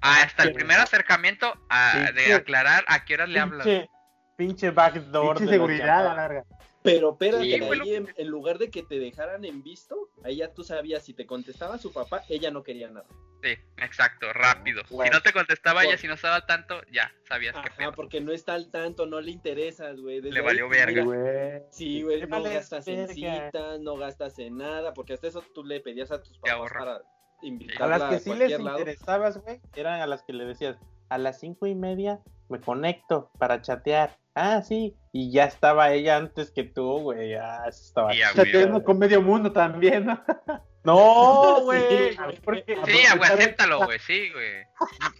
Hasta el Hacker. primer acercamiento a- de Pinche- aclarar a qué horas le hablas. Pinche, Pinche backdoor. Pinche de los seguridad a chapas. la verga. Pero espérate, Sí, fue lo ahí en, en lugar de que te dejaran en visto, ahí ya tú sabías, si te contestaba su papá, ella no quería nada. Sí, exacto, rápido. Bueno. si no te contestaba ella, Por- si no estaba al tanto, ya sabías que Ajá, pedo. porque no está al tanto, no le interesas, güey. desde Le ahí, valió mira, verga. Güey. Sí, güey, Le no vale gastas en verga. citas, no gastas en nada, porque hasta eso tú le pedías a tus papás ahorras. para A invitarla las a, que sí les cualquier lado. interesabas, güey, eran a las que le decías, a las cinco y media me conecto para chatear. Ah, sí. Y ya estaba ella antes que tú, güey. Ah, eso estaba. Y a huevo. Chateando con medio mundo también, ¿no? No, güey. Sí, a ver, porque- Sí, ah, güey, aprovecharon- acéptalo, güey, sí, güey. Ah,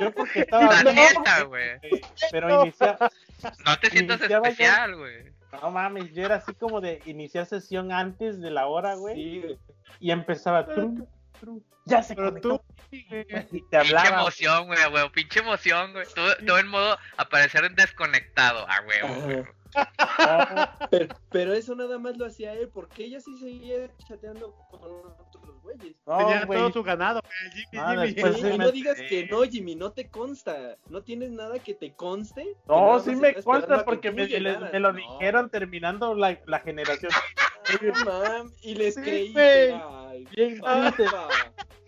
Yo porque La estaba. neta, güey. Pero iniciaba. No te sientas Iniciaba ya- especial, güey. No mames, yo era así como de iniciar sesión antes de la hora, güey. Sí, güey. Y empezaba. tru, tru, ya se Pero conectó. tú, Y te Pinche hablaba. emoción, güey, a huevo, pinche emoción, güey. Todo, todo en modo aparecer desconectado, a huevo. güey. Ajá. Pero, pero eso nada más lo hacía él, porque ella sí seguía chateando con otros güeyes. No, tenía güey. todo su ganado, güey, Jimmy, Ah, Jimmy. después Sí, sí y me- no digas que no, Jimmy, no te consta. No tienes nada que te conste. que nada No, más sí estás me esperando a consta que porque me, fluya, les- nada. me lo No, dijeron terminando la, la generación. no, mam, y les Sí, creí. güey. ay, Bien, papá.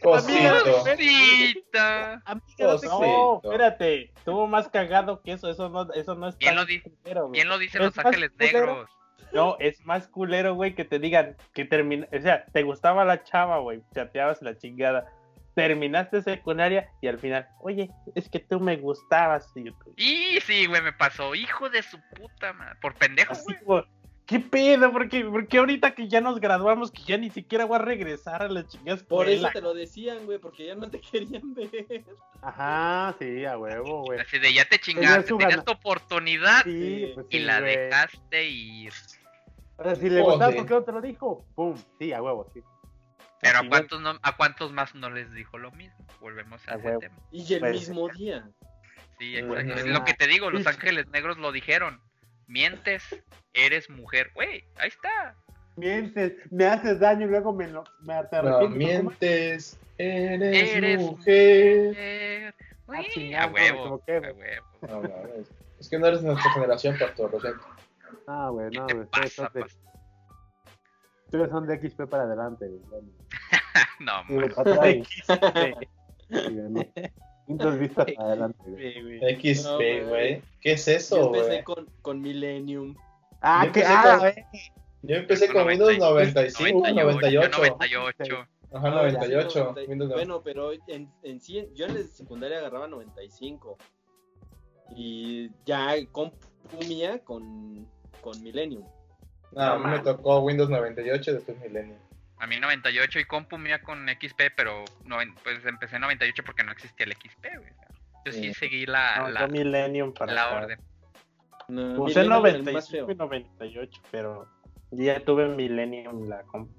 Pues Cosito. Cosita. no no, espérate, estuvo más cagado que eso, eso no, eso no es ¿Quién tan lo di- culero, güey. ¿Quién lo dice Es Los más Ángeles culero. Negros? No, es más culero, güey, que te digan que termina, o sea, te gustaba la chava, güey, chateabas la chingada, terminaste secundaria y al final, oye, es que tú me gustabas, y yo, Y sí, güey, me pasó. Hijo de su puta madre. Por pendejo, así güey. como, ¿qué pedo? ¿Por qué, por qué ahorita que ya nos graduamos, que ya ni siquiera voy a regresar a las chingadas? Por eso escuela? te lo decían, güey, porque ya no te querían ver. Ajá, sí, a huevo, güey. Así de ya te Tenías chingaste, su tenías gana- tu oportunidad Sí, pues y sí, la güey. dejaste ir. O sea, si le Joder. gustaba, ¿por qué no te lo dijo? Pum, sí, a huevo, sí. Pero Sí, a cuántos no, a cuántos más no les dijo lo mismo. Volvemos a A ese huevo. tema. Y el Pues, mismo día. Sí, Ujú. exacto. es lo que te digo, Los Sí. Ángeles Negros lo dijeron. Mientes, eres mujer. Güey, ahí está. Mientes, me haces daño y luego me, lo- me te No arrepiento. mientes, eres, Eres mujer. Eh, güey, a chingada, me huevo. equivoqué, A güey. huevo. No, mames. es que no eres de nuestra generación, pastor, lo siento. Ah, güey, no, ¿Qué güey. te Ustedes pasa, son de- pas- ustedes son de XP para adelante, güey. bueno. No, Digo, mames. para atrás, Sí, güey, ¿no? Puntos de vista para adelante, güey. sí, güey. No, XP, güey. güey. ¿Qué es Yo eso, empecé güey? con, con Millennium. Ah, Yo que, empecé ah, con- güey. Yo empecé con Windows 95, 98. 98. 98. Ajá, Ah, ya, sí, 98. 90. Windows 98. Bueno, pero en, en sí, yo en la secundaria agarraba 95. Y ya compu mía con, con Millennium. No, a mí me tocó Windows 98 después Millennium. A mí 98 y compu mía con XP, pero noven- pues empecé en 98 porque no existía el XP, güey. Yo sí Sí. seguí la, No, la, yo Millennium para la acá. orden. No, Usé Millennium era el más 95 Pues y 98, pero yo ya tuve Millennium la comp.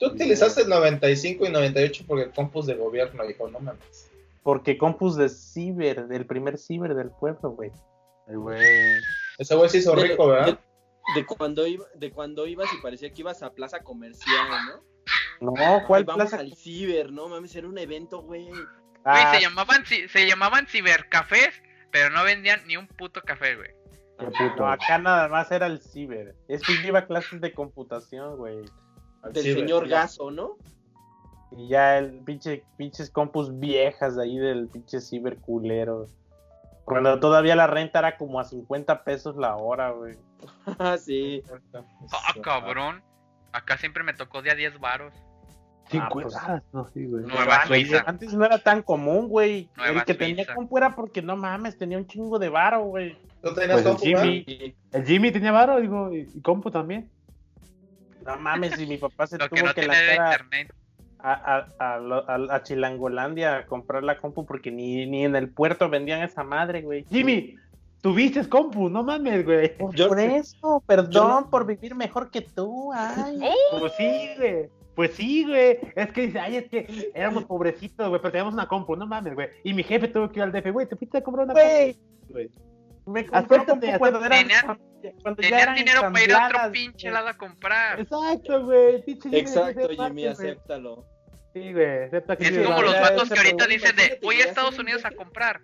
Tú utilizaste el 95 y 98 porque el compus de gobierno dijo, no mames. Porque Compus de Ciber, del primer Ciber del pueblo, güey. Ay, güey. Ese güey se hizo De- rico, ¿verdad? De, de cuando iba, de cuando ibas y parecía que ibas a plaza comercial, ¿no? No, Ay, ¿cuál vamos plaza? al ciber, no mames, era un evento, güey. Güey, Ah, se llamaban, ci- se llamaban cibercafés, pero no vendían ni un puto café, güey. Qué puto. no, acá nada más era el Ciber. Es que yo iba a clases de computación, güey. Al Del ciber. señor Gaso, ¿no? Y ya el pinche, pinches compus viejas de ahí del pinche Ciber culero. Cuando todavía la renta era como a 50 pesos la hora, güey. Ah, sí. Ah, cabrón. Acá siempre me tocó de a 10 varos. Ah, pues, pues, ah, no, sí, güey. No. Nueva antes, Suiza. antes no era tan común, güey. Nueva El que Suiza. tenía compu era porque no mames, tenía un chingo de varo, güey. ¿Tú tenías Pues el compu, ¿verdad? Jimmy. Y- El Jimmy tenía varo, digo, y, y compu también. No mames, y mi papá se Lo tuvo que que, no tenía era lanzar a- internet. a, a- a lo- a- a Chilangolandia a comprar la compu porque ni, ni en el puerto vendían esa madre, güey. Jimmy, tuviste compu, no mames, güey. Por, Yo- por eso, perdón yo- por vivir mejor que tú, ay. Pues sí, güey. Pues sí, güey. Es que dice, ay, es que éramos pobrecitos, güey, pero teníamos una compu, no mames, güey. Y mi jefe tuvo que ir al DF, güey, te fuiste a comprar una Güey, compu, güey. me compró Acéptate, compu cuando eran Tenían- cam- cuando ya Tenían eran dinero para ir a otro ensambladas, pinche güey. lado a comprar. Exacto, güey. pinche Jimmy, Exacto, ese Jimmy, parte, güey. acéptalo. Sí, güey, acepta que Es sí, como güey. los ya, vatos ese que ahorita problema, dicen de imagínate, voy ya a Estados son Unidos a imbéciles. comprar.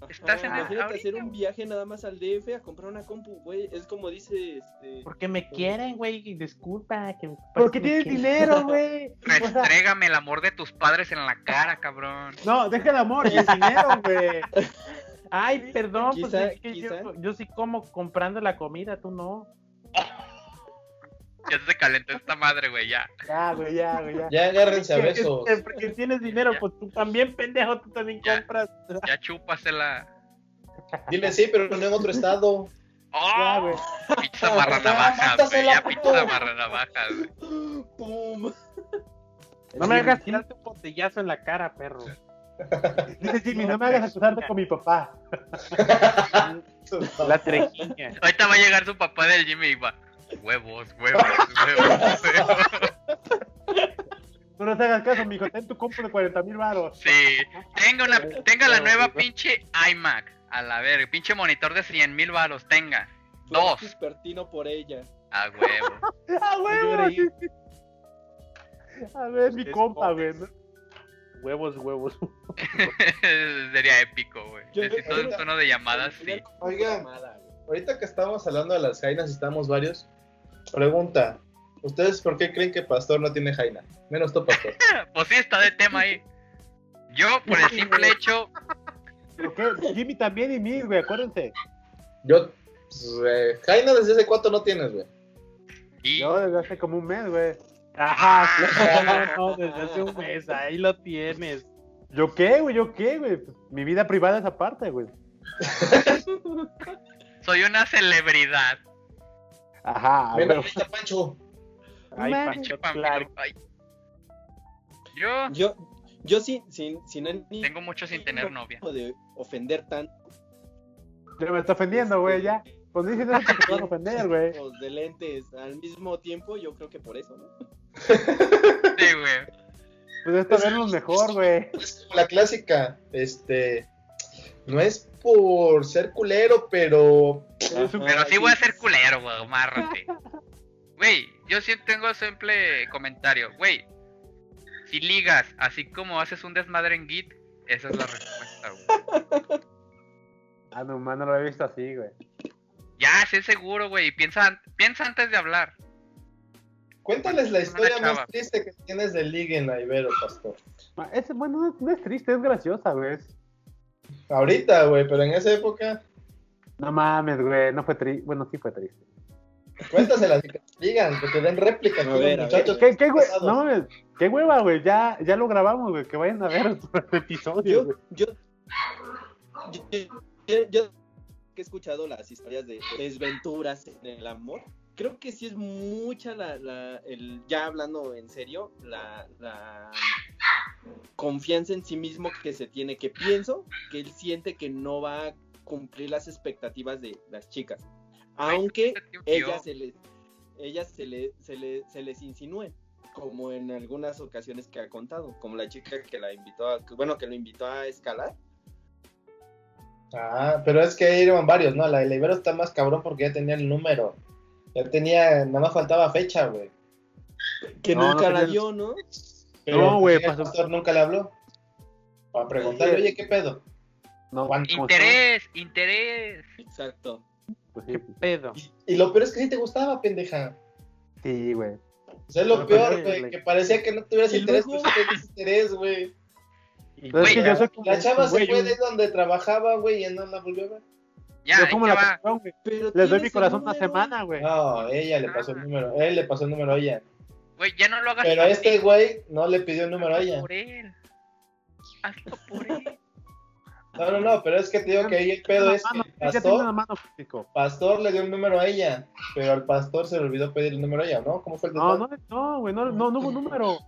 Estás en el- Imagínate ahorita. hacer un viaje nada más al DF a comprar una compu, güey. Es como dice este. Porque me quieren, güey. y Disculpa. Que Porque me tienes quieren. dinero, güey. O sea, Restrégame el amor de tus padres en la cara, cabrón. no, deja el amor y el dinero, güey. Ay, perdón, pues Quizá- es que quizá. Yo, yo sí como comprando la comida, tú no. Ya se calentó esta madre, güey, ya. Ya, güey, ya, güey, ya. Ya agárrense a Porque- besos. Porque, tienes dinero, pues tú también, pendejo, tú también Ya. compras. Ya chúpasela. Dile sí, pero no en otro estado. Ya, güey. ¡Oh! Pizza marranavajas, güey. Mátasela, Ya puto. pizza marranavajas, güey. ¡Pum! No me hagas tirarte un botellazo en la cara, perro. Dice Jimmy, no me hagas acusarte con mi papá. La trejiña. Ahorita va a llegar su papá del Jimmy y va. Huevos, huevos, huevos, huevos. Tú no te hagas caso, mijo. Ten tu compra de 40 mil baros. Sí. Tenga, una, tenga la nueva pinche iMac. A la verga. Pinche monitor de 100 mil varos. Tenga. Dos. Pertino por ella. A huevo. ¡Ah, Yo güey! leí- A ver, mi Es compa, güey. pobres. Huevos, huevos. Sería épico, güey. Yo- Necesito un tono de llamadas, sí. Oigan, Llamada, güey. ahorita que estamos hablando de las jainas y estamos varios, pregunta. ¿Ustedes por qué creen que Pastor no tiene jaina? Menos tú, Pastor. Pues sí, está de tema ahí. Yo, por el simple hecho, ¿Por qué? Jimmy también y mí, güey, acuérdense. Yo, pues, eh, jaina desde hace cuánto no tienes, güey. y Yo desde hace como un mes, güey. Ajá, no, no, desde hace un mes, ahí lo tienes. ¿Yo qué, güey? ¿Yo qué, güey? Mi vida privada es aparte, güey. soy una celebridad. Ajá, Ven güey. ahorita, Pancho. Ay, Mames. Pinche Pancho, Pamela, claro. ay. Yo Yo, yo sin, sin, sin ánimo tengo mucho sin tener novia. de ofender tanto. Ya me está ofendiendo, güey, ya. Pues dicen eso porque te van a ofender, güey. Los de lentes al mismo tiempo, yo creo que por eso, ¿no? Sí, güey. Ah, Pues esto verlos mejor, güey. Es como la clásica. Este. No es por ser culero, pero. Eres un- Pero sí voy a ser culero, güey. Amárrate. Güey, yo sí tengo simple comentario. Güey, si ligas así como haces un desmadre en Git, esa es la respuesta, güey. Ah, no, man, no lo había visto así, güey. Ya, sé seguro, güey. y Piensa, an- piensa antes de hablar. Cuéntales la historia Una chava. más triste que tienes de ligue en la Ibero, Pastor. Ma, Es, bueno, no, no es triste, es graciosa, güey. Ahorita, güey, pero en esa época. No mames, güey, no fue triste. Bueno, sí fue triste. Cuéntaselas y que te digan, que te den réplica. A que ver, los a ver. muchachos- ¿Qué, qué, güey? Pasados. No mames, qué hueva, güey. Ya, ya lo grabamos, güey. Que vayan a ver otro episodio, Yo, güey. yo, yo, yo- yo que he escuchado las historias de desventuras en el amor, creo que sí es mucha la, la- el, ya hablando en serio, la, la confianza en sí mismo que se tiene, que pienso que él siente que no va a cumplir las expectativas de las chicas, Eh, aunque Yo, ellas se les, ellas se, le, se, le- se les insinúen, como en algunas ocasiones que ha contado, como la chica que la invitó a, que- bueno, que lo invitó a escalar. Ah, pero es que ahí iban varios, ¿no? La de la Ibero está más cabrón porque ya tenía el número. Ya tenía, nada más faltaba fecha, güey. Que No, nunca no la tenía- vio, ¿no? Pero, No, güey, ¿por qué el pasó- Pastor nunca le habló. Para preguntarle, Sí. oye, ¿qué pedo? No, Juan, como Interés, interés. Exacto. son, pues, ¿Qué sí, pedo? Y lo peor es que sí te gustaba, pendeja. Sí, güey. O sea, es lo Pero, peor, pero, güey, like- que parecía que no tuvieras Y interés, luego- pero sí tenías interés, güey. Pero Güey, es que yo soy como- La chava se güey, fue yo- de donde trabajaba, güey, y ya no la volvió a ver. Ya, yo ahí como te la va. canción, güey. Pero Les doy tienes mi el corazón una número. semana, güey. No, ella le pasó el número, él le pasó el número a ella. Güey, ya no lo hagas Pero por este ti, güey no le pidió el número a hazlo ella. por él. Hazlo por él. No, no, no, pero es que te digo que ahí el pedo Ah, Una es mano, que ya tengo pastor, una mano, físico. pastor le dio un número a ella, pero al pastor se le olvidó pedir el número a ella, ¿no? ¿Cómo fue el No, detalle? no, no, güey, no, no, no hubo número.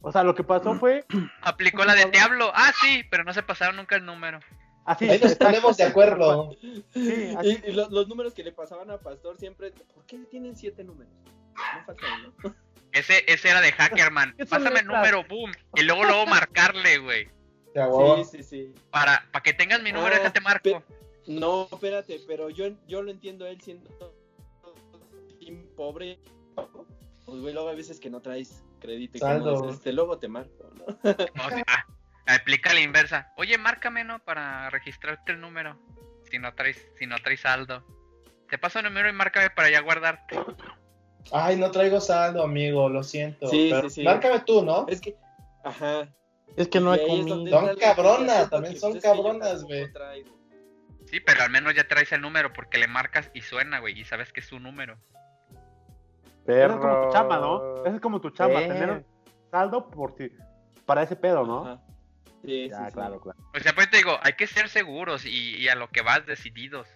O sea, lo que pasó fue Aplicó la de te hablo. Ah, sí, pero no se pasaron nunca el número. así. Ahí nos exacto, ponemos de acuerdo. Sí, así. Y, y los, los números que le pasaban a Pastor siempre, ¿por qué tienen siete números? No falta uno. Ese, ese era de Hackerman. Eso Pásame el no es número, boom. Y luego, luego marcarle, güey. Ya, huevo. Sí, sí, sí. Para, para que tengas mi número, Ah, ese te marco. pe- No, espérate, pero yo, yo lo entiendo él siendo team pobre. Pues güey, luego hay veces que no traes crédito y como Saldo. dices, este, luego te marco, ¿no? O sea, ah, Aplica la inversa. Oye, márcame, ¿no? Para registrarte el número. Si no traes, si no traes saldo. Te paso el número y márcame para ya guardarte. Ay, no traigo saldo, amigo, lo siento. Sí, pero sí, sí. Márcame tú, ¿no? Es que, ajá. Es que no Y hay ahí es comida. donde Son entra la cabronas, confianza, también porque son pues es que yo cabronas, tampoco güey. traigo. Sí, pero al menos ya traes el número porque le marcas y suena, güey. Y sabes que es su número. Esa es como tu chamba, ¿no? Esa es como tu chamba, Eh. tener un saldo por ti, para ese pedo, ¿no? Ajá. Sí, Ya, sí, sí. claro, claro. O sea, pues te digo, hay que ser seguros y, y a lo que vas decididos.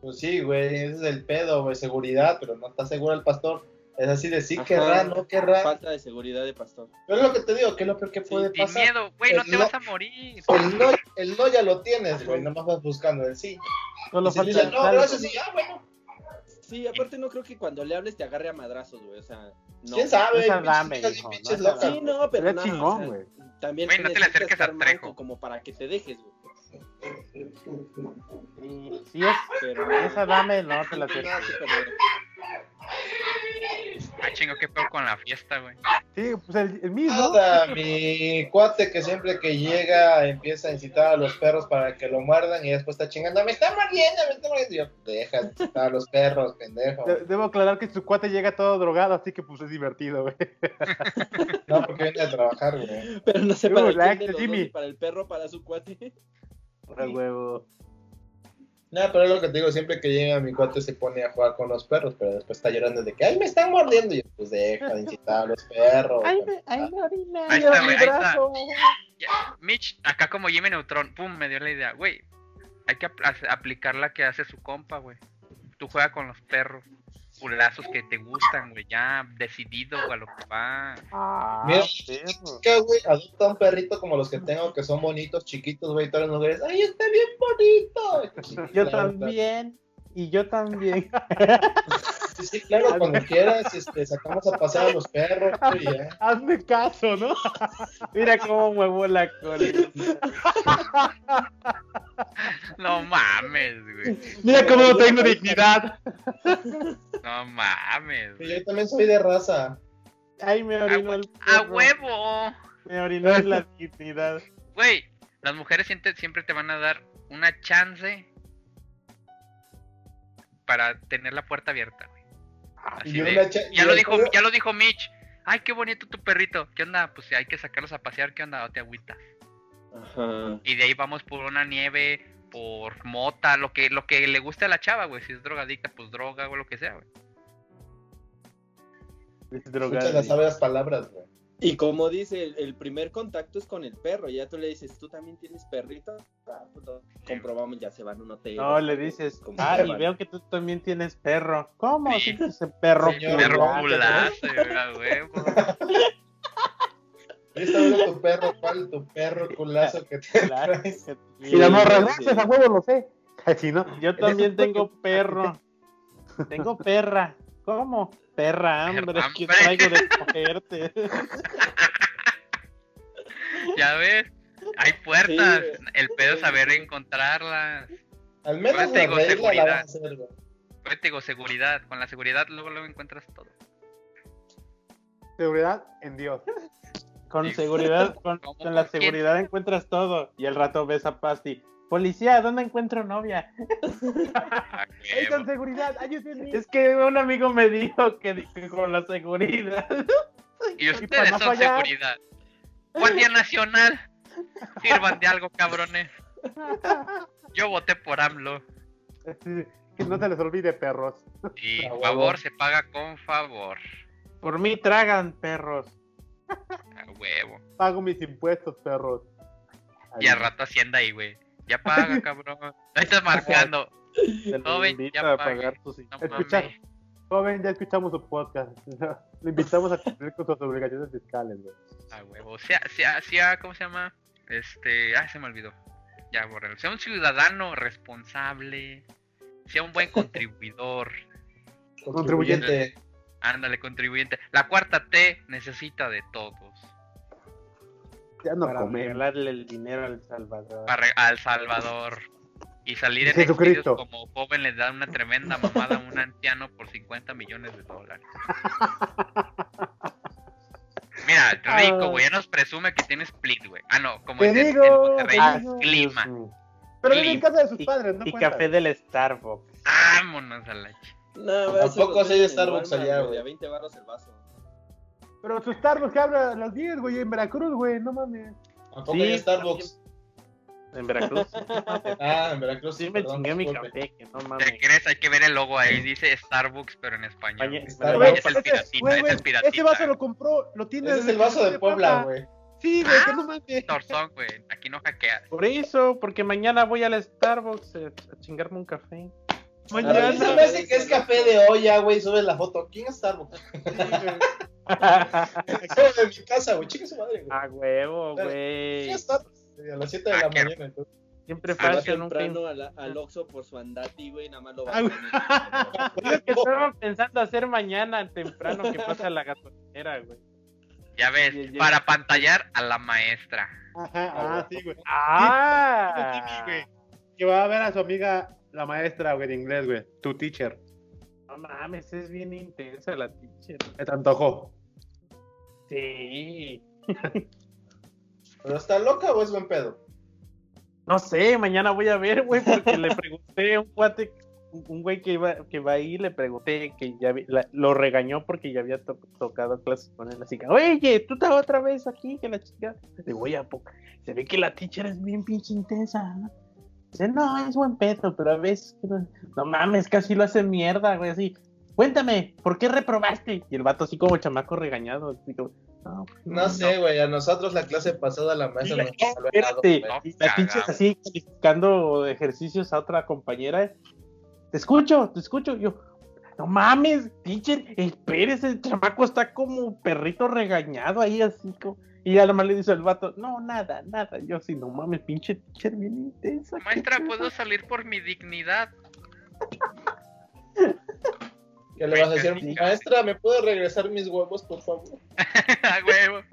Pues sí, güey, ese es el pedo, güey, seguridad, pero no está seguro el pastor. Es así de sí Ajá. querrá, no querrá. Falta de seguridad de pastor. Pero es lo que te digo, que es lo peor que Sí, puede Sin pasar. miedo, güey, no El te no- vas a morir. El no, el no ya lo tienes, güey, nomás vas buscando el sí. Solo Y si falta dicen, el no, saldo. gracias, y ya, bueno, Sí, aparte no creo que cuando le hables te agarre a madrazos, güey. O sea, no. quién sabe. No se pinches dame, hijas y hijo, no pinches se locas, Sí, no, pero Sería no, chingón, o sea, güey. También Güey, no te le necesitas acerques a estar manco Trejo. como para que te dejes, güey. Y Si es Pero esa dame, no te la nada que perder. Ah, chingo, qué peor con la fiesta, güey. Sí, pues el, el mismo. Nada, mi cuate que siempre que llega empieza a incitar a los perros para que lo muerdan y después está chingando, me está mordiendo, me está mordiendo. Y yo, deja de incitar a los perros, pendejo. De- debo aclarar que su cuate llega todo drogado, así que pues es divertido, güey. No, porque viene a trabajar, güey. Pero no sé Yo, para quién relax, de los Jimmy. dos, si para el perro, para su cuate. huevo. No, pero es lo que te digo, siempre que llega mi cuate se pone a jugar con los perros, pero después está llorando de que, ay, me están mordiendo. Y yo, pues deja de incitar a los perros. Ahí está, güey, ahí está. Ya, Mitch, acá como Jimmy Neutron, pum, me dio la idea, güey. Hay que apl- hace- aplicar la que hace su compa, güey. Tú juegas con los perros, culazos que te gustan, güey, ya decidido, güey, a lo que va. Ah, Mira. pues, perro. chica, güey, adopta un perrito como los que tengo, que son bonitos, chiquitos, güey, y todas las mujeres, ay, está bien bonito. pues, Yo Claro, está- también. Y yo también. Sí, sí, claro, cuando quieras, este, sacamos a pasear a los perros, ¿eh? güey, ya. Hazme caso, ¿no? Mira cómo muevo la cola. No mames, güey. Mira cómo no tengo dignidad. No mames. Y güey. Yo también soy de raza. Ay, me A, orinó el hue- a perro. huevo. Me orinó en la dignidad. Güey, las mujeres siempre, siempre te van a dar una chance para tener la puerta abierta, güey. Así Y de- una cha- ya y lo el dijo, perro- ya lo dijo Mitch. Ay, qué bonito tu perrito. ¿Qué onda? Pues hay que sacarlos a pasear, ¿qué onda? O te agüitas. Ajá. Y de ahí vamos por una nieve, por mota, lo que, lo que le guste a la chava, güey. Si es drogadicta, pues droga o lo que sea, güey. Es Escucha las sabias palabras, güey. Y como dice, el, el primer contacto es con el perro. Ya tú le dices, ¿tú también tienes perrito? Ah, pues, no. Comprobamos, ya se van a un hotel. No, le dices, Como ah, se y van. veo que tú también tienes perro. ¿Cómo? Sí. Sí, ese perro Sí, Perro culazo. culazo, güey, a huevo. Ahí está viendo tu perro, cuál tu perro culazo que te Claro traes. que Y la morra, sí. no, pues, a huevo lo sé. Si no, Yo también pues, tengo perro. Tengo perra. ¿Cómo? Perra hambre, Perra que hambre. traigo de cogerte. Ya ves, hay puertas. Sí, güey. El pedo es saber encontrarlas. Al menos Pues te la digo, regla la seguridad. vas a hacer, güey. Pero Pues te digo, seguridad. Con la seguridad luego luego encuentras todo. seguridad en Dios. Con seguridad, con, ¿Cómo? con la ¿Por quién? seguridad encuentras todo. Y al rato ves a Pasti. Policía, ¿dónde encuentro novia? A ¡Ey, huevo. con seguridad! ¡Ayúdenme! Es que un amigo me dijo que, di- que con la seguridad. Y para ustedes no son fallar. seguridad. Guardia Nacional. Sirvan de algo, cabrones. Yo voté por AMLO. Sí, Que no se les olvide, perros. Y A huevo. favor se paga con favor. Por mí tragan perros. A huevo. Pago mis impuestos, perros. Y al rato Hacienda ahí, güey. Ya paga, cabrón. Ahí estás marcando. Te lo Joven, invito ya a pagué. pagar tus No Escucha. mames. Joven, ya escuchamos su podcast. Le invitamos a cumplir con sus obligaciones fiscales, güey. A huevo. Sea, sea, sea, ¿cómo se llama? Este. Ah, se me olvidó. Ya, borré. Sea un ciudadano responsable. Sea un buen contribuidor. Contribuyente. Ándale, contribuyente. La cuarta T necesita de todos. Ya no para comer. regalarle el dinero al Salvador. Para al Salvador. Y salir en Jesucristo. exterios como joven le da una tremenda mamada a un anciano por 50 millones de dólares. Mira, rico, güey, ya nos presume que tiene split, güey. Ah, no, como Te es en- digo, ah, en Monterrey, te es digo. clima. Pero vive Y- en casa de sus y- padres, ¿no? y cuenta. café del Starbucks. Vámonos a la ch- No, güey, esos Tampoco los sé de venden en Starbucks Walmart, allá, güey. De a 20 barros el vaso. Pero sus Starbucks que abren a las 10, güey, en Veracruz, güey, no mames. ¿A poco Sí, hay Starbucks? En Veracruz. Ah, en Veracruz Sí, me perdón, chingué mi disculpe. café, que no ¿Te mames. crees? Hay que ver el logo ahí. Dice Starbucks, pero en español. España- Starbucks. Güey, es el Ese- piratita, güey, es güey, el piratita. Ese vaso lo compró, lo tiene. Ese es el vaso de Puebla, güey. Sí, güey, que no mames. Torzón, güey. Aquí no hackea. Por eso, porque mañana voy al Starbucks eh, a chingarme un café. A mí se me hace que es café de olla, güey. Sube la foto. ¿Quién es Starbucks? Acabo de mi casa, güey. Chica su madre, güey. A Ah, huevo, Dale. güey. ¿Quién es Starbucks? A las 7 de la Ah, qué- mañana, entonces. Siempre Se va falta, nunca. temprano a la- al Oxxo por su andati, güey, nada más lo va Ah, a güey. poner. Creo que estaba pensando hacer mañana temprano que pasa la gasolinera, güey. Ya ves, Y- y- para pantallar a la maestra. Ajá, ah, sí, güey. Ah. Timmy, güey. Que va a ver a su amiga, la maestra, güey, de inglés, güey. Tu teacher. No mames, es bien intensa la teacher. Me te antojó. Sí. ¿Pero está loca o es buen pedo? No sé, mañana voy a ver, güey, porque le pregunté a un cuate, un güey que iba, que va ahí, le pregunté que ya vi- la- lo regañó porque ya había to- tocado clases con él. Así que, oye, tú estás otra vez aquí, que la chica. Le digo, oye, ¿a poco? Se ve que la teacher es bien pinche intensa, ¿no? Dice, no, es buen pedo, pero a veces, que no, no mames, casi lo hace mierda, güey, así. Cuéntame, ¿por qué reprobaste? Y el vato así como chamaco regañado, así como, no, Mm, No sé, güey. A nosotros la clase pasada la maestra nos regaló helado, Espérate, güey. y la pinche Cagado. así calificando ejercicios a otra compañera. Te escucho, te escucho. Yo, no mames, teacher, espérese, el chamaco está como perrito regañado ahí así como. Y ya nomás le dice el vato, no, nada, nada. Yo así, no mames, pinche teacher bien intensa. qué Maestra, pedo". puedo salir por mi dignidad. ¿Qué le vas a decir? Maestra, ¿me puedo regresar mis huevos, por favor? A huevo.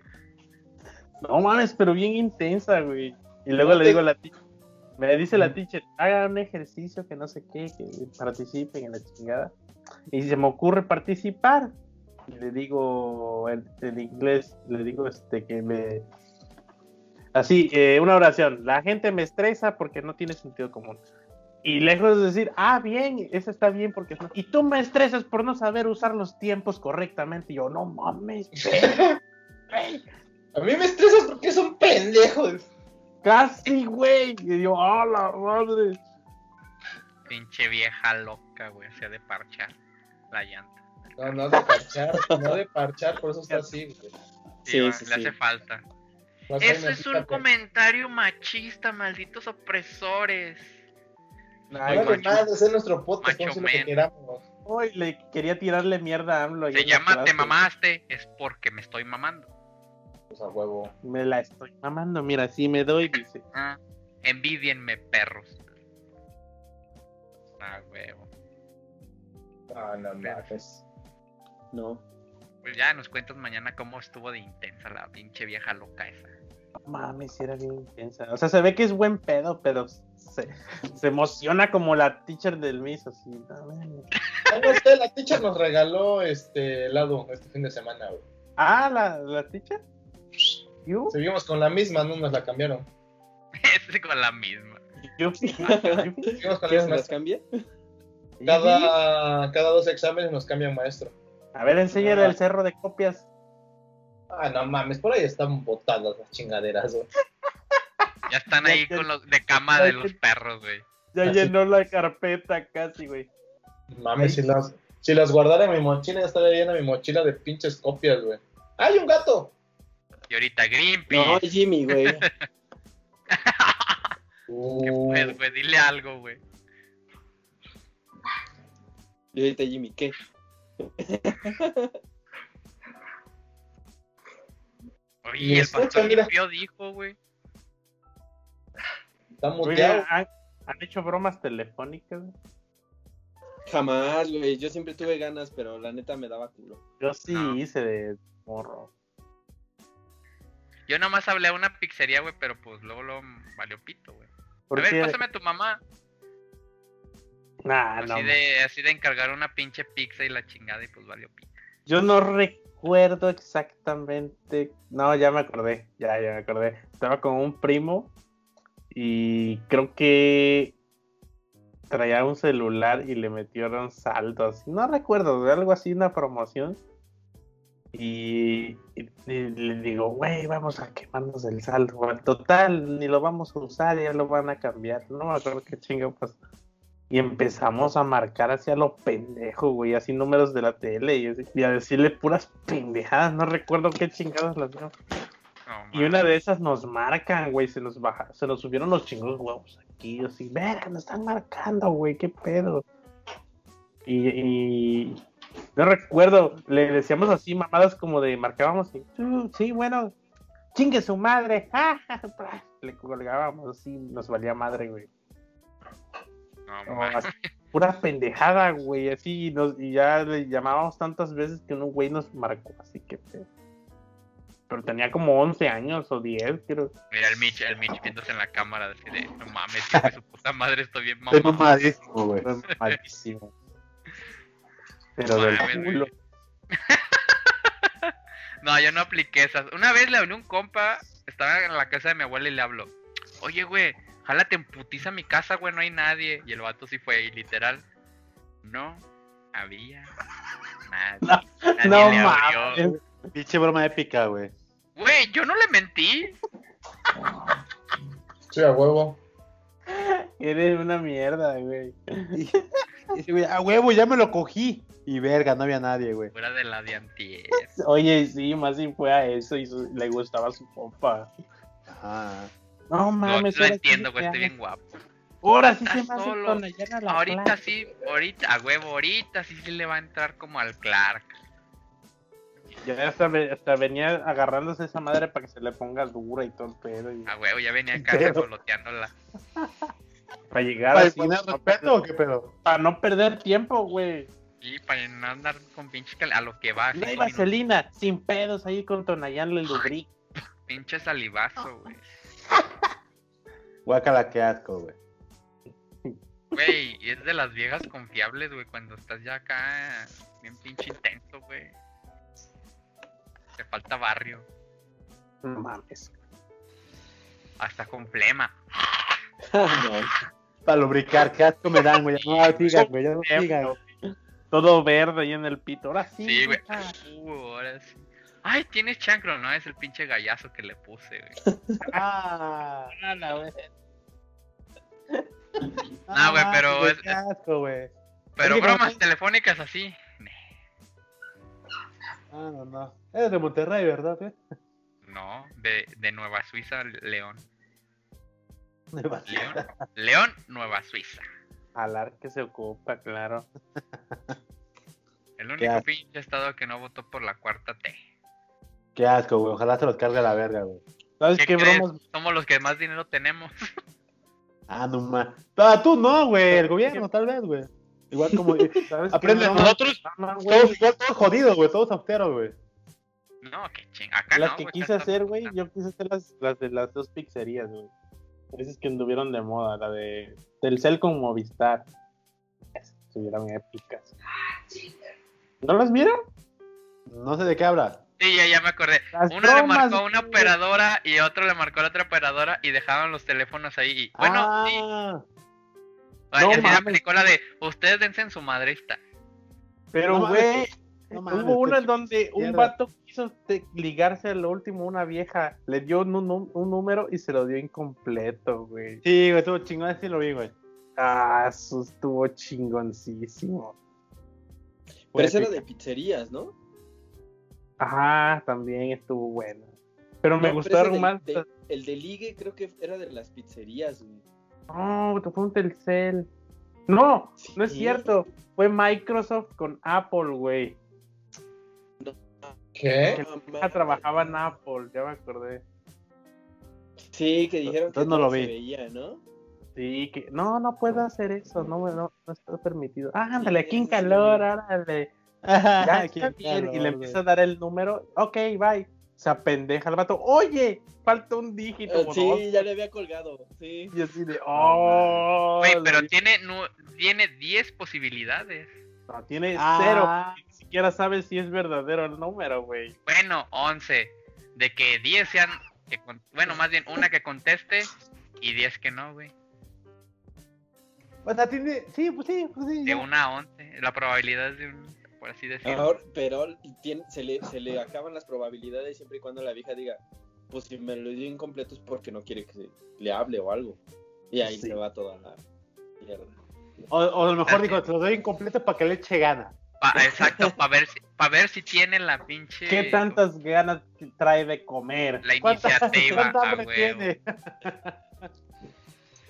No mames, pero bien intensa, güey. Y luego No le te- digo a la teacher, me dice la teacher, haga un ejercicio que no sé qué, que participen en la chingada. Y se me ocurre participar. Y le digo en, en inglés, le digo este que me. Así, eh, una oración. La gente me estresa porque no tiene sentido común. Y lejos de decir, ah, bien, eso está bien porque no. Y tú me estresas por no saber usar los tiempos correctamente. Y yo, no mames, A mí me estresas porque son pendejos. Casi, güey. Y yo, ¡ah, la madre! Pinche vieja loca, güey. Se ha de parchar la llanta. No, no de parchar, no de parchar, por eso está así, güey. Sí, Sí, va, sí, le sí. hace falta. No soy Eso es machista, un pero- comentario machista, malditos opresores. Ay, Vale güey. más hacer nuestro podcast, Macho vamos a hacer lo que man. queramos. Ay, le quería tirarle mierda a AMLO. ahí Se en la llama clase. Te mamaste, es porque me estoy mamando. Pues a huevo. Me la estoy mamando, mira, sí me doy, dice. Ah, envidienme, perros. Ah, huevo. Ah, no mames. No. Pues ya nos cuentas mañana cómo estuvo de intensa la pinche vieja loca esa. No mames, sí era bien intensa. O sea, se ve que es buen pedo, pero se, se emociona como la teacher del Miss, así. no mames. Ay, no, usted, la teacher nos regaló este helado este fin de semana, güey. Ah, la, la teacher. ¿Yo? Seguimos con la misma, no nos la cambiaron. es Este con la misma. Yo- Seguimos con la ¿Quieres que misma. las cambie? Cada, cada dos exámenes nos cambia un maestro. A ver, enséñale el cerro de copias. Ah, no mames, por ahí están botadas las chingaderas, güey. Ya están ahí con los de cama de los perros, güey. Ya Así. llenó la carpeta casi, güey. Mames, si las, si las guardara en mi mochila, ya estaría llena mi mochila de pinches copias, güey. ¡Hay un gato! Y ahorita Greenpeace. No, es Jimmy, güey. ¿Qué Uh, pues, güey? Dile algo, güey. Yo ahorita Jimmy, ¿qué? Me Oye, el escucha, pastor mira. limpio dijo, güey. está Güey, muteado. ¿han, han hecho bromas telefónicas. Jamás, güey. Yo siempre tuve ganas, pero la neta me daba culo. Yo sí No. hice de morro. Yo nomás hablé a una pizzería, güey, pero pues luego lo valió pito, güey. A Porque, ver, pásame a tu mamá. nah, no, Ah, así, de, así de encargar una pinche pizza y la chingada y pues valió pito. yo no recuerdo exactamente. No, ya me acordé. Ya, ya me acordé. Estaba con un primo y creo que traía un celular y le metieron saltos. No recuerdo, algo así, una promoción. Y, y- y le digo, güey, vamos a quemarnos el saldo. güey. Total, ni lo vamos a usar, ya lo van a cambiar. No me acuerdo qué chingo pasó. Y empezamos a marcar hacia lo pendejo, güey, así números de la tele y, así- y a decirle puras pendejadas. No recuerdo qué chingadas las vimos. No, Y una de esas nos marcan, güey, se nos baja, se nos subieron los chingos huevos aquí, así, verga, nos están marcando, güey, qué pedo. Y, y- no recuerdo, le decíamos así mamadas como de marcábamos, y, "Mm, sí, bueno, chingue su madre, ja, ja, ja, pra". le colgábamos así, nos valía madre, güey. no, No, mames. Oh, así, pura pendejada, güey, así, y, nos, y ya le llamábamos tantas veces que un güey nos marcó, así que pedo. Pero tenía como 11 años o 10, creo. Mira el Mitch, el Mitch viéndose en la cámara, así de, no mames, hijo de su puta madre, estoy bien Estoy mamado. mamadísimo, güey. Fue malísimo. Pero del Mames, güey. culo. No, yo no apliqué esas. Una vez le hablé a un compa, estaba en la casa de mi abuela y le hablo, oye, güey, jálate en putiza a mi casa, güey, no hay nadie. Y el vato sí fue, y literal, no había nadie. nadie no le abrió. mames. Pinche broma épica, güey. Güey, yo no le mentí. Sí, a huevo. Eres una mierda, güey. Y dice, güey, a huevo, ya me lo cogí. Y verga, no había nadie, güey. Fuera de la de antier. Oye, sí, más si fue a eso y su- le gustaba su compa. Ajá. No No, mames. lo ahora sí entiendo, se güey, estoy hace- bien guapo. Ahora sí se Estás me hace solo. con la llana a la Ahorita plaza. sí, ahorita, a huevo, ahorita sí, sí le va a entrar como al Clark. Ya hasta, ve- hasta venía agarrándose esa madre para que se le ponga dura y todo el pedo. y- A huevo, ya venía acá Pero- revoloteándola. para llegar ¿Para así. imponer no- respeto o qué pedo? Para no perder tiempo, güey. Y para no andar con pinche cal- a lo que No hay va. cinco minutos, vaselina, sin pedos ahí con Tonayán le lubrica. pinche salivazo, güey. Guácala, qué asco, güey. Güey, y es de las viejas confiables, güey, cuando estás ya acá bien pinche intenso, güey. Te falta barrio, No mames. hasta con flema. Ah, Para lubricar, qué asco me dan, güey. Ya No digan, güey, ya no Feo, digan. Todo verde ahí en el pito. Ahora sí. Sí, güey. hija. Uh, ahora sí. Ay, tienes chancro, ¿no? Es el pinche gallazo que le puse, güey. Ah, Ah, la güey. No, güey, Ah, pero güey, es- Qué asco, güey. Pero Oye, pero- bromas telefónicas así. Ah, no, no. Eres de Monterrey, ¿verdad? güey? No, de, de Nueva Suiza, León. Me va- León, León, Nueva Suiza. Jalar que se ocupa, claro. El asco. único pinche estado que no votó por la cuarta T. Qué asco, güey. Ojalá se los cargue a la verga, güey. ¿Sabes ¿Qué qué, crees? bromas? Somos los que más dinero tenemos. Ah, no más. Ah, tú no, güey. El gobierno, tal vez, güey. Igual como. ¿Sabes Aprende, qué bromas? nosotros. Mamá, güey. Todos, igual todos jodidos, güey. Todos austeros, güey. No, qué ching. Acá Las Ah, no, que güey, quise acá está- hacer, güey, yo quise hacer las, las de las dos pizzerías, güey. Esas que anduvieron de moda, la de Telcel con Movistar. Esas Estuvieron épicas. ¿No las vieron? No sé de qué hablas. Sí, ya, ya me acordé. Las Uno le bromas, marcó a una güey. operadora y otro le marcó a la otra operadora y dejaban los teléfonos ahí. Y, bueno, sí. ah, Ay, no así la mames. película de ustedes dense en su madre está. Pero, No mames, güey, no mames, Hubo una qué en donde un mierda. vato quiso te- ligarse al último a una vieja. Le dio un, un- un número y se lo dio incompleto, güey. Sí, güey, estuvo chingón, sí lo vi, güey. Ah, eso estuvo chingoncísimo. Pero esa era de pizzerías, ¿no? Ajá, también estuvo bueno. Pero me No, ese gustaron del- más. de- el de ligue creo que era de las pizzerías, güey. No, fue un Telcel. No, no es Sí. cierto. Fue Microsoft con Apple, güey. Ah, ¿Qué? ¿Eh? Que la trabajaba en Apple, ya me acordé. Sí, que dijeron que Entonces no lo todo se vi. veía, ¿no? Sí, que no, no puedo hacer eso, no, no, no está permitido. Ah, Sí, ándale, ya aquí en no se calor, ve. ándale. Ya Ah, está qué bien, y calor, le güey. empieza a dar el número. Ok, bye. Se apendeja el vato. Oye, falta un dígito. Ah, o dos. sí, ya le había colgado, sí. Y así de, oh. Güey, pero la- tiene, nu- tiene 10 posibilidades. no, tiene Ah, cero. Ni siquiera sabes si es verdadero el número, güey. Bueno, 11. De que 10 sean. que con- bueno, más bien una que conteste y 10 que no, güey. O sea, tiene. Sí, pues sí, pues sí. De ya. una a 11. La probabilidad es de un. Por así Ah. decirlo. Ahora, pero tiene- se, le, se le acaban las probabilidades siempre y cuando la vieja diga, pues si me lo dio incompleto es porque no quiere que le hable o algo. Y ahí se va toda la mierda. O, o a lo mejor digo, te lo doy incompleto para que le eche gana. Pa- exacto, para ver, si, pa' ver si tiene la pinche. ¿Qué tantas ganas trae de comer? eh, La ¿Cuánta, iniciativa. ah, cuánta a hambre huevo. tiene?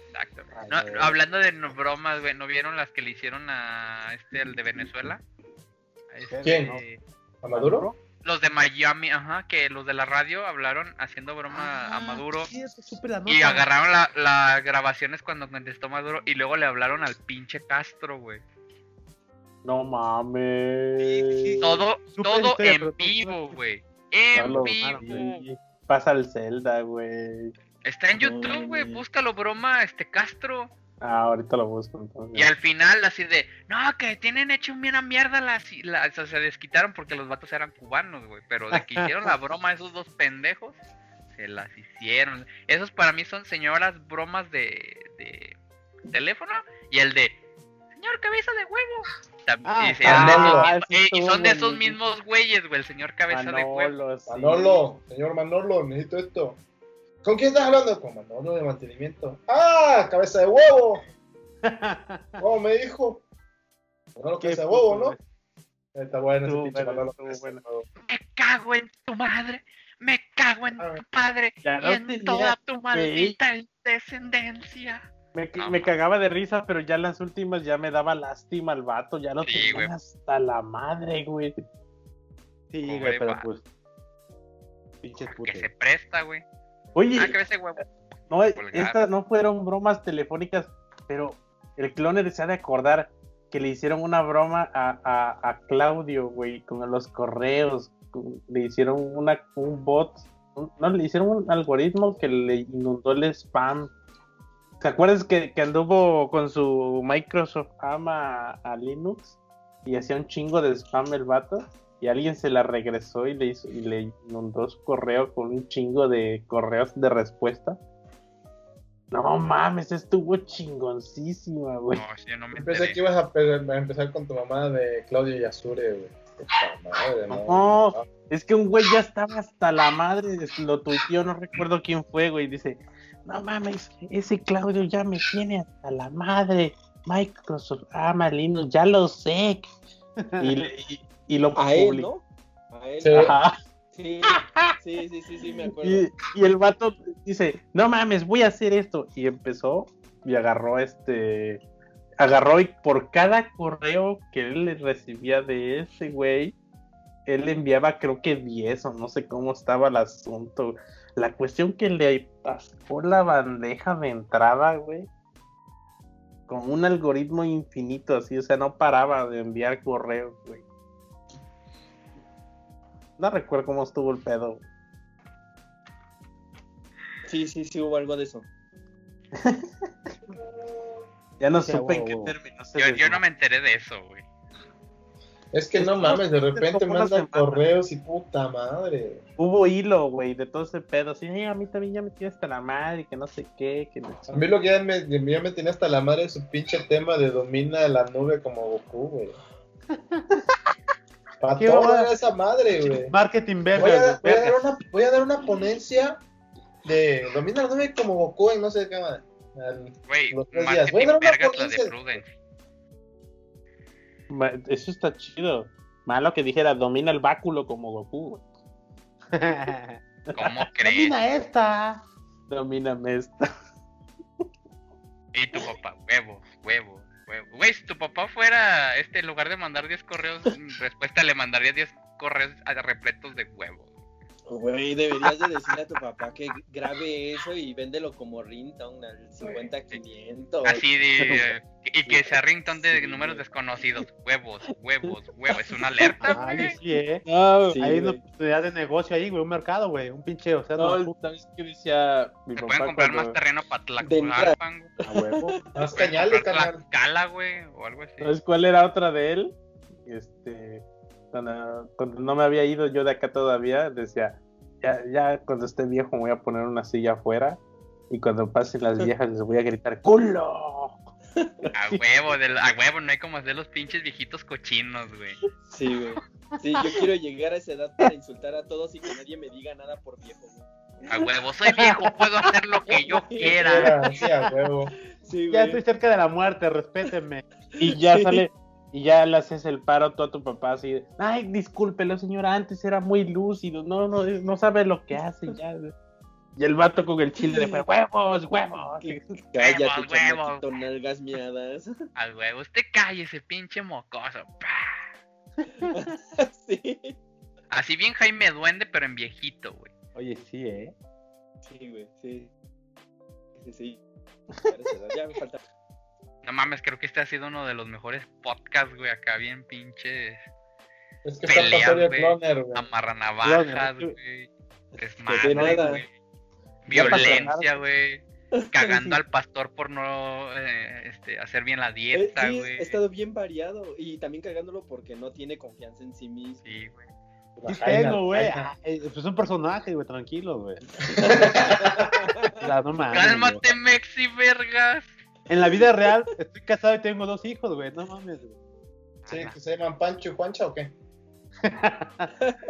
Exacto. Ay, No, güey. no, hablando de no- bromas, güey, ¿no vieron las que le hicieron a este, al de Venezuela? A este- ¿Quién? ¿A Maduro? Los de Miami, ajá, que los de la radio hablaron haciendo broma a Maduro Sí, eso supe la y nota. agarraron la- las grabaciones cuando contestó Maduro y luego le hablaron al pinche Castro, güey. No mames. Todo, Supe la todo historia, pero- en vivo, güey. En Carlos, vivo. sí. Pasa el Zelda, güey. Está en No, YouTube, güey. güey. Búscalo, broma, este Castro. Ah, ahorita lo busco entonces. Y al final, así de, no, que tienen hecho una mierda, las, las, o sea, se desquitaron porque los vatos eran cubanos, güey. Pero de que hicieron la broma a esos dos pendejos, se las hicieron. Esos para mí son señoras bromas de, de teléfono. Y el de, señor cabeza de huevo. Tam- Ah, y, se- eran de esos ah, mismos- eso eh, y son estuvo Ah, de esos bonito. mismos güeyes, güey, el señor cabeza de huevo. Manolo, sí. Manolo, señor Manolo, necesito esto. ¿Con quién estás hablando? Con Manolo de mantenimiento. ¡Ah! ¡Cabeza de huevo! ¿Cómo me dijo? Manolo, Qué cabeza de puto, huevo, ¿no? güey. Ahí Está bueno ese Estuvo pinche bueno, Manolo. estuvo cabeza de bueno. huevo. Me cago en tu madre, me cago en Ah. tu padre Ya y no en tenía- toda tu maldita descendencia. Me, ca- me cagaba de risa, pero ya en las últimas ya me daba lástima al vato. Ya lo Sí, tenía güey. hasta la madre, güey. Sí, Pobre güey, pero vato. pues. Pinches Ah, Que putos. se presta, güey. Oye, Ah, que ese huevo. no, colgar. estas no fueron bromas telefónicas, pero el cloner se ha de acordar que le hicieron una broma a, a- a Claudio, güey, con los correos. con- Le hicieron una, un bot, un- no, le hicieron un algoritmo que le inundó el spam. ¿Te acuerdas que, que anduvo con su Microsoft AMA a Linux y hacía un chingo de spam el vato? Y alguien se la regresó y le, hizo, y le inundó su correo con un chingo de correos de respuesta. No mames, estuvo chingoncísima, güey. No, sí, yo no me Pensé enteré. que ibas a, pe- a empezar con tu mamá de Claudio Yasure, güey. Puta madre, no. No. Es que un güey ya estaba hasta la madre, lo tuiteó, no recuerdo quién fue, güey, dice, no mames, ese Claudio ya me tiene hasta la madre, Microsoft, ah, malino, ya lo sé. Y, le- y- y lo A él, publicó. ¿no? A él. Sí. Ajá. Sí, sí, sí, sí, sí, me acuerdo. Y, y el vato dice, no mames, voy a hacer esto. Y empezó y agarró este, agarró y por cada correo que él le recibía de ese güey, él le enviaba creo que 10 o no sé cómo estaba el asunto. La cuestión que le pasó la bandeja de entrada, güey. Con un algoritmo infinito así, o sea, no paraba de enviar correos, güey. No recuerdo cómo estuvo el pedo. Sí, sí, sí, hubo algo de eso. Ya no Sí, supe en huevo, qué huevo. término se Yo, yo desmayó. no me enteré de eso, güey. Es que no Estuvo- mames, de estuvo repente una mandan semana. correos y puta madre. Hubo hilo, güey, de todo ese pedo. Sí, "Ay, a mí también ya me tiene hasta la madre, que no sé qué, que no A mí lo que ya me, ya me tenía hasta la madre es su pinche tema de domina la nube como Goku, güey. Para Qué todo bárbaro. era esa madre, güey. Marketing verga. Voy a, dar- voy, güey, a dar verga. una, voy a dar una ponencia de domina la nube como Goku en no sé qué madre. Al- Güey, Los tres días. Güey, marketing era una vergas la de potencia. Prudence. Ma- Eso está chido. Malo que dijera, domina el báculo como Goku. güey. ¿Cómo crees? Termina esta. Domíname esta. Y tu papá, huevos, huevos, huevos. Güey, si tu papá fuera, este, en lugar de mandar 10 correos, en respuesta le mandaría 10 correos a- repletos de huevos. Güey, deberías de decirle a tu papá que grabe eso y véndelo como ringtone al 50-500. Ah, Así de. eh, Y que sea ringtone de Sí, números güey. desconocidos. Huevos, huevos, huevos. Es una alerta, Ah, güey. sí, eh. No, Sí, Hay una güey. oportunidad de negocio ahí, güey. Un mercado, güey. Un pinche. O sea, no, no, ¿sabes qué decía mi Se papá? pueden comprar cuando- más terreno para entrada. Tlaxcala, güey. A huevo. Más Pueden cañales, comprar carnal. Tlaxcala, güey, o algo así. ¿Sabes cuál era otra de él? Este, cuando, cuando no me había ido yo de acá todavía, decía, ya, ya cuando esté viejo me voy a poner una silla afuera y cuando pasen las viejas les voy a gritar culo. A huevo, de la- a huevo, no hay como hacer los pinches viejitos cochinos, güey. Sí, güey. Sí, yo quiero llegar a esa edad para insultar a todos y que nadie me diga nada por viejo, güey. A huevo, soy viejo, puedo hacer lo que yo quiera. Era así a huevo. Sí, Ya estoy cerca de la muerte, respétenme. Y ya Sí. sale, y ya le haces el paro tú a tu papá así, de, ay, discúlpelo señora, antes era muy lúcido, no, no, no sabe lo que hace ya. Y el vato con el chile de fuera, huevos, huevos. Cállate, Huevos, chamaquito, nalgas miadas. A huevo, usted cállese, pinche mocoso. Pa. Sí. Así bien Jaime Duende, pero en viejito, güey. Oye, sí, eh. Sí, güey, sí. Sí, sí. Llegar a esa edad. Ya me falta. No mames, creo que este ha sido uno de los mejores podcasts, güey, acá bien pinches. Es que está Pelea, pasando el güey. cloner, güey. Amarranavajas, güey. Que Desmadre, nada. güey. Ya pasó Violencia, nada. güey. Cagando al pastor por no eh, este, hacer bien la Eh, dieta, sí, güey. he estado bien variado y también cagándolo porque no tiene confianza en sí mismo. Sí, güey. La Sí Jaina, tengo, güey. Jaina. Ah, eh, Pues es un personaje, güey, tranquilo, güey. O sea, no mames, güey. Cálmate, Mexi, vergas. En la vida real estoy casado y tengo dos hijos, güey. No mames, güey. Sí, que se llaman Pancho y Juancha o qué?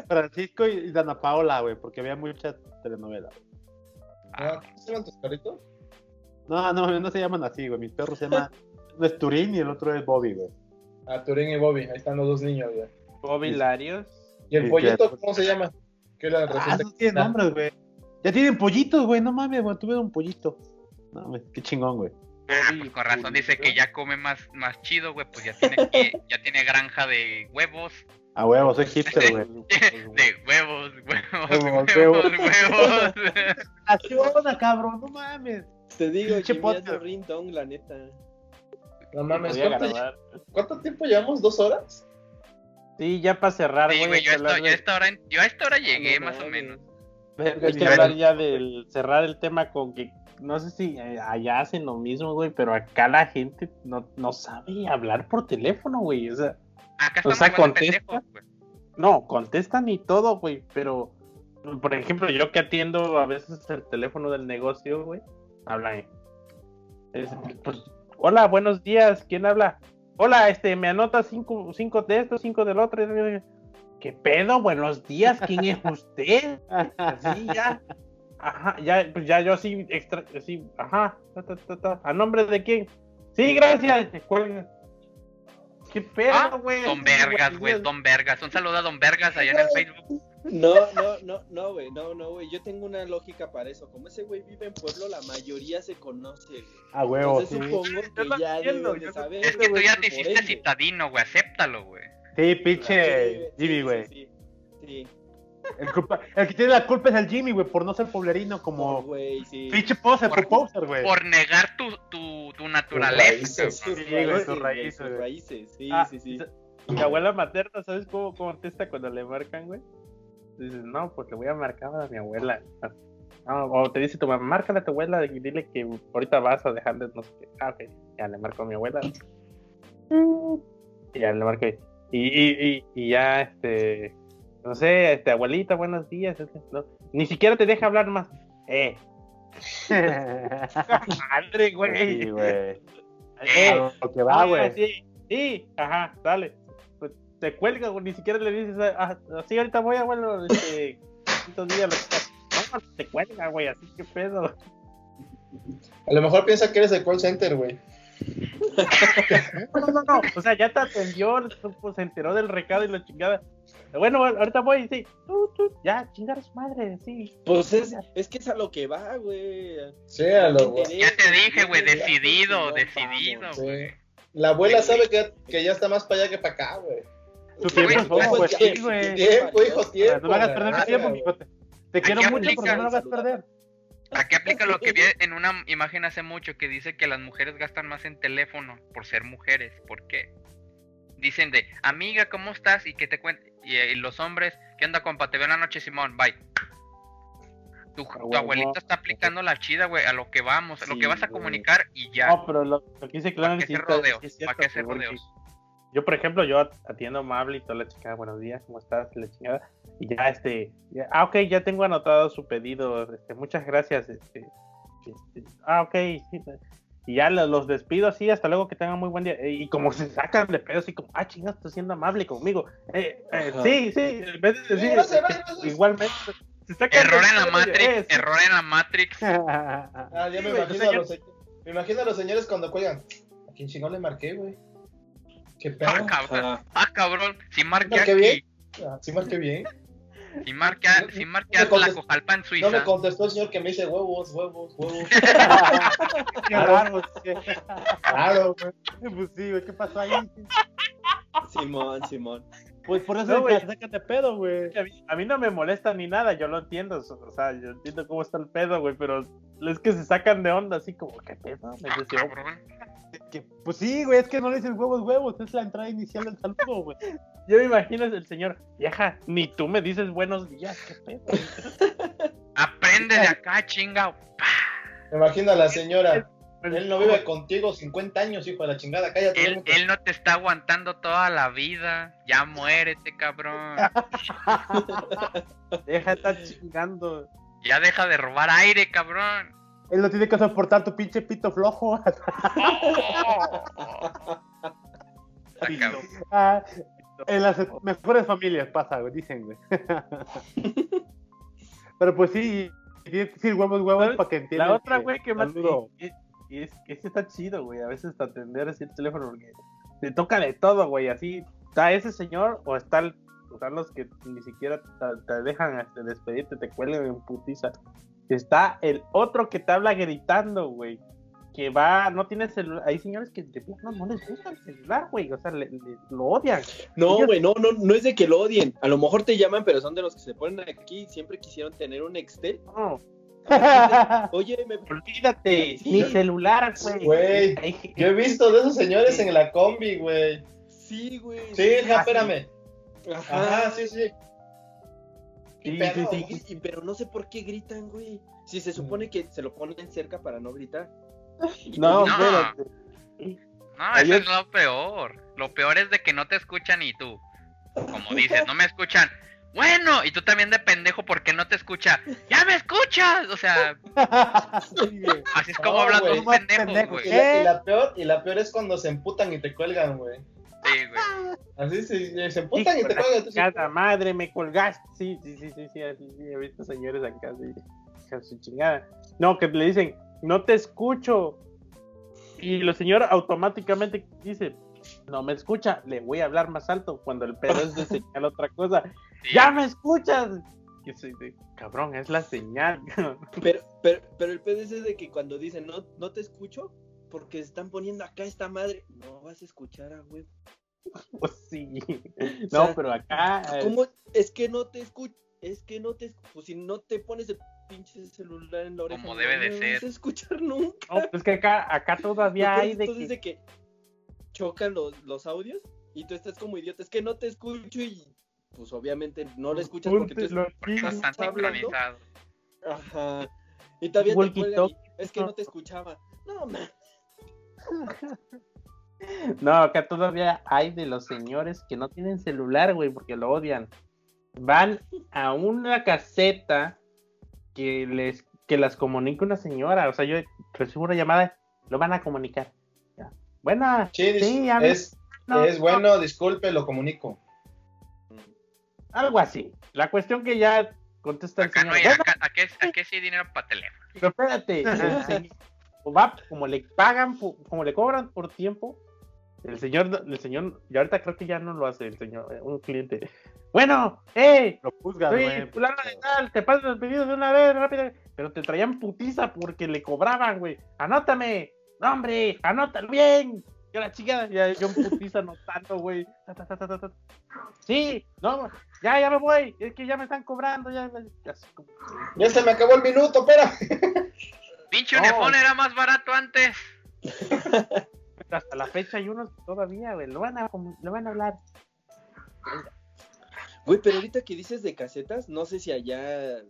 Francisco y y Dana Paola, güey, porque había muchas telenovelas. Ah, ¿No? ¿Se llaman tus perritos? No, no, no se llaman así, güey. Mis perros se llaman. Uno es Turín y el otro es Bobby, güey. Ah, Turín y Bobby, ahí están los dos niños, güey. Bobby Larios. ¿Y el Sí, pollito claro. cómo se llama? Que la Ah, reciente. esos tienen nombres, güey. Ya tienen pollitos, güey. No mames, güey. Tuve un pollito. No mames, qué chingón, güey. Ah, pues con razón dice que ya come más, más chido, güey. Pues ya tiene, que- ya tiene granja de huevos. A huevo, soy hipster, güey. De huevos, huevos, Huevos, huevos, huevos. huevos. Así onda, cabrón. No mames. Te digo, Pinche Jimmy, hazlo podcast. ringtone, la neta. No mames, Mames, voy a ¿cuánto, grabar. cuánto tiempo llevamos? ¿Dos horas? Sí, ya para cerrar, Sí, güey. güey, hay yo, que hablar estoy- yo a de- esta hora, yo a esta hora llegué, Ah, No más o mames. menos. verga, hay que hablar ya del cerrar el tema con que no sé si eh, allá hacen lo mismo, güey, pero acá la gente no, no sabe hablar por teléfono, güey. O sea, Acá O estamos sea, igual de contesta. pendejos, güey. no, contestan y todo, güey, pero por ejemplo, yo que atiendo a veces el teléfono del negocio, güey, hablan. eh. Es- pues, hola, buenos días, ¿quién habla? Hola, este, me anota cinco, cinco de esto, cinco del otro. ¿Qué pedo? Buenos días, ¿quién es usted? Sí, ya. Ajá, ya, pues ya yo así, extra, así, ajá, ta, ta, ta, ta. ¿a nombre de quién? Sí, gracias. se cuelga. ¿Qué Ah, pedo, güey? Don Vergas, güey, Don Vergas. Un saludo a Don Vergas allá en el Facebook. No, no, no, no, güey, no, no, güey. Yo tengo una lógica para eso. Como ese güey vive en pueblo, la mayoría se conoce, güey. A Ah, huevo, Entonces sí. supongo Yo lo que ya entiendo, deben de yo lo saber. Es que tú güey, ya y te por hiciste ende- citadino, güey, acéptalo, güey. Sí, Sí, pinche Jimmy, sí, güey. sí, Sí, El, culpa- el que tiene la culpa es el Jimmy, güey, por no ser poblerino como, como güey, sí. pinche poser, Por- poser, güey. Por negar tu, tu, tu naturaleza, raíces. cabrón. Sus Sí, güey, sus sus raíces, sus güey. raíces, sí, Ah, sí, sí. Mi abuela materna, ¿sabes cómo cómo contesta cuando le marcan, güey? Dices, no, pues le voy a marcar a mi abuela. No, o te dice tu mamá, márcale a tu abuela y dile que ahorita vas a dejarle, no sé qué. Ah, ok, ya le marco a mi abuela. Y ya le marco. Y, y, y, y ya, este, no sé, este, abuelita, buenos días. este, no, ni siquiera te deja hablar más. Eh, madre, güey. Sí, güey. Eh, A Lo que va, Ah, güey. Sí, sí, ajá, dale. Pues Te cuelga, güey, ni siquiera le dices, ah, así ahorita voy, abuelo, este, estos días, lo que sea. No, te cuelga, güey, así que pedo. A lo mejor piensa que eres el call center, güey. No, no, no, no, o sea, ya te atendió, pues, se enteró del recado y la chingada. Bueno, ahorita voy, sí, tú, tú, ya, chingar a su madre, sí. Pues es, es que es a lo que va, güey. Sí, a lo güey. Ya te dije, güey, decidido, decidido, sí. güey. La abuela sabe que, que ya está más para allá que para acá, güey. Tu tiempo es poco, Pues güey. ya- Sí, güey. Tiempo, hijo, tiempo. No me hagas perder mi verga, tiempo, güey. mijote. Te quiero Aquí mucho, pero no me lo hagas aplica- perder. Aquí aplica lo que vi en una imagen hace mucho que dice que las mujeres gastan más en teléfono por ser mujeres. ¿Por qué? Dicen de, amiga, ¿cómo estás? Y que te cuente. Y, eh, los hombres, ¿qué onda, compa? Te veo en la noche, Simón. Bye. Tu, tu huevo. abuelita está aplicando la chida, güey, a lo que vamos, a lo Sí, que vas a güey. comunicar y ya. No, pero lo, lo que dice ¿Para Clarence sí qué hacer está- rodeos? sí es ¿Para qué cierto, hacer güey, rodeos? Yo, por ejemplo, yo atiendo amable y toda la chingada, buenos días, ¿cómo estás? La chingada. Y ya, este, ya, ah, ok, ya tengo anotado su pedido, este, muchas gracias, este, este, ah, ok, sí, y ya lo- los despido así, hasta luego que tengan muy buen día. Eh, Y como se sacan de pedo, así como, ah, chingas, estás siendo amable conmigo. Eh, eh, Ajá. sí, sí, en vez de Sí, decir, no se eh, vayan, no se- igualmente. se sacan Error de en la pedo, eh, Matrix, sí. error en la Matrix. Ah, ya Sí, me, güey, imagino o sea, a los, se- me imagino a los señores cuando cuelgan. ¿A quién chingón le marqué, güey? ¿Qué pedo? Ah, cabrón. Ajá. Ah, cabrón. Si marqué No, qué aquí. Ah, sí marqué bien. Si marqué, No, si no marqué me a contest- Tlacojalpa en No me Suiza. contestó el señor que me dice huevos, huevos, huevos. Qué raro, sí. Claro, güey. Pues sí, güey, ¿qué pasó ahí? Simón, Simón. Pues por eso No, se güey. sacan de pedo, güey. que a mí, a mí no me molesta ni nada, yo lo entiendo, o o sea, yo entiendo cómo está el pedo, güey, pero es que se sacan de onda, así como, ¿qué pedo? Me Ah, dice, oh, cabrón. Que- Pues sí, güey, es que no le dices huevos, huevos, es la entrada inicial del saludo, güey. yo me imagino el señor, vieja, ni tú me dices buenos días, ¿qué pedo? Aprende de acá, chinga. Me imagino a la señora. Pues, Él no vive contigo 50 años, hijo de la chingada. Cállate. Él, güey. él no te está aguantando toda la vida. Ya muérete, cabrón. Vieja, está chingando. Ya deja de robar aire, cabrón. Él no tiene que soportar tu pinche pito flojo. Oh. Está cabrón. Ah, en las mejores familias pasa, güey, dicen, güey. Pero pues sí, tienes que decir huevos, huevos ¿Sabes? para que entiendan. La otra, güey, que más... saludo. Y, y es que sí está chido, güey, a veces hasta atender así el teléfono, porque te toca de todo, güey, así, está ese señor o está el- Están los que ni siquiera te, te dejan este, despedirte, te cuelgan en putiza. Está el otro que te habla gritando, güey. Que va, no tiene celular. Hay señores que de plano no les gusta el celular, güey. O sea, le- le- lo odian. No, Ellos- güey, no, no, no es de que lo odien. A lo mejor te llaman, pero son de los que se ponen aquí y siempre quisieron tener un Excel. No, Ah. Oye, me... olvídate. Sí. Ni celular, güey. Güey, Hay- Yo he visto de esos señores en la combi, güey. Ah, Sí, Ah. güey. Sí, ja, espérame. Ajá, Ajá, sí, sí. Qué Sí, sí, pedo, sí. Güey, y- pero no sé por qué gritan, güey. Si se supone que se lo ponen cerca para no gritar. No, No. espérate. No, eso Ayer- es lo peor. Lo peor es de que no te escuchan y tú. Como dices, no me escuchan. Bueno, y tú también de pendejo porque no te escucha. ¡Ya me escuchas! O sea, Sí, güey. así es como No, hablan güey. los Más pendejos, pendejo Y güey. la, ¿Eh? y la peor, y la peor es cuando se emputan y te cuelgan, güey. Sí, güey. Así se, se Pues emputan y Hijo te de la cuelgan. tú sí. Cada madre, me colgaste. Sí, sí, sí, sí, sí, así, sí, he visto señores acá, sí, hija de su chingada. No, que le dicen, no te escucho. Y la señora automáticamente dice, no me escucha, le voy a hablar más alto cuando el pedo es de señal otra cosa. Sí. ¡Ya me escuchas! Que soy de, cabrón, es la señal. Pero, pero, pero el pedo es ese de que cuando dicen no, no te escucho, porque están poniendo acá esta madre, no vas a escuchar a güey. Pues sí. O No, sea, pero acá. eh, ¿Cómo? Es que no te escucho, es que no te escucho. Pues si no te pones el pinche celular en la oreja, Como debe no de me ser. vas a escuchar nunca. no, pues es que acá, acá todavía hay de Entonces que. de que chocan los, los audios y tú estás como idiota, es que no te escucho y pues obviamente no le escuchas porque tú Lo- Porque no están ¿Estás hablando? sincronizados. Ajá. Y todavía te Walkie cuelgan y, es que no te escuchaba. No, man. No, acá todavía hay de los señores que no tienen celular, güey, porque lo odian. Van a una caseta que les que las comunica una señora. O sea, yo recibo una llamada, lo van a comunicar. Ya. Buena. Sí, dis- Sí, habla- es, no, es no, bueno, disculpe, lo comunico. Algo así. La cuestión que ya contesta el Acá no señor. hay, "Bueno, acá, aquí, es- aquí sí hay dinero para teléfono. Pero espérate, el señor- o va, como le pagan, po- como le cobran por tiempo, el señor, el señor, y ahorita creo que ya no lo hace el señor, eh, un cliente. Bueno, eh, Lo juzgas, soy güey. fulano de tal, te paso los pedidos de una vez, rápido. Pero te traían putiza porque le cobraban, güey. Anótame, no, hombre, anótalo bien. Yo la chica, ya, yo en putiza anotando, güey. Ta, ta, ta, ta, ta, ta. Sí, no, ya, ya me voy, es que ya me están cobrando, ya, ya, así como- Ya se me acabó el minuto, espera. Pinche No. unifón era más barato antes. Hasta la fecha hay unos que todavía, güey, lo van a, com- lo van a hablar. Güey, pero ahorita que dices de casetas, no sé si allá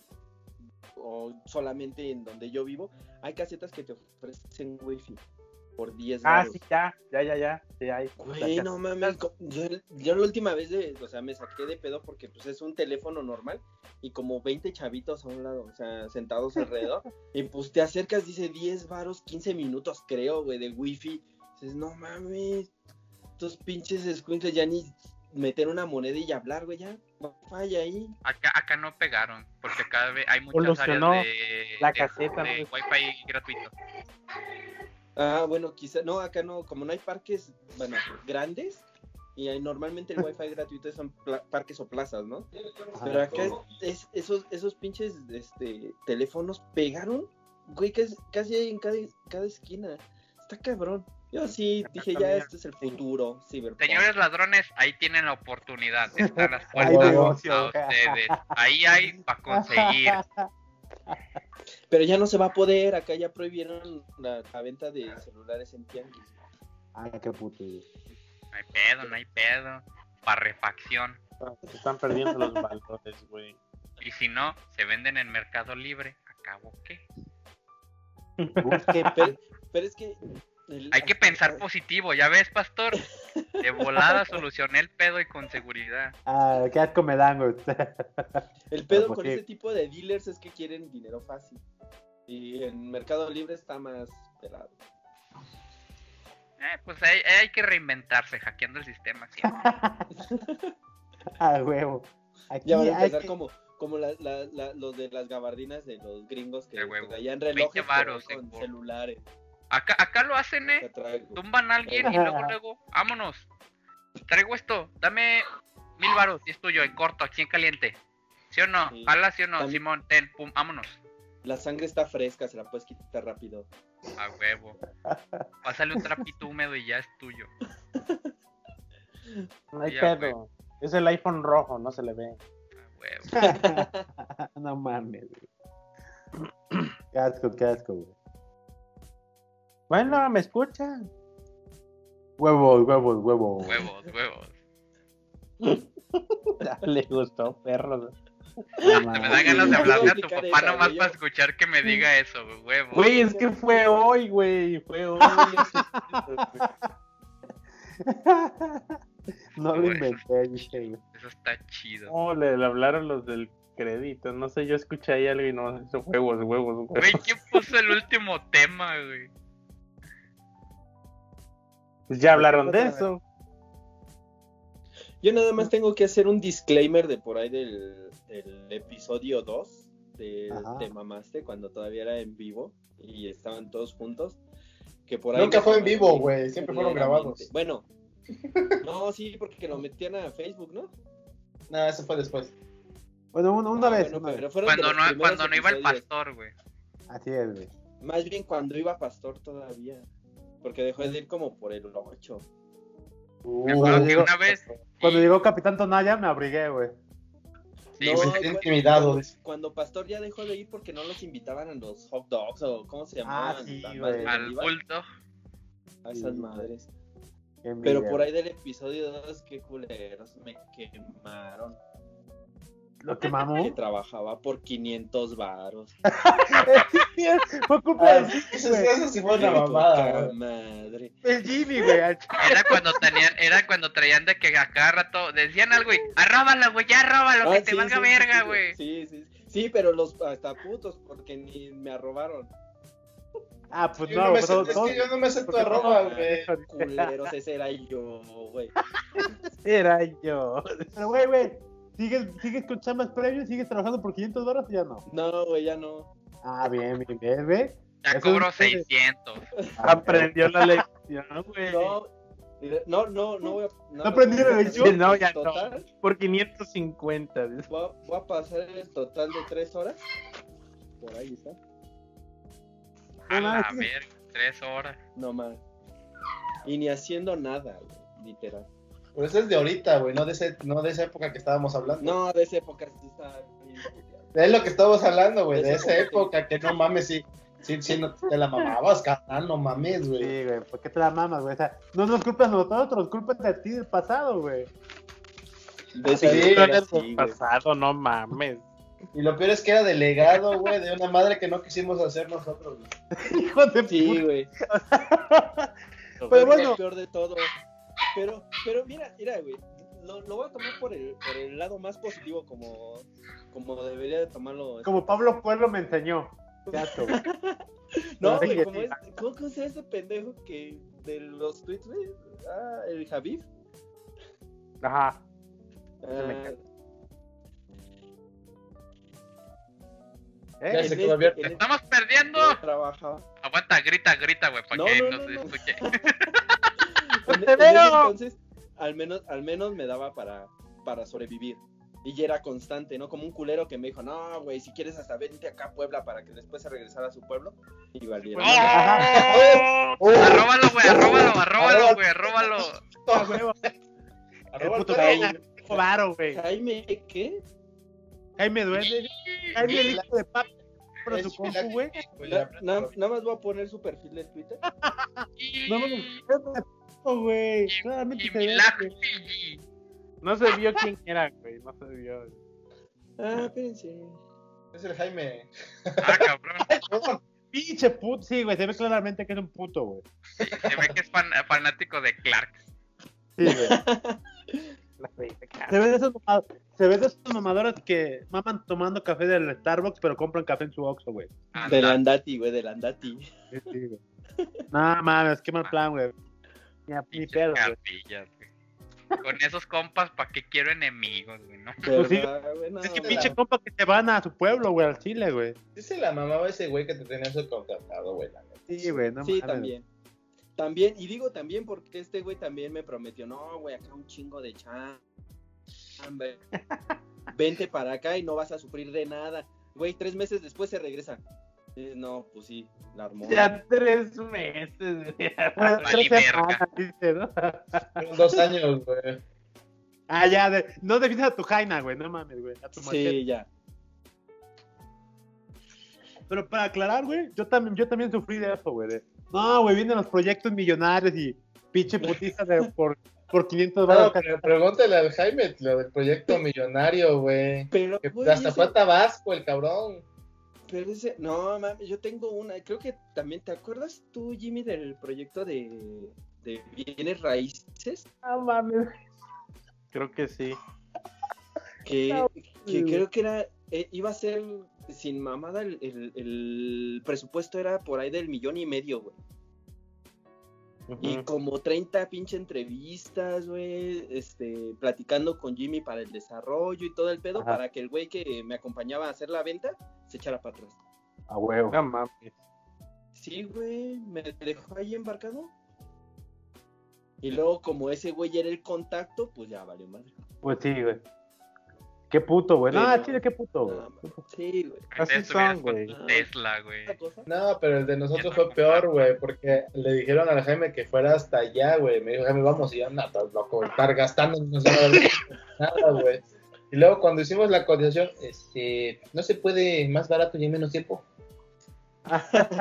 o solamente en donde yo vivo, hay casetas que te ofrecen wifi. por 10 Ah, varos. sí, ya, ya, ya, ya. Sí, ahí. Güey, no mames, co- yo, yo la última vez, de, o sea, me saqué de pedo porque pues es un teléfono normal y como 20 chavitos a un lado, o sea, sentados alrededor, y pues te acercas, dice 10 varos, 15 minutos creo, güey, de wifi, dices, no mames, estos pinches escuincles ya ni meter una moneda y hablar, güey, ya, no falla ahí. Acá, acá no pegaron, porque acá ve- hay muchas áreas Solucionó de, la de- caseta, de wifi gratuito. Ah, bueno, quizá, no, acá no, como no hay parques, bueno, grandes, y hay- normalmente el wifi gratuito es en pla- parques o plazas, ¿no? Pero acá es, es- esos, esos pinches este, teléfonos pegaron, güey, casi, casi hay en cada, cada esquina. Está cabrón. Yo sí dije, ya, este es el futuro, Cyberpunk. Señores ladrones, ahí tienen la oportunidad. Están las Hay puertas negocio. a ustedes. Ahí hay para conseguir. Pero ya no se va a poder, acá ya prohibieron la, la venta de celulares en tianguis. Ah, qué puto. güey. No hay pedo, no hay pedo. Para refacción. Se están perdiendo los valores, güey. Y si no, se venden en Mercado Libre. ¿Acabo qué? Busque Pero, pero es que... el- Hay que pensar pues. positivo, ¿ya ves, pastor? De volada solucioné el pedo y con seguridad. Ah, qué asco me dan, güey. El pedo pues con sí. este tipo de dealers es que quieren dinero fácil. Y en Mercado Libre está más pelado. Eh, pues hay, hay que reinventarse, hackeando el sistema. siempre. Ah, huevo. Aquí Ya van a hay empezar que- como, como la- la- la- los de las gabardinas de los gringos que De huevo. traían 20 relojes pero varos, con seguro. celulares. Acá, acá lo hacen, que ¿eh? traen. Tumban a alguien y luego, luego, vámonos. Traigo esto, dame mil varos y es tuyo, en corto, aquí en caliente. ¿Sí o no? Sí. Jala, sí o no, También- Simón, ten, pum, vámonos. La sangre está fresca, se la puedes quitar rápido. A huevo. Pásale un trapito húmedo y ya es tuyo. No hay Ya, pedo. Es el iPhone rojo, no se le ve. A huevo. No mames. Qué asco, qué asco, güey. Bueno, ¿me escuchan? Huevos, huevos, huevos. Huevos, huevos. Le gustó, perro. Se me da ganas de Quiero hablarle a tu ubicar papá esa, nomás güey, para yo. escuchar que me diga eso, güey, huevos. Güey, es que fue hoy, güey. Fue hoy. No lo Güey. inventé, dije, güey. Eso está chido. No, le, le hablaron los del crédito. No sé, yo escuché ahí algo y no, eso, huevos, huevos, huevos. Güey, ¿quién puso el último tema, güey? Pues ya hablaron de eso. Yo nada más tengo que hacer un disclaimer de por ahí del, del episodio 2 de Ajá. Te Mamaste, cuando todavía era en vivo y estaban todos juntos. Que por ahí Nunca me fue en tomé vivo, güey. Siempre fueron culeramente. grabados. Bueno, no, sí, porque lo metían a Facebook, ¿no? Nada, eso fue después. Bueno, una, una Ah, vez. bueno, una vez. pero fueron de Cuando los no, primeros cuando no iba el episodios. pastor, güey. Así es, güey. Más bien cuando iba Pastor todavía. Porque dejó de ir como por el 8. Me acuerdo que digo- una vez. Cuando sí, llegó Capitán Tonaya, me abrigué, güey. sí, No, me güey, sentí güey. intimidado. Cuando Pastor ya dejó de ir porque no los invitaban a los hot dogs o cómo se llamaban. Ah, sí, Las güey. madres al iban bulto. a esas madres. Qué Pero envidia. por ahí del episodio 2, qué culeros, me quemaron. Lo quemamos. Que trabajaba por 500 varos. Fue culpa Ah, Pues, del Eso, sí- eso sí pues, fue una Qué mamada, poca güey. madre. del Jimmy, güey. al ch- Era cuando tenían, era cuando traían de que a cada rato decían algo y arróbalo, güey, ya arróbalo, Ah, que te sí, valga sí, sí, verga, sí, güey. Sí, sí, sí. Sí, pero los hasta putos, porque ni me arrobaron. Ah, pues Yo no, no me pues acepto- todos. es que yo no me acepto arroba, güey. Culeros, ese era yo, güey. Era yo. Pero, güey, güey. ¿Sigues, sigues con chambas previos? ¿Sigues trabajando por 500 dólares o ya no? No, güey, ya no. Ah, bien, bien, bien, güey. Ya Eso cobró es- 600. Aprendió la lección, güey. No, no, no, no voy a. No, aprendí la lección? No, ya no. Total, Por 550. dice. Voy a, voy a pasar el total de tres horas. Por ahí está. A la mames. verga, tres horas. No más. Y ni haciendo nada, güey, literal. Pero eso es de ahorita, güey. No, de ese- no de esa época que estábamos hablando. No, de esa época sí está bien Ah, puteado. Es lo que estábamos hablando, güey. De De esa esa época. época que no mames, sí. Sí, sí, no, te la mamabas, carnal, no mames, güey. Sí, güey, ¿por qué te la mamas, güey? O sea, no nos culpas a nosotros, culpas de ti del pasado, güey. De Sí, esa época no sí, güey. pasado, no mames. Y lo peor es que era delegado, güey, de una madre que no quisimos hacer nosotros, güey. Hijo de Sí, güey. Pero Pero bueno. bueno. peor de todo. Pero, pero mira, mira, güey. Lo, lo voy a tomar por el, por el lado más positivo como, como debería de tomarlo. Como Pablo Pueblo me enseñó. Qué asco, güey. no, sí, güey, sí. como es, ¿cómo que usa ese pendejo que de los tweets, güey? Ah, el Javif. Ajá. me Ah, ¿Eh? Ya se en quedó abierto. en este ¡Estamos perdiendo! que trabajaba. Aguanta, grita, grita, güey, para No, que no, no, no, se no. escuche. En- en ese entonces, al menos, al menos me daba para, para sobrevivir. Y ya era constante, ¿no? Como un culero que me dijo, no, güey, si quieres hasta vente acá a Puebla para que después se regresara a su pueblo. Y pues, valiera. ¡Oh! Arróbalo, güey, arróbalo, arróbalo, güey, arróbalo. Ah, huevo, Arroba puto el perro, Vela. güey. tengo varo, güey. Jaime, ¿qué? Jaime Duende. Jaime el hijo de papi. Por su compu, güey. Pues Na- ya, na- Nada más voy a poner su perfil de Twitter. No, hijo de puto, güey. Claramente Y se ve, mi lag, güey. sí. No se vio quién era, güey. No se vio. Ah, espérense. Es el Jaime. Ah, cabrón. Pinche puto. Sí, güey. Se ve claramente que es un puto, güey. Sí, Se ve que es fan- fanático de Clark. Sí, güey. Se ve de esos mamad- se ve de esos mamadores que maman tomando café del Starbucks, pero compran café en su Oxxo, güey. Del Anda. Andati, güey, del Andati. Pues Sí, sí, güey. No mames, qué mal plan, güey. Ni, a- ni pedo, güey. Cartillas, güey. Con esos compas, ¿para qué quiero enemigos, güey? No, Pues sí. ¿Verdad, güey? No, Es que la- pinche compa que te van a su pueblo, güey, al Chile, güey. Dice la mamá ese güey que te tenía subcontratado, güey. la neta. Sí, güey, no sí, mames. también. También, y digo también porque este güey también me prometió, no, güey, acá un chingo de chamba. Vente para acá y no vas a sufrir de nada. Güey, tres meses después se regresa. Dices, no, pues sí, la armó. Ya tres meses, güey. Valí Tres verga. semanas, dice, ¿no? Fueron dos años, güey. Ah, ya, de- no defiendes a tu Jaina, güey, no mames, güey. A tu Sí, machete. ya. Pero para aclarar, güey, yo también, yo también sufrí de eso, güey. de, No, güey, vienen los proyectos millonarios y pinche putiza de por, por 500 No, baros. pero pregúntale al Jaime lo del proyecto millonario, güey. Pero, Que güey, hasta ese- fue a Tabasco el cabrón. pero ese- no, mames, yo tengo una, creo que también, ¿te acuerdas tú, Jimmy, del proyecto de, de bienes raíces? Creo que sí. que, que creo que era eh, iba a ser sin mamada el, el- el presupuesto era por ahí del millón y medio güey y como 30 pinche entrevistas güey este platicando con Jimmy para el desarrollo y todo el pedo para que el güey que me acompañaba a hacer la venta se echara para atrás A huevo. No mames. Sí, güey, me dejó ahí embarcado. Y luego, como ese güey era el contacto, pues ya valió madre. Pues sí, güey. Qué puto, güey. No, Pero- chile, qué puto, Oh. güey. Nada más. Sí, güey. Así Antes estuvieras son, con güey. tu Tesla, güey. Otra cosa. No, pero el de nosotros fue peor, güey, porque le dijeron al Jaime que fuera hasta allá, güey. Me dijo, Jaime, vamos, y yo, no, estás loco, estar gastando no se va a ver nada, güey. Y luego cuando hicimos la cotización, este, no se puede más barato y en menos tiempo.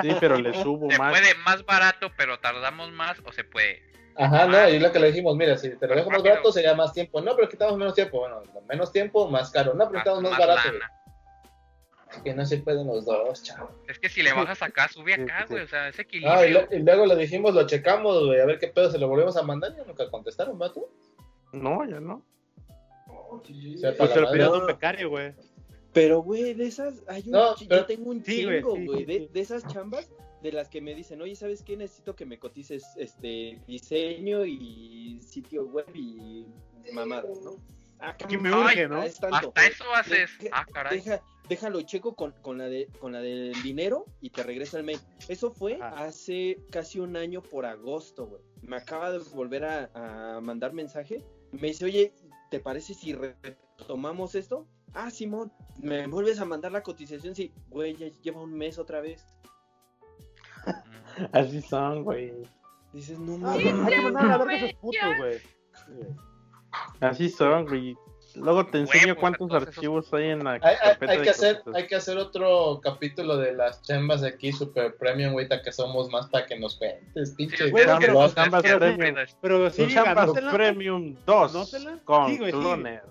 Sí, pero le subo Se más. puede más barato, pero tardamos más, o se puede. Ajá, no, y lo que le dijimos, mira, si te lo dejo más barato sería más tiempo. No, pero quitamos menos tiempo. Bueno, menos tiempo, más caro. No, pero Más, quitamos más Ah, más barato. lana. güey. Que no se pueden los dos, chavo. Es que si le bajas acá, sube Sí, acá, sí, sí. güey. O sea, Ah, ese y, equilibrio. lo- y luego le dijimos, lo checamos, güey, a ver qué pedo, se lo volvemos a mandar y nunca contestaron, ¿verdad tú? No, ya no. O sea, Pues para se la lo pidió a madre. Don Becario, güey. Pero, güey, de esas, hay un No, chi- pero- yo tengo un sí, güey, chingo, sí, güey, sí, de, sí. de esas chambas de las que me dicen, oye, ¿sabes qué? Necesito que me cotices este diseño y sitio web y mamadas, ¿no? Ah, Que me Ay, urge, ¿no? es tanto. Hasta eso haces. De- Ah, caray. Deja- déjalo checo con, con la de con la del dinero y te regresa el mail. Eso fue Ah. hace casi un año por agosto, güey. Me acaba de volver a, a mandar mensaje. Me dice, oye, ¿te parece si re- retomamos esto? Ah, Simón, me vuelves a mandar la cotización. Sí, güey, ya lleva un mes otra vez. Mm. Así son, güey. Dices, no Ah, mames. güey, hay que mandar a la verga a esos putos, güey. Así son, güey. Luego te Huevos, enseño cuántos entonces, archivos hay en la Hay, hay- carpeta hay de que hacer, cosas. hay que hacer otro capítulo de las chambas aquí, super premium, güey, ta que somos más para que nos cuentes, pinche. Sí, güey, pero- pero- Ambas- ambas Qué premium. estúpido es. Pero sí, Sus chambas ganótela. Premium 2 ¿Ganótela? con Sí, güey, sí. cloner.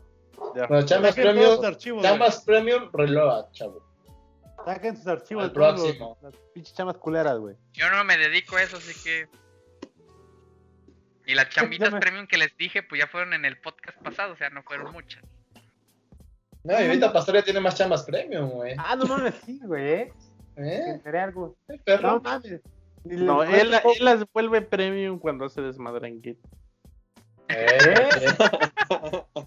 Ya. Bueno, Chambas Saquen todos Premium, sus archivos, güey. Chambas Premium Reload, chavo. Saquen sus archivos. Al de todos los- próximo. Las pinches chamas culeras, güey. Yo no me dedico a eso, así que. Y las chambitas premium que les dije, pues ya fueron en el podcast pasado, o sea, no fueron muchas. No, y ahorita Pastoria tiene más Chambas Premium, güey. Ah, no mames, sí, güey, ¿eh? Me ¿Eh? enteré algo. No Perro. mames. Ni le- No, él, él las vuelve premium cuando se desmadra en Git. Eh,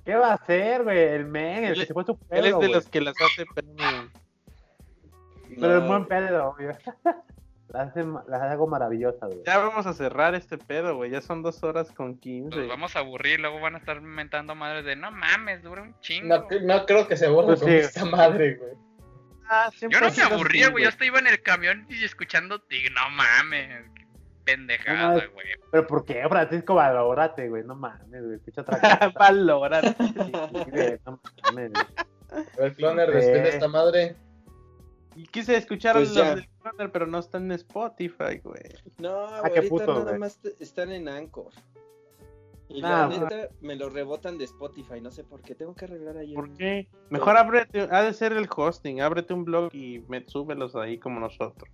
¿Qué va a hacer, güey? El men, el que Él- se fue a tu pedo, Él es de güey. los que las hace premium. Pero es buen pedo, obvio. Las, hace ma- las hago maravillosas, güey. Ya vamos a cerrar este pedo, güey. Ya son dos horas con Nos quince. vamos a aburrir, luego van a estar mentando madres de no mames, dura un chingo. No, no creo que se borre Pues con sí. esta madre, güey. Ah, siempre Yo no ha me sido así, aburría, güey. Yo hasta iba en el camión y escuchando, y no mames. qué No Pendejada, mames. güey. Pero ¿por qué, Francisco? Valórate, güey. No mames, güey. Escucha otra cosa. Valorar. güey, no mames, güey. A ver, Cloner, despide Sí. esta madre. Y Quise escuchar Pues los ya. del Thunder, pero no están en Spotify, güey. No, ah, qué ahorita puto, nada güey. más te- están en Anchor. Y Ah, la neta me lo rebotan de Spotify, no sé por qué. Tengo que arreglar ahí. ¿Por un- qué? Mm. Mejor ábrete, ha de ser el hosting, ábrete un blog y me, súbelos ahí como nosotros.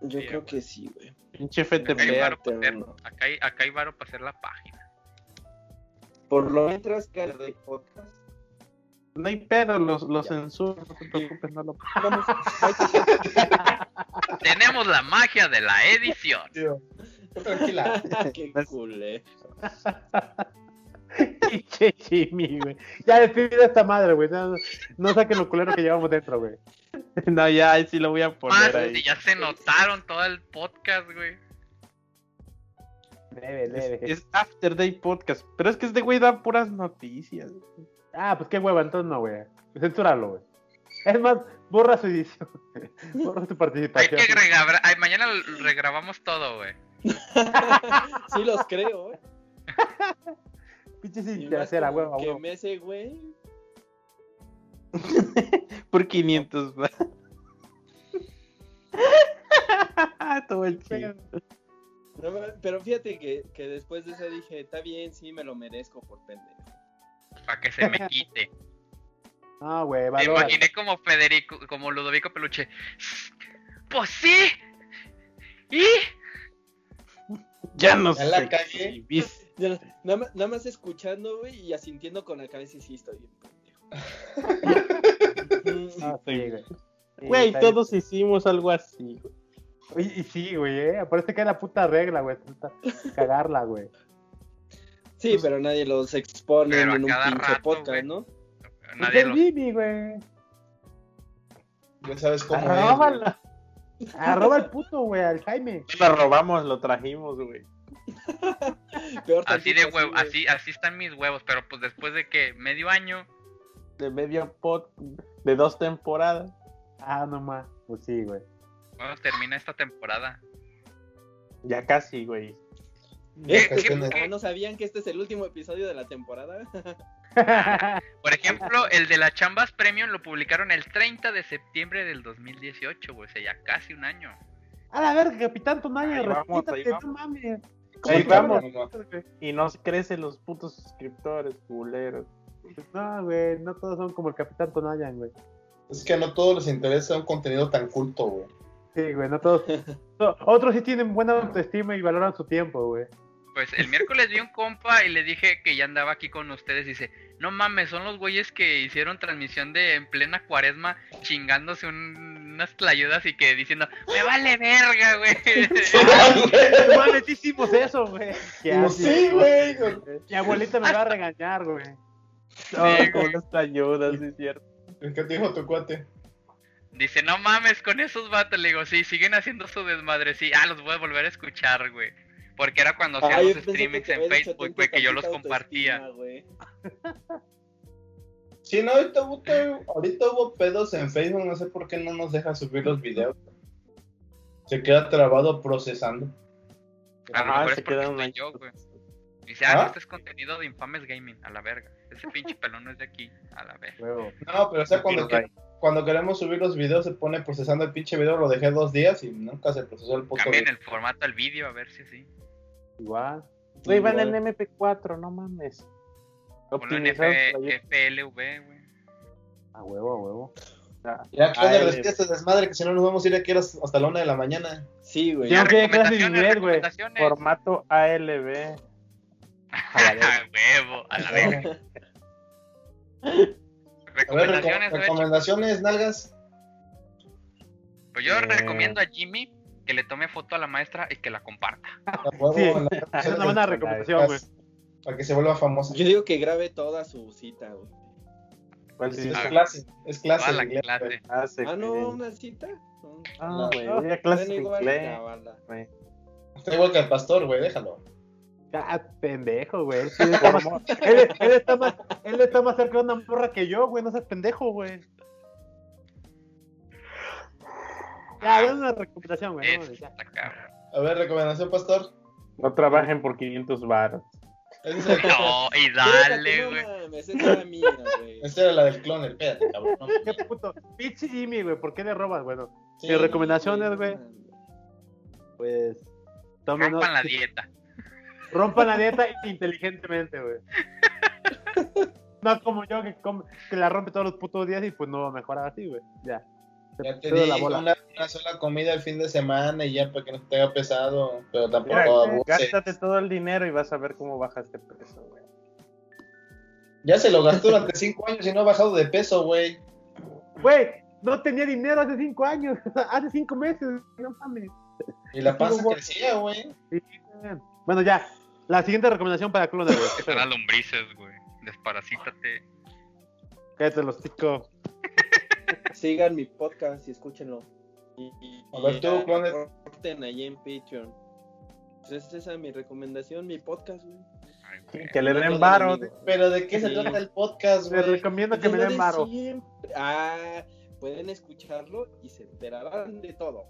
Yo Sí, creo güey. que sí, güey. Pinche Acá hay FTP. varo para Arte, hacer- uno. acá hay- Acá hay varo para hacer la página. Por lo mientras que le doy podcast. No hay pedo, los, los censuro, no te preocupes, no lo Vamos, Tenemos la magia de la edición. Tío, tranquila. qué culé. Pinche Jimmy, güey. Ya despide esta madre, güey. No, no saquen lo culero que llevamos dentro, güey. No, ya, ahí Ah, sí lo voy a Más, poner ahí. si ya se notaron todo el podcast, güey. Leve, Es, leve. es After Day Podcast. Pero es que este güey da puras noticias. Ah, pues qué hueva, entonces no, güey. Censúralo, güey. Es más, borra su edición. borra su Hay participación. que regrabar. ay, mañana lo- regrabamos todo, güey. sí los creo, eh. Pinche Y sin más hacer la como hueva, Que güey. me ese güey. Por 500 más. Todo el chido. No mames, pero fíjate que, que después de eso dije, está bien, sí, me lo merezco por pendejo. Para que se me quite. No, güey, Me valora. imaginé como Federico, como Ludovico Peluche. Pues sí. Y Ya no Ya sé. la cagué. Ya, Nada más, nada más escuchando, güey, y asintiendo con la cabeza y sí, estoy bien pendejo. Ah, sí, güey. Sí, Güey, está bien. todos hicimos algo así. Oye, y sí, güey, eh. Parece que es la puta regla, güey. puta- Cagarla, güey. sí, pero nadie los expone Pues Pero a en un cada pinche rato, podcast, güey. ¿no? nadie Pues lo. el Jimmy, güey. Ya sabes cómo es. güey. Arróbala. Arroba al puto, güey, al Jaime. Lo robamos, lo trajimos, güey. Peor Así tantito, de huevo, güey. así, así están mis huevos, pero pues después de que medio año, De medio pot, de dos temporadas. Ah, no más. Pues sí, güey. bueno, termina esta temporada. Ya casi, güey. ¿Qué- Pues, qué- ¿quién es? Ah, ¿No sabían que este es el último episodio de la temporada? Por ejemplo, el de las chambas premium lo publicaron el 30 de septiembre del 2018, güey, o sea, ya casi un año. A la verga, capitán pues, Tonaño, Ahí vamos, respítate, ahí no vamos. mames. Sí, Ahí te vamos. mamá. Y nos crecen los putos suscriptores, culeros. No, güey, no todos son como el capitán Tonayan, güey. Es que no todos les interesa un contenido tan culto, güey. Sí, güey, no todos. no, otros sí tienen buena autoestima y valoran su tiempo, güey. Pues el miércoles vi un compa y le dije que ya andaba aquí con ustedes. Y dice: No mames, son los güeyes que hicieron transmisión de en plena cuaresma chingándose un- unas tlayudas y que diciendo: Me vale verga, güey. No mames, sí hicimos eso, güey. Qué Pues asco, sí, güey. Mi abuelita me va a regañar, güey. No, con las ayudas, sí, es cierto. El que te dijo tu cuate. Dice: No mames, con esos vatos. Le digo: Sí, siguen haciendo su desmadre. Sí, ah, los voy a volver a escuchar, güey. Porque era cuando hacían Ah, yo los pensé que streamings te en había dicho, Facebook, "Ten güey, que yo los tantita compartía. autoestima, güey". Sí, no, ahorita hubo, ahorita hubo pedos en Facebook, no sé por qué no nos deja subir los videos. Se queda trabado procesando. A lo Ajá, mejor se es porque quedaron estoy ahí. yo, güey. Dice: Ah, ¿Ah? este es contenido de Infames Gaming, a la verga. Ese pinche pelón no es de aquí, a la verga. No, pero o sea, cuando, que- cuando queremos subir los videos se pone procesando el pinche video, lo dejé dos días y nunca se procesó el puto Cambien video. el formato al vídeo, a ver si así. Igual. Güey, van en Igual. MP4, no mames. Ponlo en E F- FLV, güey. A huevo, a huevo. Ya, Claudia, Ay, respira este desmadre, que si no nos vamos a ir aquí hasta la una de la mañana. Sí, güey. Ya. que dejar de Recomendaciones, vivir, güey. recomendaciones. Formato ALB. A huevo, a la verga. A ver, reco- Recomendaciones, güey. recomendaciones, nalgas. Pues yo Eh. recomiendo a Jimmy que le tome foto a la maestra y que la comparta. A huevo, Sí. en la- Esa es una buena recomendación, güey. Para que se vuelva famosa. Yo digo que grabe toda su cita, güey. ¿Cuál Sí, es Ah. clase, es clase. Toda la de inglés, clase. hace? Ah, no, güey? una cita. No. Ah, güey, No, voy a clases de Bueno, igual, inglés. grabarla. güey. Está igual que el pastor, güey, déjalo. Ah, pendejo, güey. Él, sí está más- él- él está más, él está más cerca de una morra que yo, güey. No seas pendejo, güey. Ya, dame una recomendación, güey. no, Es- ya. está cabrón. A ver, recomendación, pastor. No trabajen por 500 baros. Esa es el- No, y Quédate, dale, no güey. mames, esa era mía, güey. Esa era la del clon, espérate, cabrón. no, Qué puto. Pinche Jimmy, güey. ¿Por qué le robas, bueno? sí. Mis recomendaciones, güey. Pues. Tomen Rompan la dieta. Rompan la dieta inteligentemente, güey. No como yo que, come- que la rompe todos los putos días y pues no va a mejorar así, güey. Ya. Ya te Toda di la bola. una, una sola comida el fin de semana y ya para que no te haga pesado, pero tampoco Mira, eh, abuse. Gástate todo el dinero y vas a ver cómo bajas de peso, güey. Ya se lo gastó durante cinco años y no ha bajado de peso, güey. Güey, no tenía dinero hace cinco años, hace cinco meses, no mames. Y la panza Estuvo bueno. crecía, güey. Bueno, ya. La siguiente recomendación para Clona, güey. ¿Qué Son pedo? las lombrices, güey. Desparasítate. Cállate los chicos. Sigan mi podcast y escúchenlo. Y, y- A ver, y tú, ya, Clones. aporten ahí en Patreon. Pues esa es esa mi recomendación, mi podcast, güey. Ay, güey. Que le No todo den el varo. amigo. Pero ¿de qué se Sí. trata el podcast, Les güey? recomiendo que Yo me lo den varo. de siempre. Ah, pueden escucharlo y se enterarán de todo.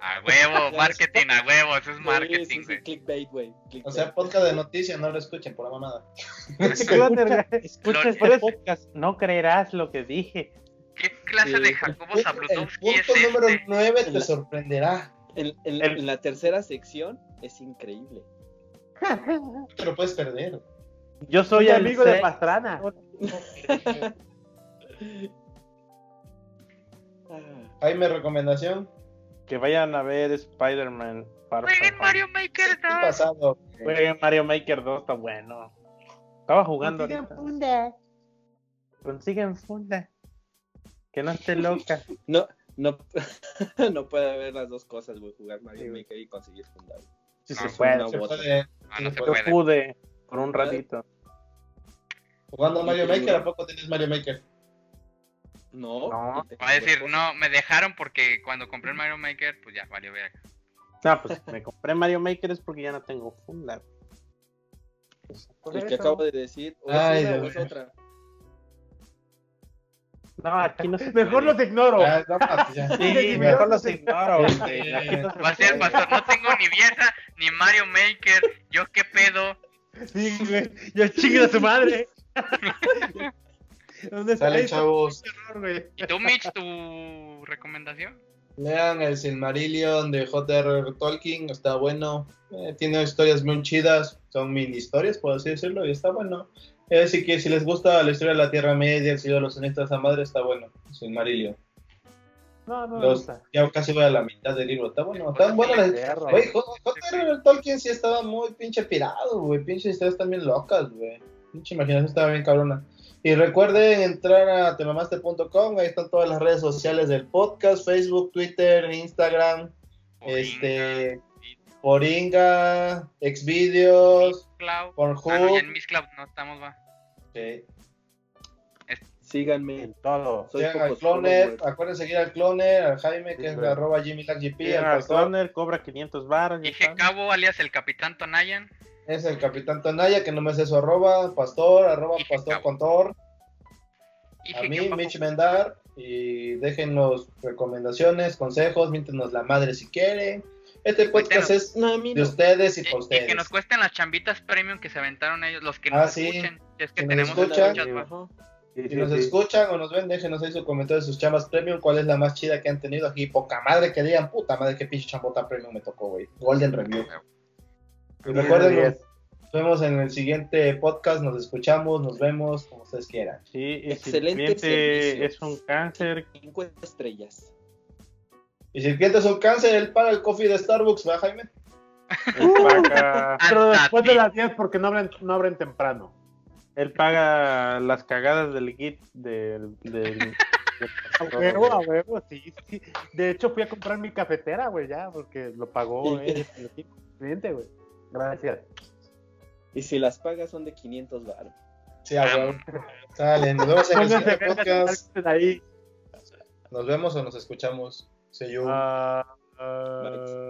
A huevo, marketing, a huevo. Eso es Sí, sí, marketing, sí, güey. clickbait, güey. clickbait. O sea, podcast de noticias, no lo escuchen por la mamada. Pues Escucha, Lo- escucha este podcast. No creerás lo que dije. ¿Qué clase Sí. de Jacobo El Zabludowski es punto número este? 9 te sorprenderá. En, en- El- en la tercera sección es increíble. Te lo puedes perder. Yo soy Soy el amigo de seis. Pastrana. Ah, Jaime, recomendación. Que vayan a ver Spider-Man. Far From Jueguen Home. Mario Maker 2. pasado. Jueguen Mario Maker 2, está bueno. Estaba jugando. ahorita. Consiguen funda. Que no esté loca. no, no, no puede haber las dos cosas, güey. Jugar Mario Maker y conseguir fundar. Si No, se sí, puede. no, se Se güey. puede. puede. Ah, no se Yo puede. pude por un ratito. Jugando Mario Maker, ¿a poco tienes Mario Maker? No. No. te- Va a decir, no, me dejaron porque cuando compré el Mario Maker, pues ya, valió verga. No, pues me compré Mario Maker es porque ya no tengo funda. El que acabo de decir, o es Ay, una o Dios es mío. otra. No, aquí no se Mejor los ignoro. Ya, no, mames, ya. Sí, Ya. mejor los ignoro. güey. Sí. Aquí no se Va a ser, puede. pastor, no tengo ni vieja, ni Mario Maker. Yo qué pedo. Sí, güey. Ya chingue a su madre. ¿Dónde está Sale, ese chavos. error, güey? ¿Y tú, Mitch, tu recomendación? Lean el Silmarillion de J.R.R. Tolkien, está bueno. Eh, tiene historias muy chidas, son mini historias, por así decirlo, y está bueno. Eh, Así que si les gusta la historia de la Tierra Media, el Señor de los Anillos, esa madre, está bueno. Silmarillion. No, no, no. Los- ya casi voy a la mitad del libro, está bueno. Están buenas las Perro. Güey, J- J.R.R. Tolkien sí estaba muy pinche pirado, güey. Pinche historias también locas, güey. Pinche imaginación estaba bien cabrona. Y recuerden entrar a temamaste.com, ahí están todas las redes sociales del podcast, Facebook, Twitter, Instagram, este, Poringa, Xvideos, Cloud. Ah, no, ya en Pornhub. eh, Miss Cloud no estamos, va. Sí. Síganme. En todo. Soy Sigan al Cocosculo, Cloner, güey. acuérdense seguir al Cloner, al Jaime, que Sí, es güey. arroba GimmyLackGP, al Llega al pastor, Cloner, cobra 500 baros. ya Dije saben. Cabo, alias el Capitán Tonayan. es el Capitán Tonaya, que no me sé su arroba, pastor, arroba Y pastor Jacobo. contor. Dije a mí, que Paco- Mitch Mendar, y déjenos recomendaciones, consejos, miéntenos la madre si quieren. Este podcast es No, a mí de no. ustedes y Y- por y ustedes. que nos cuesten las chambitas premium que se aventaron ellos, los que Ah, nos sí. escuchen. si Es que Si nos tenemos escuchan. escuchas, va. Ajá. Si nos escuchan o nos ven, déjenos ahí su comentario de sus chambas premium, cuál es la más chida que han tenido aquí. Poca madre que digan, puta madre, qué pinche chambota premium me tocó, güey. Golden Review. Y recuerden, Nos vemos en el siguiente podcast. Nos escuchamos, nos vemos, como ustedes quieran. Sí, y si el Excelente cliente servicio. es un cáncer, Cinco estrellas. Y si el cliente es un cáncer, él paga el coffee de Starbucks, ¿verdad, Jaime? él paga, Pero Hasta después de ti. las 10 porque no abren, no abren temprano. él paga las cagadas del git del... del- del- A huevo, a huevo, sí, sí. De hecho, fui a comprar mi cafetera, güey, ya, porque lo pagó eh, el cliente, güey. Gracias. Y si las pagas son de 500 baros. Sí, Ah, a huevo. Sale, nos vemos en el Pónganse siguiente vergas, podcast. sálganse de ahí. Nos vemos o nos escuchamos. See you. Ah, ah,